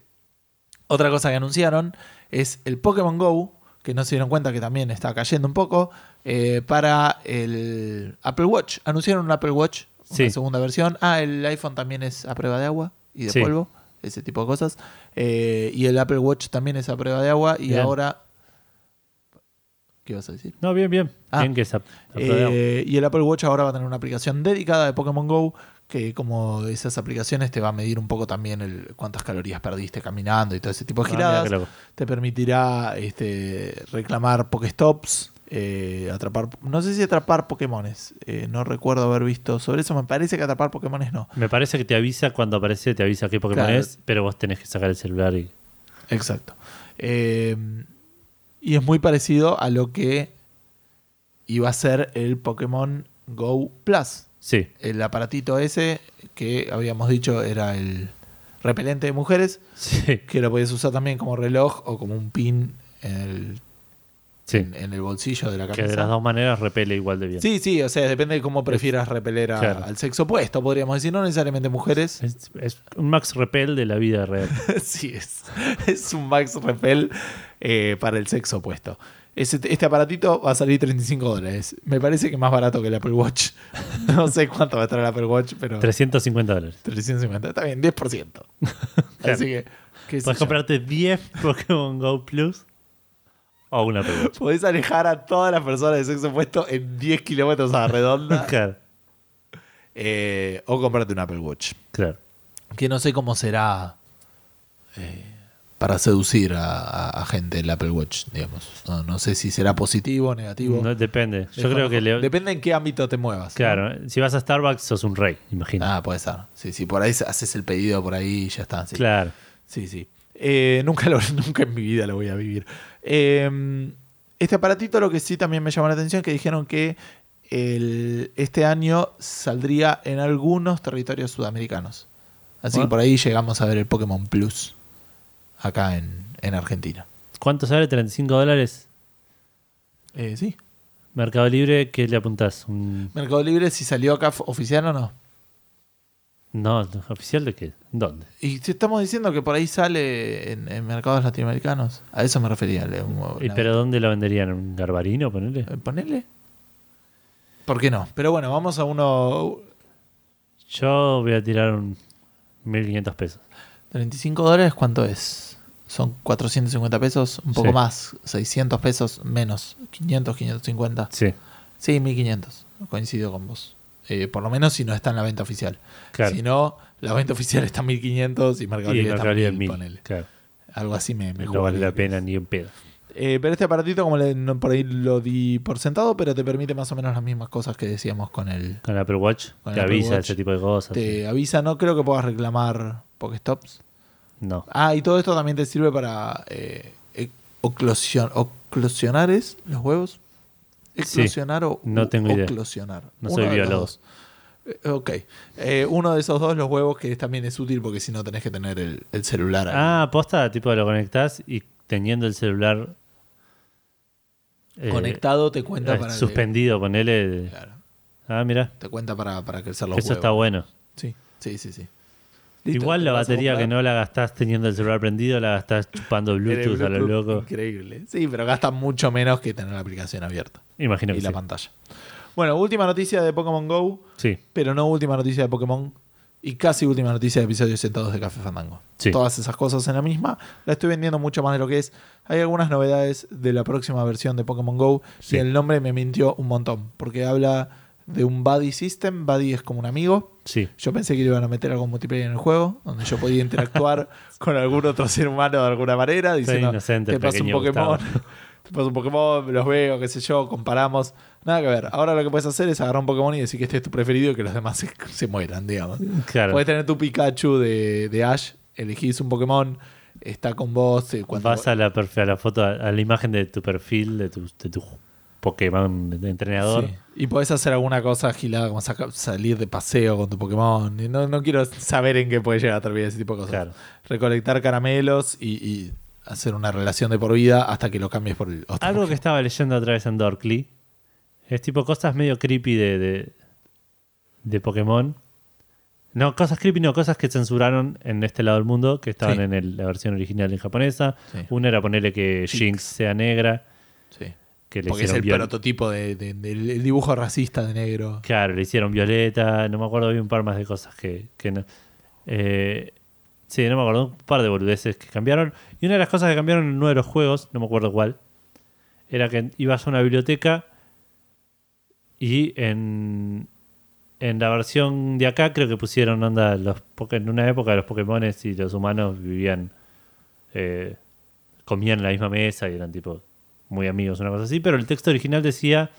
A: Otra cosa que anunciaron es el Pokémon Go, que no se dieron cuenta que también está cayendo un poco, eh, para el Apple Watch. Anunciaron un Apple Watch, una
B: Sí.
A: segunda versión. Ah, el iPhone también es a prueba de agua y de
B: Sí.
A: polvo, ese tipo de cosas. Eh, y el Apple Watch también es a prueba de agua y
B: Bien.
A: ahora... ¿Qué vas a decir?
B: No, bien, bien.
A: Ah.
B: Bien que esa.
A: Eh, y el Apple Watch ahora va a tener una aplicación dedicada de Pokémon Go que como esas aplicaciones te va a medir un poco también el cuántas calorías perdiste caminando y todo ese tipo de
B: Ah, mira
A: giradas.
B: qué loco.
A: te permitirá este, reclamar Pokéstops, eh, atrapar, no sé si atrapar Pokémones, eh, no recuerdo haber visto sobre eso, me parece que atrapar Pokémones no.
B: Me parece que te avisa cuando aparece, te avisa qué Pokémon
A: Claro.
B: es, pero vos tenés que sacar el celular y.
A: Exacto. Eh, y es muy parecido a lo que iba a ser el Pokémon Go Plus.
B: Sí,
A: el aparatito ese que habíamos dicho era el repelente de mujeres,
B: sí,
A: que lo podías usar también como reloj o como un pin en el,
B: sí.
A: en, en el bolsillo de la
B: Que
A: camisa.
B: de las dos maneras repele igual de bien.
A: Sí, sí, o sea, depende de cómo prefieras repeler a-
B: Claro.
A: al sexo opuesto, podríamos decir, no necesariamente mujeres.
B: Es, es un Max Repel de la vida real.
A: <laughs> sí, es, es un Max Repel eh, para el sexo opuesto. Ese- este aparatito va a salir 35 dólares. Me parece que más barato que el Apple Watch. <laughs> No sé cuánto va a estar el Apple Watch, pero...
B: 350 dólares.
A: 350, está bien, 10%.
B: <laughs>
A: Así que, qué sé
B: Podés
A: yo.
B: comprarte 10 <laughs> Pokémon Go Plus o una Apple Watch.
A: Podés alejar a todas las personas de sexo opuesto en 10 kilómetros a la redonda.
B: <laughs> Claro,
A: Eh, o comprarte un Apple Watch.
B: claro.
A: Que no sé cómo será eh, para seducir a, a- a gente el Apple Watch, digamos. No, no sé si será positivo o negativo.
B: No, depende. Yo creo que le-
A: Depende en qué ámbito te muevas.
B: Claro, si vas a Starbucks sos un rey, imagino.
A: Ah, puede ser. Sí, sí, por ahí haces el pedido por ahí y ya está. Sí,
B: Claro.
A: sí. sí. Eh, <laughs> nunca, lo- nunca en mi vida lo voy a vivir. Eh, este aparatito, lo que sí también me llamó la atención, que dijeron que el- este año saldría en algunos territorios sudamericanos. Así
B: Bueno.
A: que por ahí llegamos a ver el Pokémon Plus acá en, en Argentina.
B: ¿Cuánto sale? ¿35 dólares?
A: Eh, sí.
B: Mercado Libre, ¿qué le apuntás? Un-
A: Mercado Libre, si salió acá f- oficial o no.
B: No, ¿oficial de qué? ¿Dónde?
A: Y si estamos diciendo que por ahí sale en, en mercados latinoamericanos. A eso me refería. le- un-
B: ¿Y
A: una-
B: pero dónde lo venderían? ¿Un garbarino, ponele?
A: Eh, Ponele. ¿Por qué no? Pero bueno, vamos a uno.
B: Yo voy a tirar un 1500 pesos.
A: 35 dólares, ¿cuánto es? Son 450 pesos, un poco
B: Sí.
A: más. 600 pesos menos. 500, 550.
B: Sí,
A: Sí, 1500. Coincido con vos. Eh, por lo menos si no está en la venta oficial.
B: claro.
A: Si no, la venta oficial está en 1500 y Mercado
B: y
A: Libre
B: el
A: está
B: Mercado Libre
A: en 1000,
B: 1000,
A: ponele.
B: claro.
A: Algo así me, me
B: No
A: jugaría.
B: vale la pena ni un pedo.
A: Eh, pero este aparatito, como le- no- por ahí lo di por sentado, pero te permite más o menos las mismas cosas que decíamos con el.
B: Con el Apple Watch
A: Con el
B: te
A: Apple
B: avisa
A: Watch,
B: ese tipo de cosas.
A: Te avisa, no creo que puedas reclamar Pokestops.
B: No.
A: Ah, y todo esto también te sirve para eh, e- oclosion- oclosionar, ¿es? ¿Los huevos? ¿Eclosionar o
B: no tengo idea.
A: oclosionar?
B: No soy
A: Uno de los
B: biólogo.
A: dos. Eh, ok. Eh, uno de esos dos, los huevos, que también es útil porque si no tenés que tener el, el celular ahí.
B: Ah, posta, tipo lo conectás y teniendo el celular eh,
A: conectado, te cuenta
B: eh,
A: para. que-
B: suspendido, ponele.
A: Claro.
B: Ah, mira,
A: Te cuenta para, para crecer los
B: eso
A: huevos.
B: está bueno.
A: Sí, sí, sí. sí.
B: Igual la batería que no la gastás teniendo el celular prendido, la
A: <laughs>
B: gastás chupando Bluetooth, a lo loco.
A: Increíble. Sí, pero gasta mucho menos que tener la aplicación abierta
B: Imagino
A: y
B: que
A: la
B: sí.
A: pantalla. Bueno, última noticia de Pokémon Go,
B: Sí,
A: pero no última noticia de Pokémon y casi última noticia de episodios sentados de Café Fandango.
B: Sí.
A: Todas esas cosas en la misma. La estoy vendiendo mucho más de lo que es. Hay algunas novedades de la próxima versión de Pokémon Go
B: Sí.
A: y el nombre me mintió un montón porque habla de un buddy system. Buddy es como un amigo.
B: sí.
A: Yo pensé que le iban a meter algo multiplayer en el juego, donde yo podía
B: <laughs>
A: interactuar con algún otro ser humano de alguna manera, diciendo,
B: inocente,
A: te paso un
B: pequeño
A: Pokémon,
B: Gustavo".
A: <laughs> te paso un Pokémon, los veo, qué sé yo, comparamos. Nada que ver. Ahora lo que puedes hacer es agarrar un Pokémon y decir que este es tu preferido y que los demás <laughs> se, se mueran, digamos.
B: Claro.
A: Puedes tener tu Pikachu de, de Ash, elegís un Pokémon, está con vos. eh, Cuando,
B: Vas a la, perf- a la foto, a la imagen de tu perfil, de tu, de tu Pokémon de entrenador.
A: Sí. Y podés hacer alguna cosa agilada, como saca- salir de paseo con tu Pokémon. Y No, no quiero saber en qué puede llegar a terminar ese tipo de cosas.
B: Claro.
A: Recolectar caramelos y, y hacer una relación de por vida hasta que lo cambies por el otro.
B: Algo que estaba leyendo otra vez en Dorkly. Es tipo cosas medio creepy de, de, de Pokémon. No, cosas creepy, no, cosas que censuraron en este lado del mundo, que estaban
A: Sí.
B: en el- la versión original en japonesa.
A: Sí.
B: Una era ponerle que Jinx sea negra,
A: Sí.
B: que le
A: Porque es
B: hicieron
A: el
B: viol-
A: prototipo de- de- del el dibujo racista de negro.
B: Claro, le hicieron violeta, no me acuerdo, había un par más de cosas que, que no. Eh, sí, no me acuerdo, un par de boludeces que cambiaron. Y una de las cosas que cambiaron en uno de los juegos, no me acuerdo cuál, era que ibas a una biblioteca y en, en la versión de acá creo que pusieron onda, los Poké- en una época los Pokémon y los humanos vivían, eh, comían en la misma mesa y eran tipo muy amigos, una cosa así, pero el texto original decía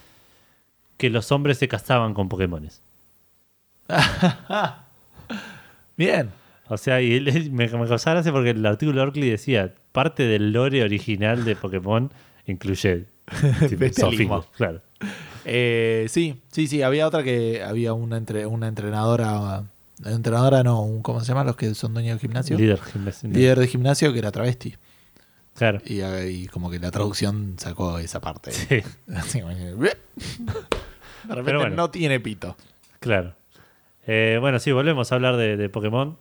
B: que los hombres se casaban con Pokémones.
A: Bien.
B: O sea, y él- él- me, me causaba gracia porque el artículo de Orkley decía, parte del lore original de Pokémon incluye tipo,
A: Bestialismo.
B: zoófilos", claro.
A: Eh, sí, sí, sí. Había otra que había una, entre, una entrenadora. Entrenadora no, un- ¿cómo se llama? Los que son dueños de gimnasio.
B: Líder gimnasio.
A: Líder de gimnasio que era travesti.
B: Claro.
A: Y, y como que la traducción sacó esa parte.
B: Sí,
A: <laughs> Así como que, "Bleh". De repente
B: Pero bueno.
A: no tiene pito.
B: claro. Eh, bueno, sí, volvemos a hablar de, de Pokémon.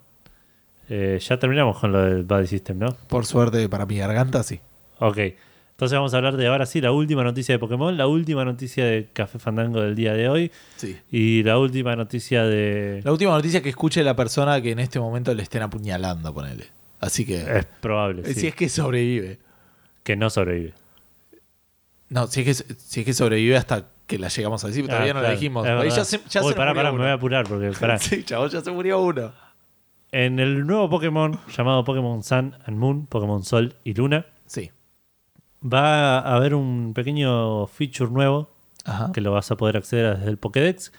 B: Eh, ya terminamos con lo del Body System, ¿no?
A: Por suerte para mi garganta, sí.
B: Ok. Entonces vamos a hablar de ahora sí la última noticia de Pokémon, la última noticia de Café Fandango del día de hoy
A: Sí.
B: y la última noticia de...
A: La última noticia que escuche la persona que en este momento le estén apuñalando, ponele. Así que. eh,
B: Es probable, sí,
A: Si es que sobrevive.
B: que no sobrevive.
A: No, si es que, si es que sobrevive hasta que la llegamos a decir, todavía
B: Ah,
A: no la
B: claro,
A: dijimos.
B: es
A: Ahí
B: verdad.
A: ya se, ya
B: Uy,
A: se nos
B: pará,
A: <laughs> murió
B: pará, me
A: uno.
B: voy a apurar porque pará.
A: Sí, chabón, ya se murió uno.
B: En el nuevo Pokémon llamado Pokémon Sun and Moon, Pokémon Sol y Luna,
A: Sí.
B: va a haber un pequeño feature nuevo
A: Ajá.
B: que lo vas a poder acceder a desde el Pokédex,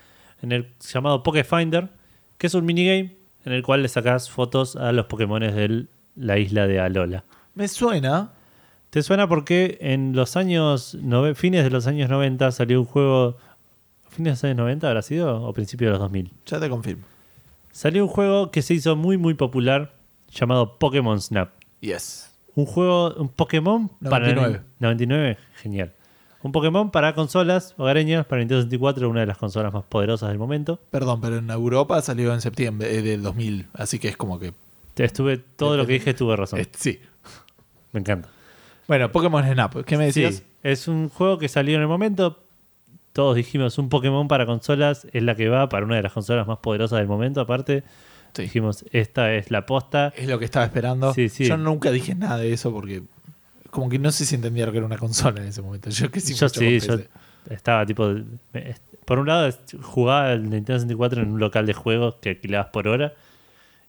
B: en el llamado Pokéfinder, que es un minigame en el cual le sacas fotos a los Pokémones de la isla de Alola.
A: Me suena.
B: ¿Te suena porque en los años nove- fines de los años 90 salió un juego fines de los años 90 habrá sido o principios de los 2000?
A: Ya te confirmo.
B: Salió un juego que se hizo muy muy popular llamado Pokémon Snap.
A: Yes.
B: Un juego, un Pokémon para
A: 99.
B: 99, genial. Un Pokémon para consolas hogareñas, para Nintendo 64, una de las consolas más poderosas del momento.
A: Perdón, pero en Europa salió en septiembre eh, del 2000, así que es como que...
B: Te Estuve, todo lo que dije estuve razón.
A: eh, sí.
B: Me encanta.
A: Bueno, Pokémon Snap, ¿qué me decías?
B: Sí, es un juego que salió en el momento. Todos dijimos, un Pokémon para consolas es la que va para una de las consolas más poderosas del momento. Aparte,
A: Sí.
B: dijimos, esta es la posta.
A: Es lo que estaba esperando.
B: Sí, sí.
A: Yo nunca dije nada de eso porque... Como que no sé si entendía lo que era una consola en ese momento. Yo que sí
B: yo
A: mucho
B: sí,
A: con
B: yo
A: PC.
B: estaba tipo... me- est- Por un lado, est- jugaba el Nintendo 64 en un local de juegos que alquilabas por hora.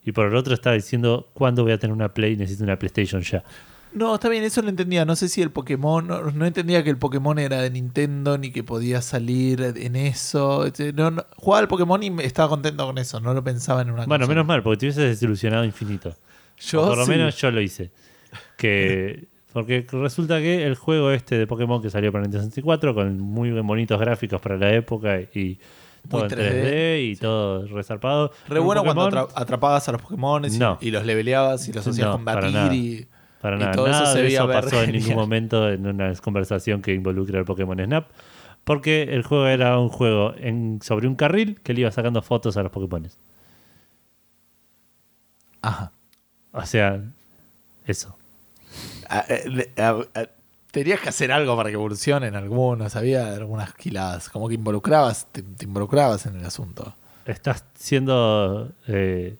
B: Y por el otro estaba diciendo, ¿cuándo voy a tener una Play? Necesito una PlayStation ya.
A: Ah, No, está bien, eso lo entendía. No sé si el Pokémon. No, no entendía que el Pokémon era de Nintendo ni que podía salir en eso. Este, No, no, jugaba al Pokémon y me- estaba contento con eso. No lo pensaba en una
B: Bueno,
A: consola.
B: menos mal, porque te hubieses desilusionado infinito.
A: Yo
B: O por lo
A: sí.
B: menos yo lo hice.
A: <laughs>
B: Que, porque resulta que el juego este de Pokémon que salió para Nintendo 64, con muy bonitos gráficos para la época y todo en 3D,
A: 3D,
B: y todo resarpado.
A: Re bueno
B: Un Pokémon,
A: cuando atra- atrapabas a los Pokémon y,
B: No.
A: y los leveleabas y los hacías
B: No, para
A: combatir
B: nada.
A: y.
B: Para
A: y
B: nada,
A: todo eso
B: nada
A: se
B: de
A: veía
B: eso
A: ver
B: pasó en ningún
A: genial.
B: momento en una conversación que involucra el Pokémon Snap. Porque el juego era un juego en, sobre un carril que le iba sacando fotos a los Pokémon.
A: Ajá.
B: O sea, eso.
A: A- eh, le- a- a- tenías que hacer algo para que evolucionen algunos. Había algunas quiladas. Como que involucrabas, te, te involucrabas en el asunto.
B: Estás siendo. eh,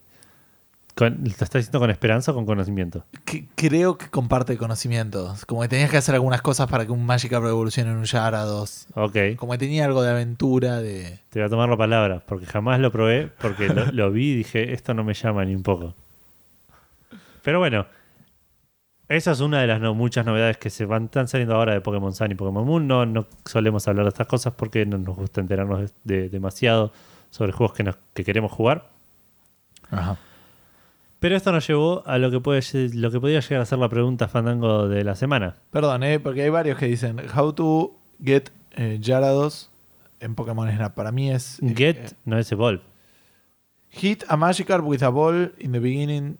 B: con- lo estás diciendo con esperanza o con conocimiento.
A: que- creo que comparte conocimientos. Como que tenías que hacer algunas cosas para que un Magikarp evolucione en un Gyarados.
B: Ok,
A: Como que tenía algo de aventura, de...
B: te voy a tomar la palabra, porque jamás lo probé, porque lo, lo vi y dije, esto no me llama ni un poco. Pero bueno, esa es una de las no- muchas novedades que se van están saliendo ahora de Pokémon Sun y Pokémon Moon. No, no solemos hablar de estas cosas porque no nos gusta enterarnos de, de- demasiado sobre juegos que, nos- que queremos jugar. Pero esto nos llevó a lo que, puede, ser- lo que podía llegar a ser la pregunta fandango de la semana.
A: Perdón, ¿eh? porque hay varios que dicen, how to get eh, Gyarados en Pokémon Snap. Para mí es... eh,
B: Get
A: eh,
B: no es Evolve.
A: hit a Magikarp with a ball in the beginning.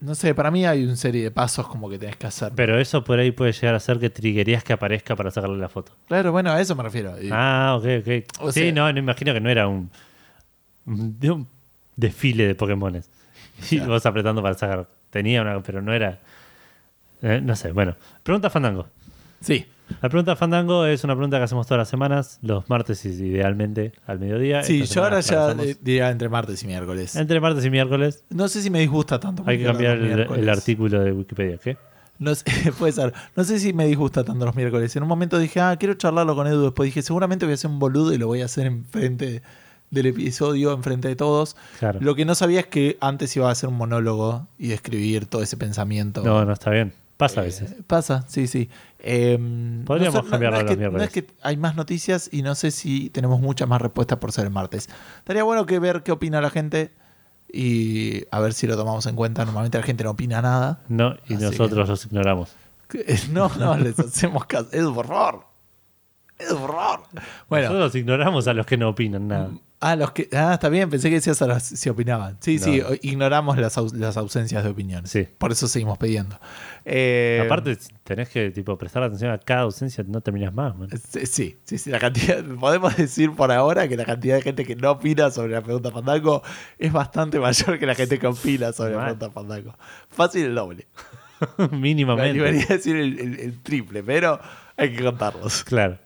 A: No sé, para mí hay una serie de pasos como que tenés que hacer.
B: Pero eso por ahí puede llegar a ser que triguerías que aparezca para sacarle la foto.
A: claro, bueno, a eso me refiero. Y-
B: Ah, ok, ok.
A: O
B: sí,
A: sea-
B: no, no imagino que no era un, un- de un desfile de Pokémones. <laughs> Y vos apretando para sacar. Tenía una, pero no era. eh, no sé, bueno. Pregunta Fandango.
A: Sí.
B: La pregunta Fandango es una pregunta que hacemos todas las semanas, los martes i- idealmente al mediodía.
A: Sí,
B: Esta
A: yo ahora
B: semana
A: ya
B: la hacemos
A: eh, diría entre martes y miércoles.
B: Entre martes y miércoles
A: No sé si me disgusta tanto.
B: hay que
A: porque
B: cambiar
A: los
B: el, el
A: miércoles-
B: artículo de Wikipedia, ¿qué?
A: No sé, <laughs> puede ser. No sé si me disgusta tanto los miércoles. En un momento dije, ah, quiero charlarlo con Edu. Después dije, seguramente voy a ser un boludo y lo voy a hacer enfrente del episodio, enfrente de todos.
B: Claro.
A: Lo que no sabía es que antes iba a hacer un monólogo y describir todo ese pensamiento.
B: No, no está bien. Pasa a veces.
A: Eh, Pasa, sí, sí. Eh,
B: Podríamos
A: no sé- no-
B: cambiarlo
A: no, es
B: los
A: que,
B: miércoles.
A: no es que hay más noticias y no sé si tenemos muchas más respuestas por ser el martes. Estaría bueno que ver qué opina la gente y a ver si lo tomamos en cuenta. Normalmente la gente no opina nada. <laughs>
B: No, y
A: Así que-
B: nosotros los ignoramos.
A: Que- No, no, les hacemos caso. Es horror. Es horror. Bueno,
B: Nosotros ignoramos a los que no opinan nada.
A: a los que. Ah, está bien, pensé que decías a las si opinaban. Sí,
B: No.
A: sí, ignoramos las, aus- las ausencias de opiniones.
B: Sí.
A: Por eso seguimos pidiendo. Eh,
B: Aparte, tenés que tipo prestar atención a cada ausencia, no terminas más,
A: <laughs>
B: man.
A: Sí, sí, sí, sí, la cantidad, podemos decir por ahora que la cantidad de gente que no opina sobre la pregunta Fandango es bastante mayor que la gente que opina sobre la
B: Mal.
A: pregunta Fandango. Fácil el doble. Me
B: Mínimamente.
A: debería decir el, el- el triple, pero hay que contarlos.
B: Claro.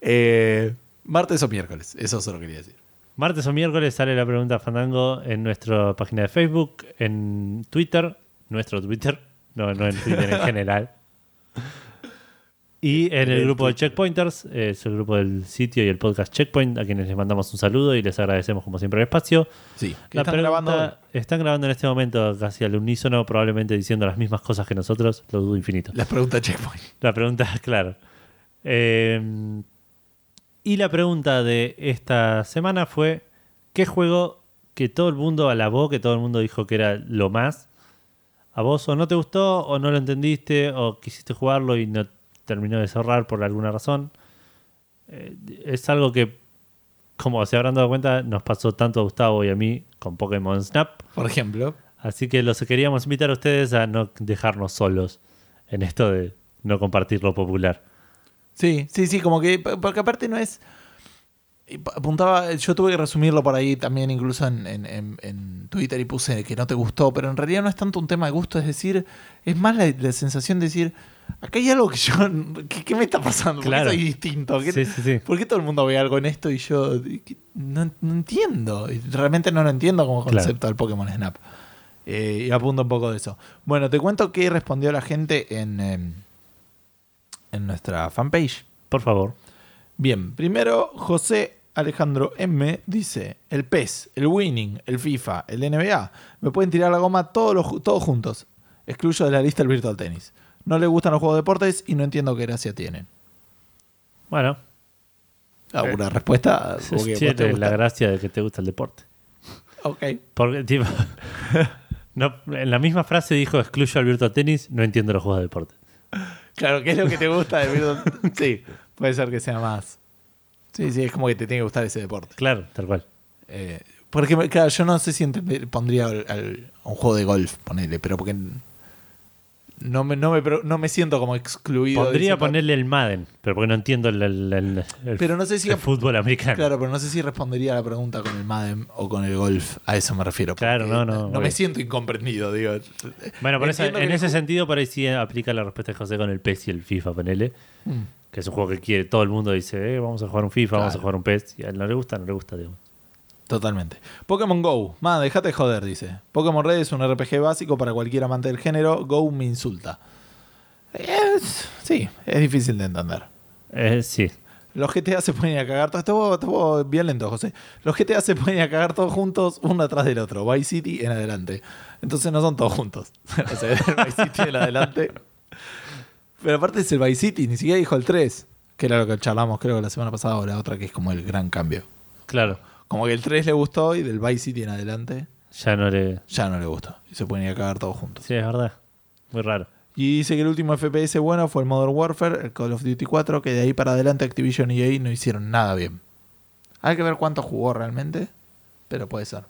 A: Eh, martes o miércoles, eso solo quería decir.
B: Martes o miércoles sale la pregunta Fandango en nuestra página de Facebook, en
A: <laughs>
B: Twitter, nuestro Twitter, no, no en Twitter en general. Y en el grupo de Checkpointers, eh, es el grupo del sitio y el podcast Checkpoint, a quienes les mandamos un saludo y les agradecemos como siempre el espacio.
A: Sí, que
B: La
A: están
B: pregunta-
A: grabando hoy.
B: Están grabando en este momento casi al unísono, probablemente diciendo las mismas cosas que nosotros, lo dudo infinito.
A: las preguntas Checkpoint.
B: La pregunta, <laughs> claro. Eh, y la pregunta de esta semana fue: ¿qué juego que todo el mundo alabó, que todo el mundo dijo que era lo más, a vos o no te gustó, o no lo entendiste, o quisiste jugarlo y no terminó de cerrar por alguna razón? Eh, es algo que, como se habrán dado cuenta, nos pasó tanto a Gustavo y a mí con Pokémon Snap.
A: Por ejemplo,
B: Así que los queríamos invitar a ustedes a no dejarnos solos en esto de no compartir lo popular.
A: Sí, sí, sí, como que. Porque aparte no es. y pa- Apuntaba, yo tuve que resumirlo por ahí también, incluso en, en- en- en Twitter, y puse que no te gustó, pero en realidad no es tanto un tema de gusto, es decir, es más la, la sensación de decir, acá hay algo que yo. <laughs> ¿Qué, qué me está pasando? ¿Por qué
B: Claro.
A: soy distinto? ¿Qué-
B: Sí, sí, sí.
A: ¿Por qué todo el mundo ve algo en esto y yo ¿qué? no, no entiendo? Y Realmente no lo entiendo como
B: Claro.
A: concepto al Pokémon Snap. Eh, y apunto un poco de eso. Bueno, te cuento qué respondió la gente en, em, en nuestra fanpage.
B: Por favor.
A: Bien, primero José Alejandro M dice, el PES, el Winning, el FIFA, el NBA, me pueden tirar la goma todos, los ju- todos juntos. Excluyo de la lista el Virtual Tennis. No le gustan los juegos de deportes y no entiendo qué gracia tienen.
B: Bueno,
A: ¿Alguna respuesta?
B: sí,
A: Porque vos
B: tiene
A: te gusta.
B: Eh, la gracia de que te gusta el deporte.
A: Ok.
B: Porque, tipo, <laughs> no, en la misma frase dijo excluyo al virtual tenis, no entiendo los juegos de deporte.
A: Claro, ¿qué es lo que te gusta del Virtual <laughs> Sí, puede ser que sea más. Sí, sí, es como que te tiene que gustar ese deporte.
B: Claro, tal cual.
A: Eh, porque, me- claro, yo no sé si entender- pondría al- al- a un juego de golf, ponele, pero porque n- no me, no me, pro- no me siento como excluido. de
B: Podría
A: ese par-
B: ponerle el Madden, pero porque no entiendo el, el- el- el-
A: Pero no sé si-
B: el fútbol americano.
A: Claro, pero no sé si respondería a la pregunta con el Madden o con el golf. A eso me refiero. porque
B: Claro, no, no,
A: No me
B: obvio.
A: siento incomprendido, digo.
B: Bueno, por eso,
A: Entiendo
B: en
A: que-
B: ese sentido, por ahí sí aplica la respuesta de José con el PES y el FIFA, ponele.
A: Mm.
B: Que es un juego que quiere todo el mundo, dice, eh, vamos a jugar un FIFA, vamos a
A: Claro.
B: jugar un PES. Y a él no le gusta, no le gusta, digamos.
A: Totalmente. Pokémon Go. Man, dejate de joder, dice. Pokémon Red es un RPG básico para cualquier amante del género. Go me insulta. Es- sí, es difícil de entender.
B: Eh, sí,
A: Los GTA se ponen a cagar todos. Estuvo, estuvo bien lento, José. Los GTA se ponen a cagar todos juntos, uno atrás del otro. Vice City en adelante. Entonces no son todos juntos. <laughs> o sea, el Vice City en adelante. Pero aparte es el Vice City, ni siquiera dijo el 3, que era lo que charlamos creo la semana pasada o la otra, que es como el gran cambio.
B: claro.
A: Como que el 3 le gustó y del Vice City en adelante
B: Ya no le.
A: ya no le gustó. Y se ponen a cagar todos juntos.
B: Sí, es verdad. Muy raro.
A: Y dice que el último FPS bueno fue el Modern Warfare, el Call of Duty 4, que de ahí para adelante Activision y EA no hicieron nada bien. Hay que ver cuánto jugó realmente, pero puede ser.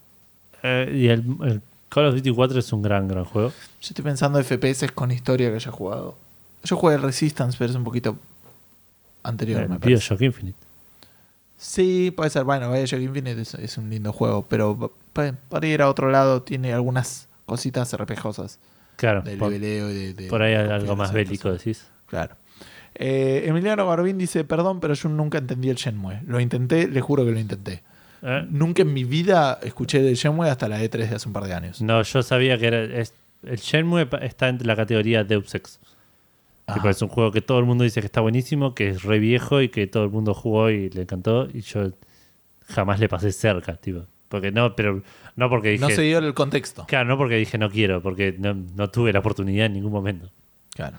B: Eh, y el, el Call of Duty 4 es un gran, gran juego.
A: Yo estoy pensando FPS con historia que haya jugado. Yo jugué el Resistance, pero es un poquito anterior,
B: Eh,
A: me parece.
B: Bioshock Infinite.
A: Sí, puede ser. Bueno, Bioshock Infinite es, es un lindo juego, pero eh, pa- pa- para ir a otro lado tiene algunas cositas repejosas
B: Claro.
A: de
B: Por,
A: leveleo y de, de-
B: por ahí
A: de
B: algo más
A: configuración,
B: bélico decís.
A: Claro. Eh, Emiliano Garbín dice, perdón, pero yo nunca entendí el Shenmue. Lo intenté, le juro que lo intenté.
B: Eh,
A: Nunca en mi vida escuché del Shenmue hasta la E3 de hace un par de años.
B: no, yo sabía que era. es- el Shenmue pa- está en la categoría Deus Ex.
A: Ajá.
B: Tipo, es un juego que todo el mundo dice que está buenísimo, que es re viejo y que todo el mundo jugó y le encantó. Y yo jamás le pasé cerca, tipo. Porque no, pero no porque dije.
A: No se dio el contexto.
B: Claro, no porque dije no quiero, porque no, no tuve la oportunidad en ningún momento.
A: Claro.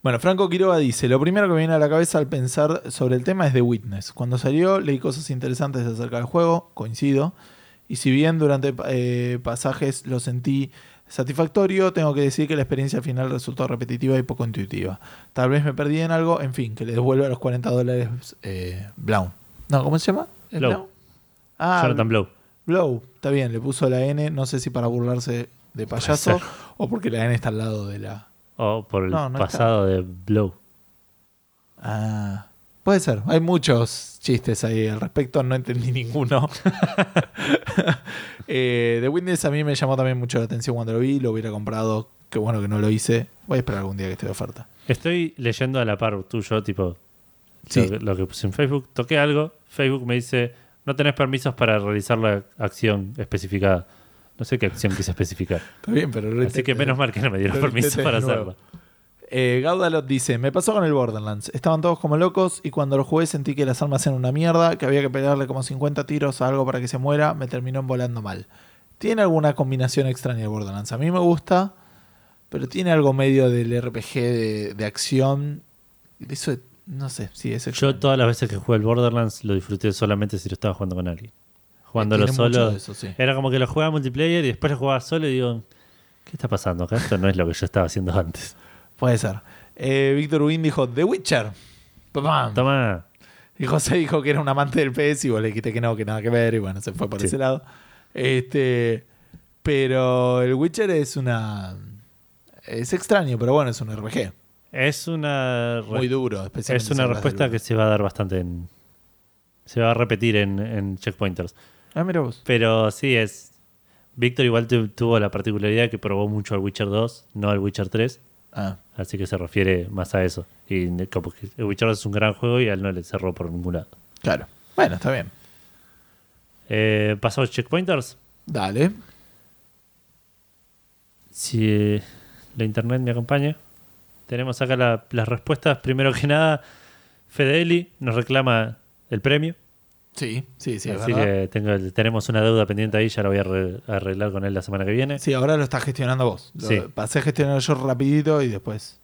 A: Bueno, Franco Quiroga dice, lo primero que me viene a la cabeza al pensar sobre el tema es The Witness. Cuando salió leí cosas interesantes acerca del juego, coincido, y si bien durante eh, pasajes lo sentí satisfactorio, tengo que decir que la experiencia final resultó repetitiva y poco intuitiva. Tal vez me perdí en algo, en fin, que le devuelva los 40 dólares eh, Blau. No, ¿cómo se llama? ¿Es
B: Blow.
A: Ah,
B: Jonathan Blow.
A: Blow, está bien, le puso la N, no sé si para burlarse de payaso o porque la N está al lado de la...
B: O por el
A: No, no está.
B: pasado de Blow.
A: Ah, puede ser. Hay muchos chistes ahí al respecto, no entendí ninguno. <laughs> eh, The Witness a mí me llamó también mucho la atención cuando lo vi, lo hubiera comprado. Qué bueno que no lo hice. Voy a esperar algún día que esté de oferta.
B: Estoy leyendo a la par tuyo, tipo
A: Sí.
B: lo, que- lo que puse en Facebook. Toqué algo, Facebook me dice, no tenés permisos para realizar la acción especificada. No sé qué acción quise especificar.
A: Está bien, pero lo
B: Así
A: intenté.
B: que menos mal que no me dieron
A: Lo
B: permiso
A: intenté
B: para
A: de nuevo.
B: hacerlo.
A: Eh, Gaudalot dice: Me pasó con el Borderlands. Estaban todos como locos y cuando lo jugué sentí que las armas eran una mierda, que había que pegarle como 50 tiros a algo para que se muera. Me terminó volando mal. Tiene alguna combinación extraña el Borderlands. A mí me gusta, pero tiene algo medio del RPG de, de acción. Eso, es- no sé, sí, es
B: Yo
A: extraño.
B: todas las veces que jugué el Borderlands lo disfruté solamente si lo estaba jugando con alguien. Jugándolo
A: Eh, Tiene mucho
B: solo.
A: de eso, sí.
B: Era como que lo jugaba multiplayer y después lo jugaba solo y digo, ¿qué está pasando acá? Esto no es lo que yo estaba haciendo
A: <laughs>
B: antes.
A: Puede ser. Eh, Víctor Wynn dijo: The Witcher. Pam.
B: Toma.
A: Y José dijo que era un amante del PS y vos le dijiste que no, que nada que ver, y bueno, se fue por
B: Sí.
A: ese lado. Este, pero el Witcher es una. Es extraño, pero bueno, es un RPG.
B: Es una re-
A: Muy duro, especialmente.
B: es una
A: si hablas
B: respuesta que
A: del-
B: se va a dar bastante en. Se va a repetir en, en checkpointers.
A: Ah, mira vos.
B: Pero sí es. Víctor igual tu- tuvo la particularidad que probó mucho al Witcher 2, no al Witcher 3.
A: Ah,
B: Así que se refiere más a eso. Y ne- como que el Witcher 2 es un gran juego y a él no le cerró por ningún lado.
A: claro. Bueno, está bien.
B: Eh, Pasados checkpointers.
A: Dale.
B: Si eh, la internet me acompaña. Tenemos acá la- las respuestas. Primero que nada, Fedeli nos reclama el premio.
A: Sí, sí, sí, es
B: Así
A: verdad.
B: que tengo- tenemos una deuda pendiente ahí, ya la voy a arre- arreglar con él la semana que viene.
A: Sí, ahora lo estás gestionando vos. Lo-
B: Sí.
A: Pasé a gestionar yo rapidito y después.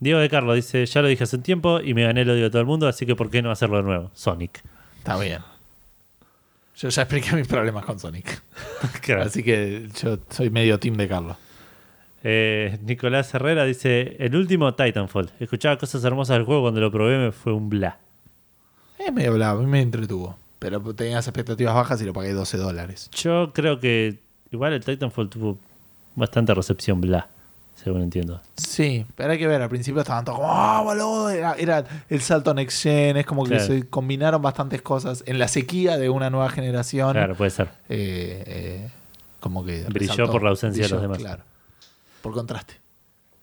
B: Diego de Carlos dice, ya lo dije hace un tiempo y me gané el odio de todo el mundo, así que ¿por qué no hacerlo de nuevo? Sonic. <laughs>
A: Está bien. Yo ya expliqué mis problemas con Sonic.
B: Claro.
A: Así que yo soy medio team de Carlos.
B: Eh, Nicolás Herrera dice, el último Titanfall. Escuchaba cosas hermosas del juego, cuando lo probé me fue un bla.
A: Eh, me hablaba, a mí me entretuvo. Pero tenía las expectativas bajas y lo pagué 12 dólares.
B: Yo creo que igual el Titanfall tuvo bastante recepción bla, según entiendo.
A: Sí, pero hay que ver, al principio estaban todos como, ¡ah, boludo! Era, era el salto a Next Gen, es como que
B: Claro.
A: se combinaron bastantes cosas. En la sequía de una nueva generación,
B: Claro, puede ser.
A: eh, eh, como que.
B: Brilló por la ausencia de los demás.
A: Claro. Por contraste.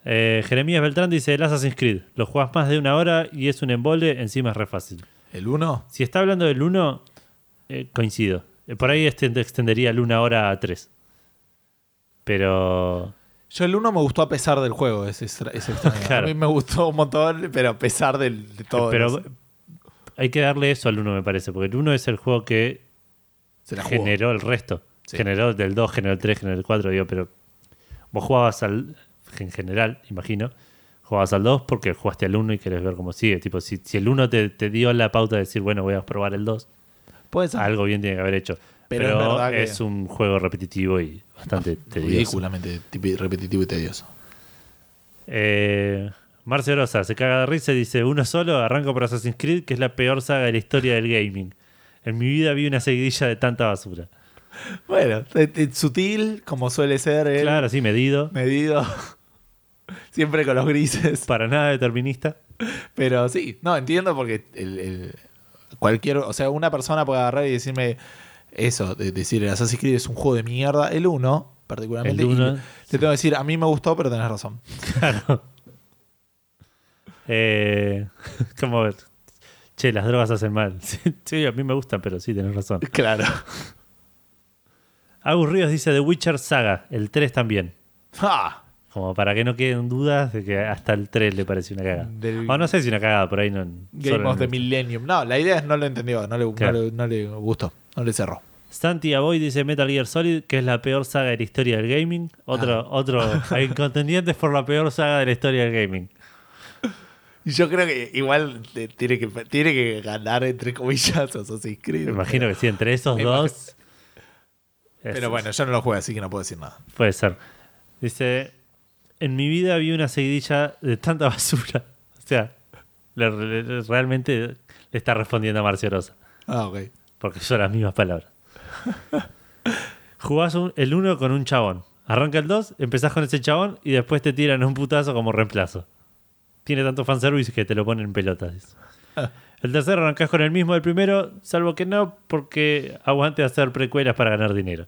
B: Eh, Jeremías Beltrán dice, el Assassin's Creed. Lo jugás más de una hora y es un embole, encima es re fácil.
A: El 1,
B: Si está hablando del 1, coincido. Eh, Por ahí este- extendería el 1 hora a 3. Pero.
A: yo el 1 me gustó a pesar del juego, es, extra- es extraño.
B: <laughs> Claro.
A: A mí me gustó un montón, pero a pesar del, de todo.
B: pero hay que darle eso al 1, me parece. Porque el 1 es el juego que
A: se la jugó.
B: generó el resto.
A: Sí.
B: Generó del 2, generó el 3, generó el 4. Digo, pero vos jugabas al. En general, imagino. Jugabas al 2 porque jugaste al 1 y querés ver cómo sigue. Tipo, si, si el 1 te, te dio la pauta de decir, bueno, voy a probar el 2,
A: Puede ser
B: algo bien tiene que haber hecho.
A: Pero
B: Pero,
A: es verdad que- Ah,
B: es un juego repetitivo y bastante tedioso.
A: ridículamente tipi- repetitivo y tedioso.
B: Eh, Marce Rosa se caga de risa y dice: Uno solo, arranco por Assassin's Creed, que es la peor saga de la historia del gaming. En mi vida vi una seguidilla de tanta basura.
A: Bueno, eh, eh, sutil, como suele ser, él,
B: Claro, sí,
A: <laughs>
B: medido.
A: medido, siempre con los grises.
B: Para nada determinista.
A: Pero sí, no, entiendo porque el, el- cualquier, o sea, una persona puede agarrar y decirme eso, de decir el Assassin's Creed es un juego de mierda, el 1 particularmente.
B: El uno,
A: y le tengo que decir, a mí me gustó, pero tenés razón.
B: <laughs> Claro. Eh, <laughs> como, che, las drogas hacen mal. <laughs> Sí, sí, a mí me gustan, pero sí, tenés razón.
A: Claro.
B: Agus Ríos dice: The Witcher Saga, el 3 también.
A: Ah,
B: Como para que no queden dudas de que hasta el 3 le pareció una cagada.
A: Del-
B: O no sé si una cagada, por ahí no.
A: Game
B: solo
A: of the
B: no-
A: Millennium. No, la idea es no lo entendió, no le, no
B: Claro.
A: le- no le gustó, no le cerró.
B: Santi Aboy dice Metal Gear Solid, que es la peor saga de la historia del gaming. Otro,
A: Ah. <laughs>
B: otro, hay contendientes por la peor saga de la historia del gaming.
A: Y Yo creo que igual te- tiene que, tiene que ganar, entre comillas, <laughs> Assassin's Creed.
B: Me imagino que sí, entre esos
A: Me
B: dos. es-
A: Pero bueno, yo no lo juego, así que no puedo decir nada.
B: Puede ser. Dice: En mi vida vi una seguidilla de tanta basura. <laughs> O sea, le- le- le- realmente le está respondiendo a Marcio Rosa.
A: Ah, ok.
B: Porque son las mismas palabras. Jugás un- el 1 con un chabón. Arranca el 2, empezás con ese chabón y después te tiran un putazo como reemplazo. Tiene tanto fanservice que te lo ponen en pelotas. dice. El tercero arrancás con el mismo del primero, salvo que no, porque aguante hacer precuelas para ganar dinero.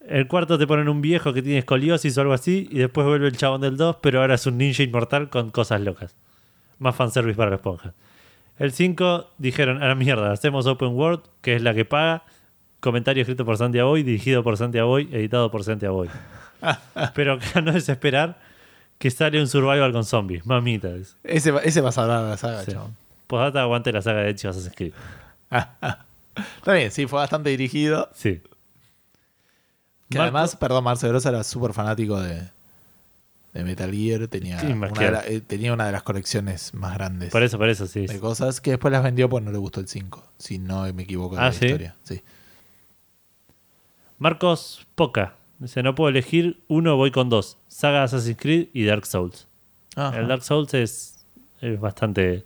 B: El cuarto te ponen un viejo que tiene escoliosis o algo así, y después vuelve el chabón del 2, pero ahora es un ninja inmortal con cosas locas. Más fanservice para la esponja. El 5 dijeron, a la mierda, hacemos Open World, que es la que paga. Comentario escrito por
A: <laughs>
B: Santi Aboy, dirigido por Santi Aboy, editado por Santi Aboy. Pero acá no es esperar que sale un survival con zombies. Mamita. dice.
A: Ese, va- ese vas a hablar de la saga,
B: Sí.
A: Ah, chabón. <laughs>
B: Postdata aguante la saga de Edge y Assassin's Creed.
A: Está bien, sí, fue bastante dirigido.
B: Sí.
A: Que
B: Marco-
A: además, perdón, Marcelo Grosso era súper fanático de, de Metal Gear. Tenía,
B: Sí,
A: una
B: más que-
A: de la- eh, tenía una de las colecciones más grandes
B: Por eso, por eso, sí.
A: de cosas que después las vendió porque no le gustó el 5. Si no me equivoco de
B: Ah,
A: la
B: ¿sí?
A: historia. Sí.
B: Marcos Poca. Dice, no puedo elegir uno, voy con dos. Saga Assassin's Creed y Dark Souls.
A: Ajá.
B: El Dark Souls es, es bastante...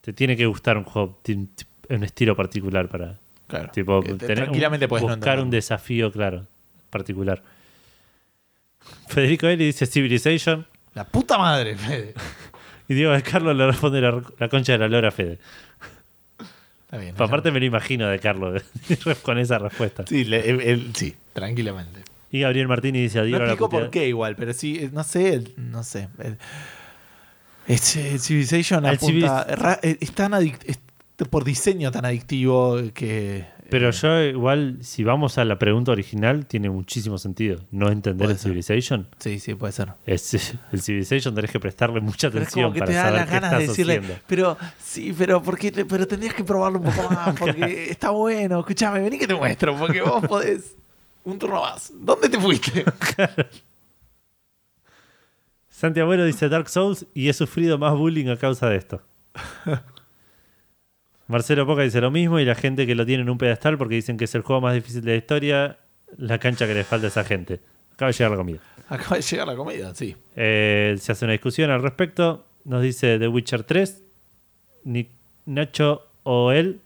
B: Te tiene que gustar un juego, ti- ti- un estilo particular para...
A: Claro.
B: Tipo,
A: Que te-
B: tener un-
A: tranquilamente puedes
B: buscar un desafío, claro, particular. Federico Eli dice Civilization.
A: La puta madre, Fede.
B: Y Diego de Carlos le responde la, la concha de la lora a Fede. Pues
A: Está bien.
B: Aparte me lo imagino de <laughs> Carlos con esa respuesta.
A: Sí, le- el- el- sí, tranquilamente.
B: Y Gabriel Martini dice
A: No
B: adiós a la
A: explico por
B: puteada".
A: qué igual, pero sí, eh, no sé, el- no sé. El, es, eh, Civilization
B: El
A: apunta... ra- eh, es tan adic- es por diseño tan adictivo que...
B: Pero
A: eh,
B: yo igual, si vamos a la pregunta original, tiene muchísimo sentido. No entender
A: Puede
B: el
A: ser.
B: Civilization.
A: Sí, sí, puede ser.
B: Es, <laughs> el Civilization tenés que prestarle mucha
A: Pero es como
B: atención
A: que
B: para
A: te da
B: saber
A: las
B: qué
A: ganas
B: estás
A: de decirle,
B: haciendo.
A: pero sí, pero ¿por qué le- pero tendrías que probarlo un poco más, <laughs> porque está bueno, escúchame, vení que te muestro, porque <laughs> vos podés un turno más. ¿Dónde te fuiste? <laughs>
B: Santiago dice Dark Souls y he sufrido más bullying a causa de esto. Marcelo Poca dice lo mismo y la gente que lo tiene en un pedestal porque dicen que es el juego más difícil de la historia, la cancha que le falta a esa gente. Acaba de llegar la comida.
A: Acaba de llegar la comida, sí.
B: Eh, se hace una discusión al respecto. Nos dice The Witcher 3. Ni- Nacho o él.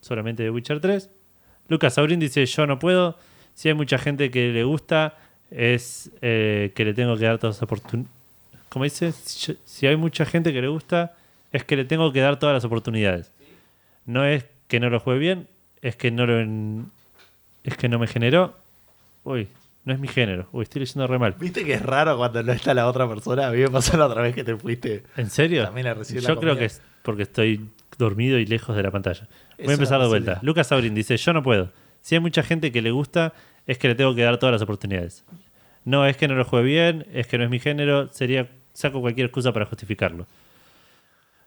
B: Solamente The Witcher 3. Lucas Saurín dice: Yo no puedo. Si hay mucha gente que le gusta, es eh, que le tengo que dar todas las oportunidades. Como dice, si yo- si hay mucha gente que le gusta, es que le tengo que dar todas las oportunidades. No es que no lo juegue bien, es que no lo. en- es que no me generó. Uy, no es mi género. Uy, estoy leyendo re mal.
A: ¿Viste que es raro cuando no está la otra persona? A mí me pasó la otra vez que te fuiste.
B: ¿En serio?
A: También la recibe la
B: yo creo
A: comida.
B: que es porque estoy dormido y lejos de la pantalla. Voy
A: una
B: a empezar de
A: posibilidad.
B: vuelta. Lucas Saurin dice, yo no puedo. Si hay mucha gente que le gusta, es que le tengo que dar todas las oportunidades. No, es que no lo juegue bien, es que no es mi género, sería saco cualquier excusa para justificarlo.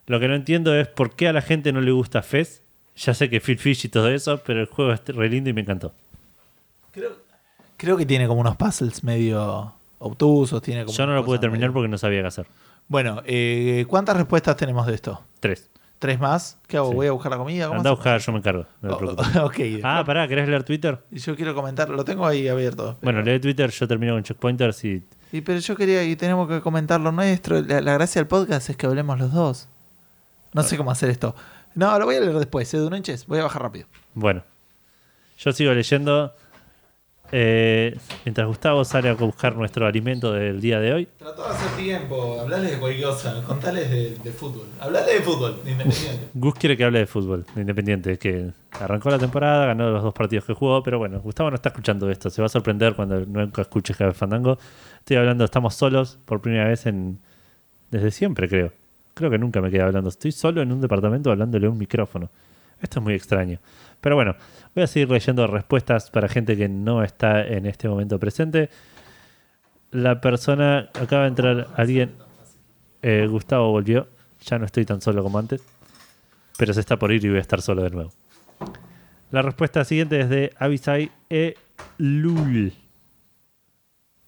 B: Lo que no entiendo es por qué a la gente no le gusta Fez. Ya sé que Phil Fish y todo eso, pero el juego es re lindo y me encantó.
A: Creo que tiene como unos puzzles medio obtusos, tiene como
B: Yo no
A: unas
B: lo pude
A: cosas
B: terminar
A: medio-
B: porque no sabía qué hacer.
A: Bueno, eh, ¿cuántas respuestas tenemos de esto?
B: Tres.
A: ¿Tres más? ¿Qué hago?
B: Sí.
A: ¿Voy a buscar la comida? ¿Cómo
B: Anda a
A: hacemos?
B: buscar, yo me encargo. No te preocupes.
A: Oh, <laughs> ok.
B: Ah, pará, ¿querés leer Twitter?
A: Y yo quiero comentar, lo tengo ahí abierto.
B: Bueno, lee Twitter, yo termino con Checkpointers y
A: Y pero yo quería, y tenemos que comentar lo nuestro. La, la gracia del podcast es que hablemos los dos. No sé cómo hacer esto. No, lo voy a leer después, Edu Núñez. Voy a bajar rápido.
B: Bueno, yo sigo leyendo. Eh, mientras Gustavo sale a buscar nuestro alimento del día de hoy.
A: Trató de hacer tiempo, hablales de cualquier cosa, contales de, fútbol. Hablales de fútbol, independiente.
B: Gus quiere que hable de fútbol, de Independiente, que arrancó la temporada, ganó los dos partidos que jugó, pero bueno, Gustavo no está escuchando esto, se va a sorprender cuando nunca escuche Javier Fandango. Estoy hablando, estamos solos por primera vez en desde siempre, creo. Creo que nunca me quedé hablando, estoy solo en un departamento hablándole a un micrófono. Esto es muy extraño. Pero bueno, voy a seguir leyendo respuestas para gente que no está en este momento presente. La persona, acaba de entrar alguien, Eh, Gustavo volvió, ya no estoy tan solo como antes pero se está por ir y voy a estar solo de nuevo. La respuesta siguiente es de Abisai E. Lul.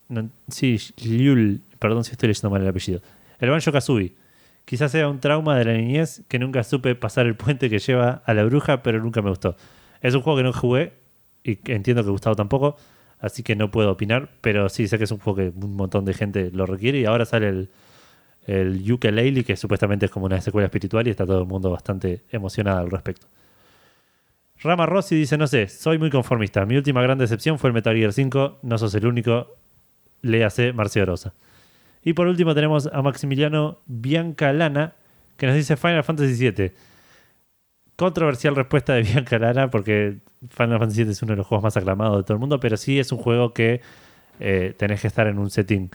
B: No, sí, Lul. Perdón si estoy leyendo mal el apellido. El Banjo Kazooie. Quizás sea un trauma de la niñez que nunca supe pasar el puente que lleva a la bruja, pero nunca me gustó. Es un juego que no jugué y que entiendo que Gustavo tampoco, así que no puedo opinar, pero sí sé que es un juego que un montón de gente lo requiere y ahora sale el, el Ukulele, que supuestamente es como una secuela espiritual y está todo el mundo bastante emocionado al respecto. Rama Rossi dice, no sé, soy muy conformista. Mi última gran decepción fue el Metal Gear 5, no sos el único, léase Marcio Rosa. Y por último tenemos a Maximiliano Bianca Lana, que nos dice Final Fantasy VII. Controversial respuesta de Bianca Lana, porque Final Fantasy VII es uno de los juegos más aclamados de todo el mundo, pero sí es un juego que eh, tenés que estar en un setting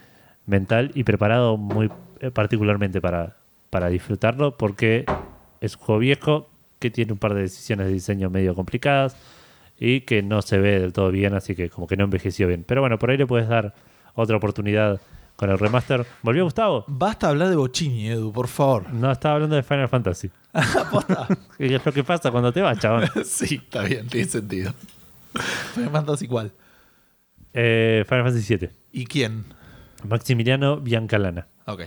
B: mental y preparado muy eh, particularmente para, para disfrutarlo, porque es un juego viejo que tiene un par de decisiones de diseño medio complicadas y que no se ve del todo bien, así que como que no envejeció bien. Pero bueno, por ahí le puedes dar otra oportunidad con el remaster. ¿Volvió Gustavo?
A: Basta hablar de Bochini, Edu, por favor.
B: No, estaba hablando de Final Fantasy. <laughs> Y es lo que pasa cuando te vas, chabón.
A: <laughs> sí, está bien, tiene sentido. Me mandas igual.
B: Eh, Final Fantasy VII.
A: ¿Y quién?
B: Maximiliano Biancalana.
A: Ok.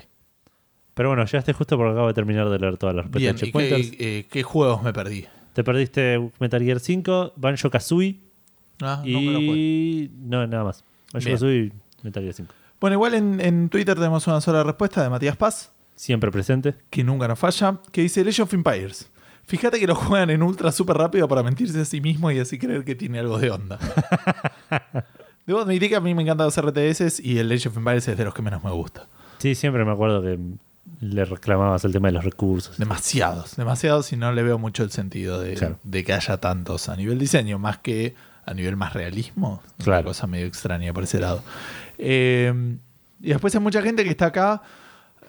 B: Pero bueno, llegaste justo porque acabo de terminar de leer todas las
A: Bien,
B: respuestas.
A: ¿y
B: Checkpointers.
A: qué, eh, qué juegos me perdí?
B: Te perdiste Metal Gear 5, Banjo Kazooie
A: Ah, no me lo jugué.
B: y. No, nada más. Banjo
A: Bien.
B: Kazooie y Metal Gear 5.
A: Bueno, igual en, en Twitter tenemos una sola respuesta de Matías Paz,
B: Siempre presente.
A: que nunca nos falla, que dice Legend of Empires. Fíjate que lo juegan en ultra súper rápido para mentirse a sí mismo y así creer que tiene algo de onda. Debo admitir que a mí me encantan los RTS y el Legend of Empires es de los que menos me gusta.
B: Sí, siempre me acuerdo que le reclamabas el tema de los recursos.
A: Demasiados, demasiados y no le veo mucho el sentido de,
B: Claro.
A: de que haya tantos a nivel diseño, más que a nivel más realismo. Es Una
B: Claro.
A: cosa medio extraña por ese lado. Eh, y después hay mucha gente que está acá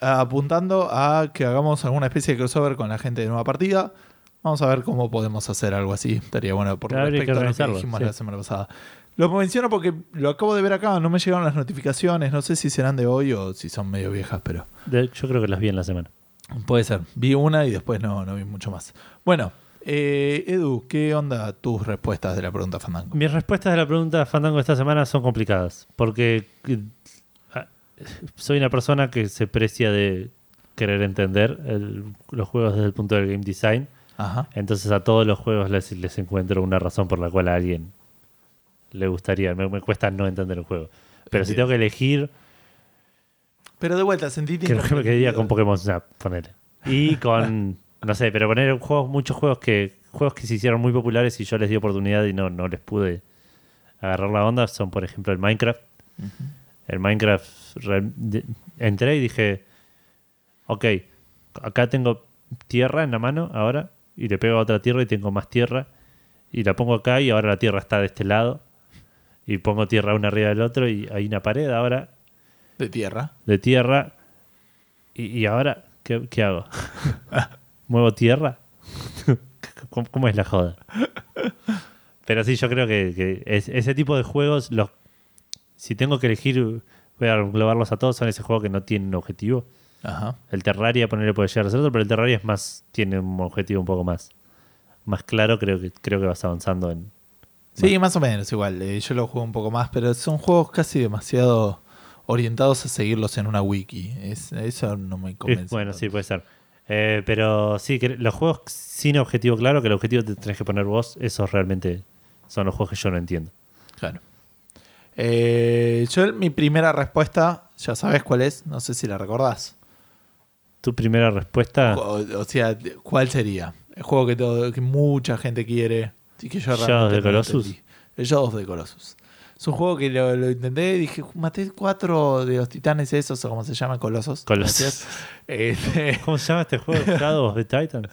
A: ah, apuntando a que hagamos alguna especie de crossover con la gente de Nueva Partida. Vamos a ver cómo podemos hacer algo así. Estaría bueno por
B: Habría que
A: respecto a lo que
B: organizarlo,
A: dijimos
B: sí.
A: la semana pasada. Lo menciono porque lo acabo de ver acá, no me llegaron las notificaciones, no sé si serán de hoy o si son medio viejas, pero...
B: De- yo creo que las vi en la semana.
A: Puede ser. Vi una y después no, no vi mucho más. Bueno, eh, Edu, ¿qué onda tus respuestas de la pregunta Fandango?
B: Mis respuestas a la pregunta Fandango esta semana son complicadas. Porque eh, ah, soy una persona que se precia de querer entender el- los juegos desde el punto del game design.
A: Ajá.
B: Entonces a todos los juegos les, les encuentro una razón por la cual a alguien le gustaría. Me, me cuesta no entender un juego. Pero si
A: Entiendo.
B: tengo que elegir,
A: Pero de vuelta, sentí
B: creo que me quedaría con Pokémon Snap, poner. Y con, no sé, pero poner juegos, muchos juegos que juegos que se hicieron muy populares y yo les di oportunidad y no, no les pude agarrar la onda son, por ejemplo, el Minecraft. El Minecraft, re- de- entré y dije, ok, acá tengo tierra en la mano ahora y le pego a otra tierra y tengo más tierra y la pongo acá y ahora la tierra está de este lado y pongo tierra una arriba del otro y hay una pared ahora
A: De tierra.
B: de tierra. ¿Y, y ahora qué, qué hago? <laughs> ¿Muevo tierra? <laughs> ¿Cómo, cómo es la joda? Pero sí, yo creo que, que es- ese tipo de juegos, los, si tengo que elegir, voy a englobarlos a todos, son ese juego que no tiene un objetivo.
A: Ajá.
B: El Terraria, ponerle puede llegar a ser otro, pero el Terraria es más, tiene un objetivo un poco más, más claro, creo que, creo que vas avanzando en...
A: Sí, más o menos igual. eh, yo lo juego un poco más, pero son juegos casi demasiado orientados a seguirlos en una wiki. Es- eso no me convence.
B: Eh, bueno,
A: tanto.
B: sí, puede ser. Eh, pero sí, que los juegos sin objetivo claro, que el objetivo te tenés que poner vos, esos realmente son los juegos que yo no entiendo.
A: Claro. Eh, yo, mi primera respuesta, ya sabes cuál es, no sé si la recordás.
B: Tu primera respuesta,
A: O, o sea, ¿cuál sería? El juego que, todo, que mucha gente quiere. Y que yo
B: Shadow
A: realmente
B: of the
A: no
B: Colossus.
A: entendí. El Shadow of the Colossus. Es un juego que lo, lo intenté y dije, maté cuatro de los titanes esos, o como se llaman, colosos.
B: Colossus.
A: Gracias. Este,
B: <laughs> ¿cómo se llama este
A: <laughs>
B: juego? Shadow of the Titans.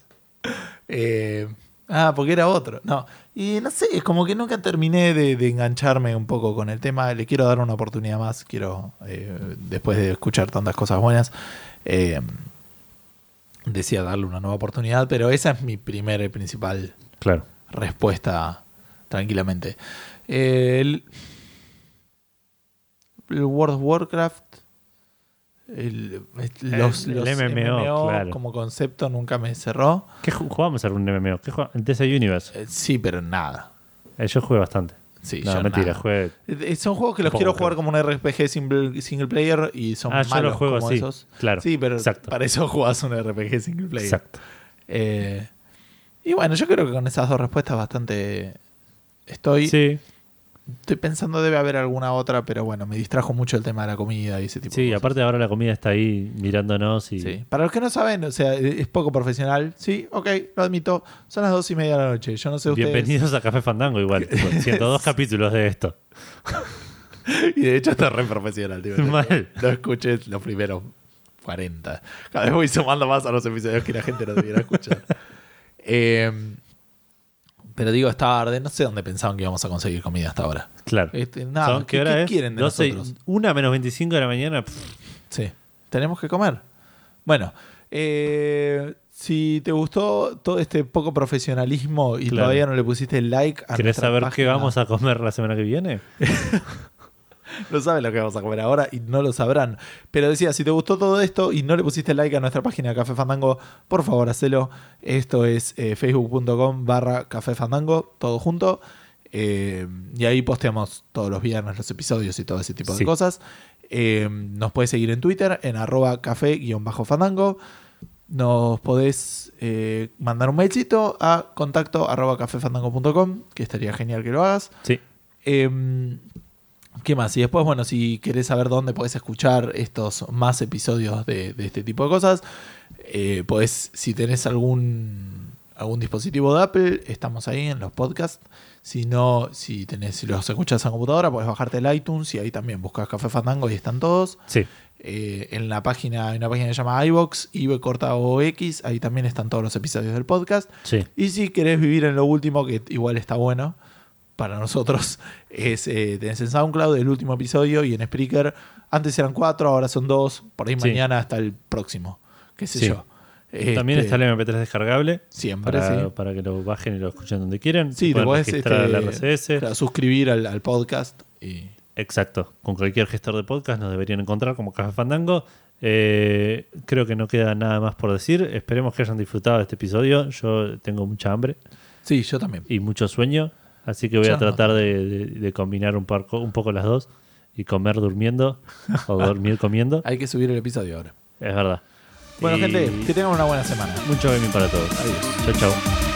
A: eh, ah, porque era otro. No. Y no sé, es como que nunca terminé de, de engancharme un poco con el tema. Le quiero dar una oportunidad más. Quiero, eh, después de escuchar tantas cosas buenas, eh, decía darle una nueva oportunidad. Pero esa es mi primera y principal
B: Claro.
A: respuesta tranquilamente. Eh, el, el World of Warcraft, el- los,
B: el
A: los
B: MMO, claro.
A: como concepto nunca me cerró.
B: ¿Qué ju- jugamos algún MMO? ¿Qué jugamos? DC Universe.
A: Eh, sí, pero nada.
B: Eh, yo jugué bastante.
A: Sí,
B: no,
A: yo
B: mentira,
A: nada.
B: jugué.
A: Eh, Son juegos que los
B: Poco,
A: quiero
B: creo.
A: jugar como un RPG single, single player y son
B: Ah,
A: malos
B: yo los juego
A: como
B: así,
A: esos.
B: claro,
A: Sí, pero
B: exacto.
A: para eso <laughs> jugás un RPG single player.
B: Exacto.
A: Eh, y bueno, yo creo que con esas dos respuestas bastante estoy.
B: Sí,
A: Estoy pensando debe haber alguna otra, pero bueno, me distrajo mucho el tema de la comida y ese tipo
B: sí,
A: de cosas.
B: aparte ahora la comida está ahí mirándonos y...
A: Sí. Para los que no saben, o sea, es poco profesional. Sí, ok, lo admito. Son las dos y media de la noche. Yo no sé ustedes.
B: Bienvenidos a Café Fandango
A: <laughs>
B: igual, tipo, 102 capítulos de esto.
A: Y de hecho está re profesional,
B: <laughs>
A: tío.
B: Mal.
A: No escuches los primeros 40. Cada vez voy sumando más a los episodios que la gente no debiera
B: <laughs>
A: escuchar. Eh, pero digo, es tarde. No sé dónde pensaban que íbamos a conseguir comida hasta ahora.
B: Claro.
A: Este, nada,
B: Son-
A: ¿qué- qué quieren de nosotros?
B: 1 menos 25 de la mañana. pff,
A: Sí, tenemos que comer. Bueno, eh, si te gustó todo este poco profesionalismo y
B: Claro.
A: todavía no le pusiste like a
B: ¿Querés
A: nuestra
B: saber qué
A: página,
B: vamos a comer la semana que viene?
A: <laughs> No saben lo que vamos a comer ahora y no lo sabrán. Pero decía, si te gustó todo esto y no le pusiste like a nuestra página Café Fandango, por favor, hacelo. Esto es eh, facebook.com barra Café Fandango, todo junto. Eh, y ahí posteamos todos los viernes los episodios y todo ese tipo de
B: Sí.
A: cosas. Eh, nos podés seguir en Twitter, en arroba café-fandango. Nos podés eh, mandar un mailcito a contacto arroba cafefandango.com, que estaría genial que lo hagas.
B: Sí.
A: Em, ¿Qué más? Y después, bueno, si querés saber dónde podés escuchar estos más episodios de, de este tipo de cosas, eh, podés, si tenés algún, algún dispositivo de Apple, estamos ahí en los podcasts. Si no, si tenés, si los escuchás en computadora, podés bajarte el iTunes y ahí también buscas Café Fandango y están todos.
B: Sí.
A: Eh, en la página, hay una página que se llama iVox, IB corta OX, ahí también están todos los episodios del podcast.
B: Sí.
A: Y si querés vivir en lo último, que igual está bueno para nosotros, <laughs> es eh, tenés en SoundCloud el último episodio y en Spreaker. Antes eran cuatro, ahora son dos. Por ahí
B: Sí.
A: mañana hasta el próximo. ¿Qué sé
B: Sí.
A: yo? Este,
B: También está el MP3 descargable.
A: Siempre,
B: Para,
A: sí.
B: para que lo bajen y lo escuchen donde quieran.
A: Sí, te
B: Pueden
A: podés
B: registrar
A: este,
B: al RSS.
A: claro, suscribir al, al podcast. Y,
B: Exacto. Con cualquier gestor de podcast nos deberían encontrar como Café Fandango. Eh, creo que no queda nada más por decir. Esperemos que hayan disfrutado de este episodio. Yo tengo mucha hambre
A: sí, yo también.
B: y mucho sueño, así que voy
A: Ya
B: a
A: no.
B: tratar de, de- de combinar un, poco- un poco las dos y comer durmiendo o dormir
A: <laughs>
B: comiendo.
A: Hay que subir el episodio ahora.
B: Es verdad.
A: Bueno,
B: Y
A: gente, que tengan una buena semana.
B: mucho gaming para todos.
A: Adiós.
B: Chao, chao.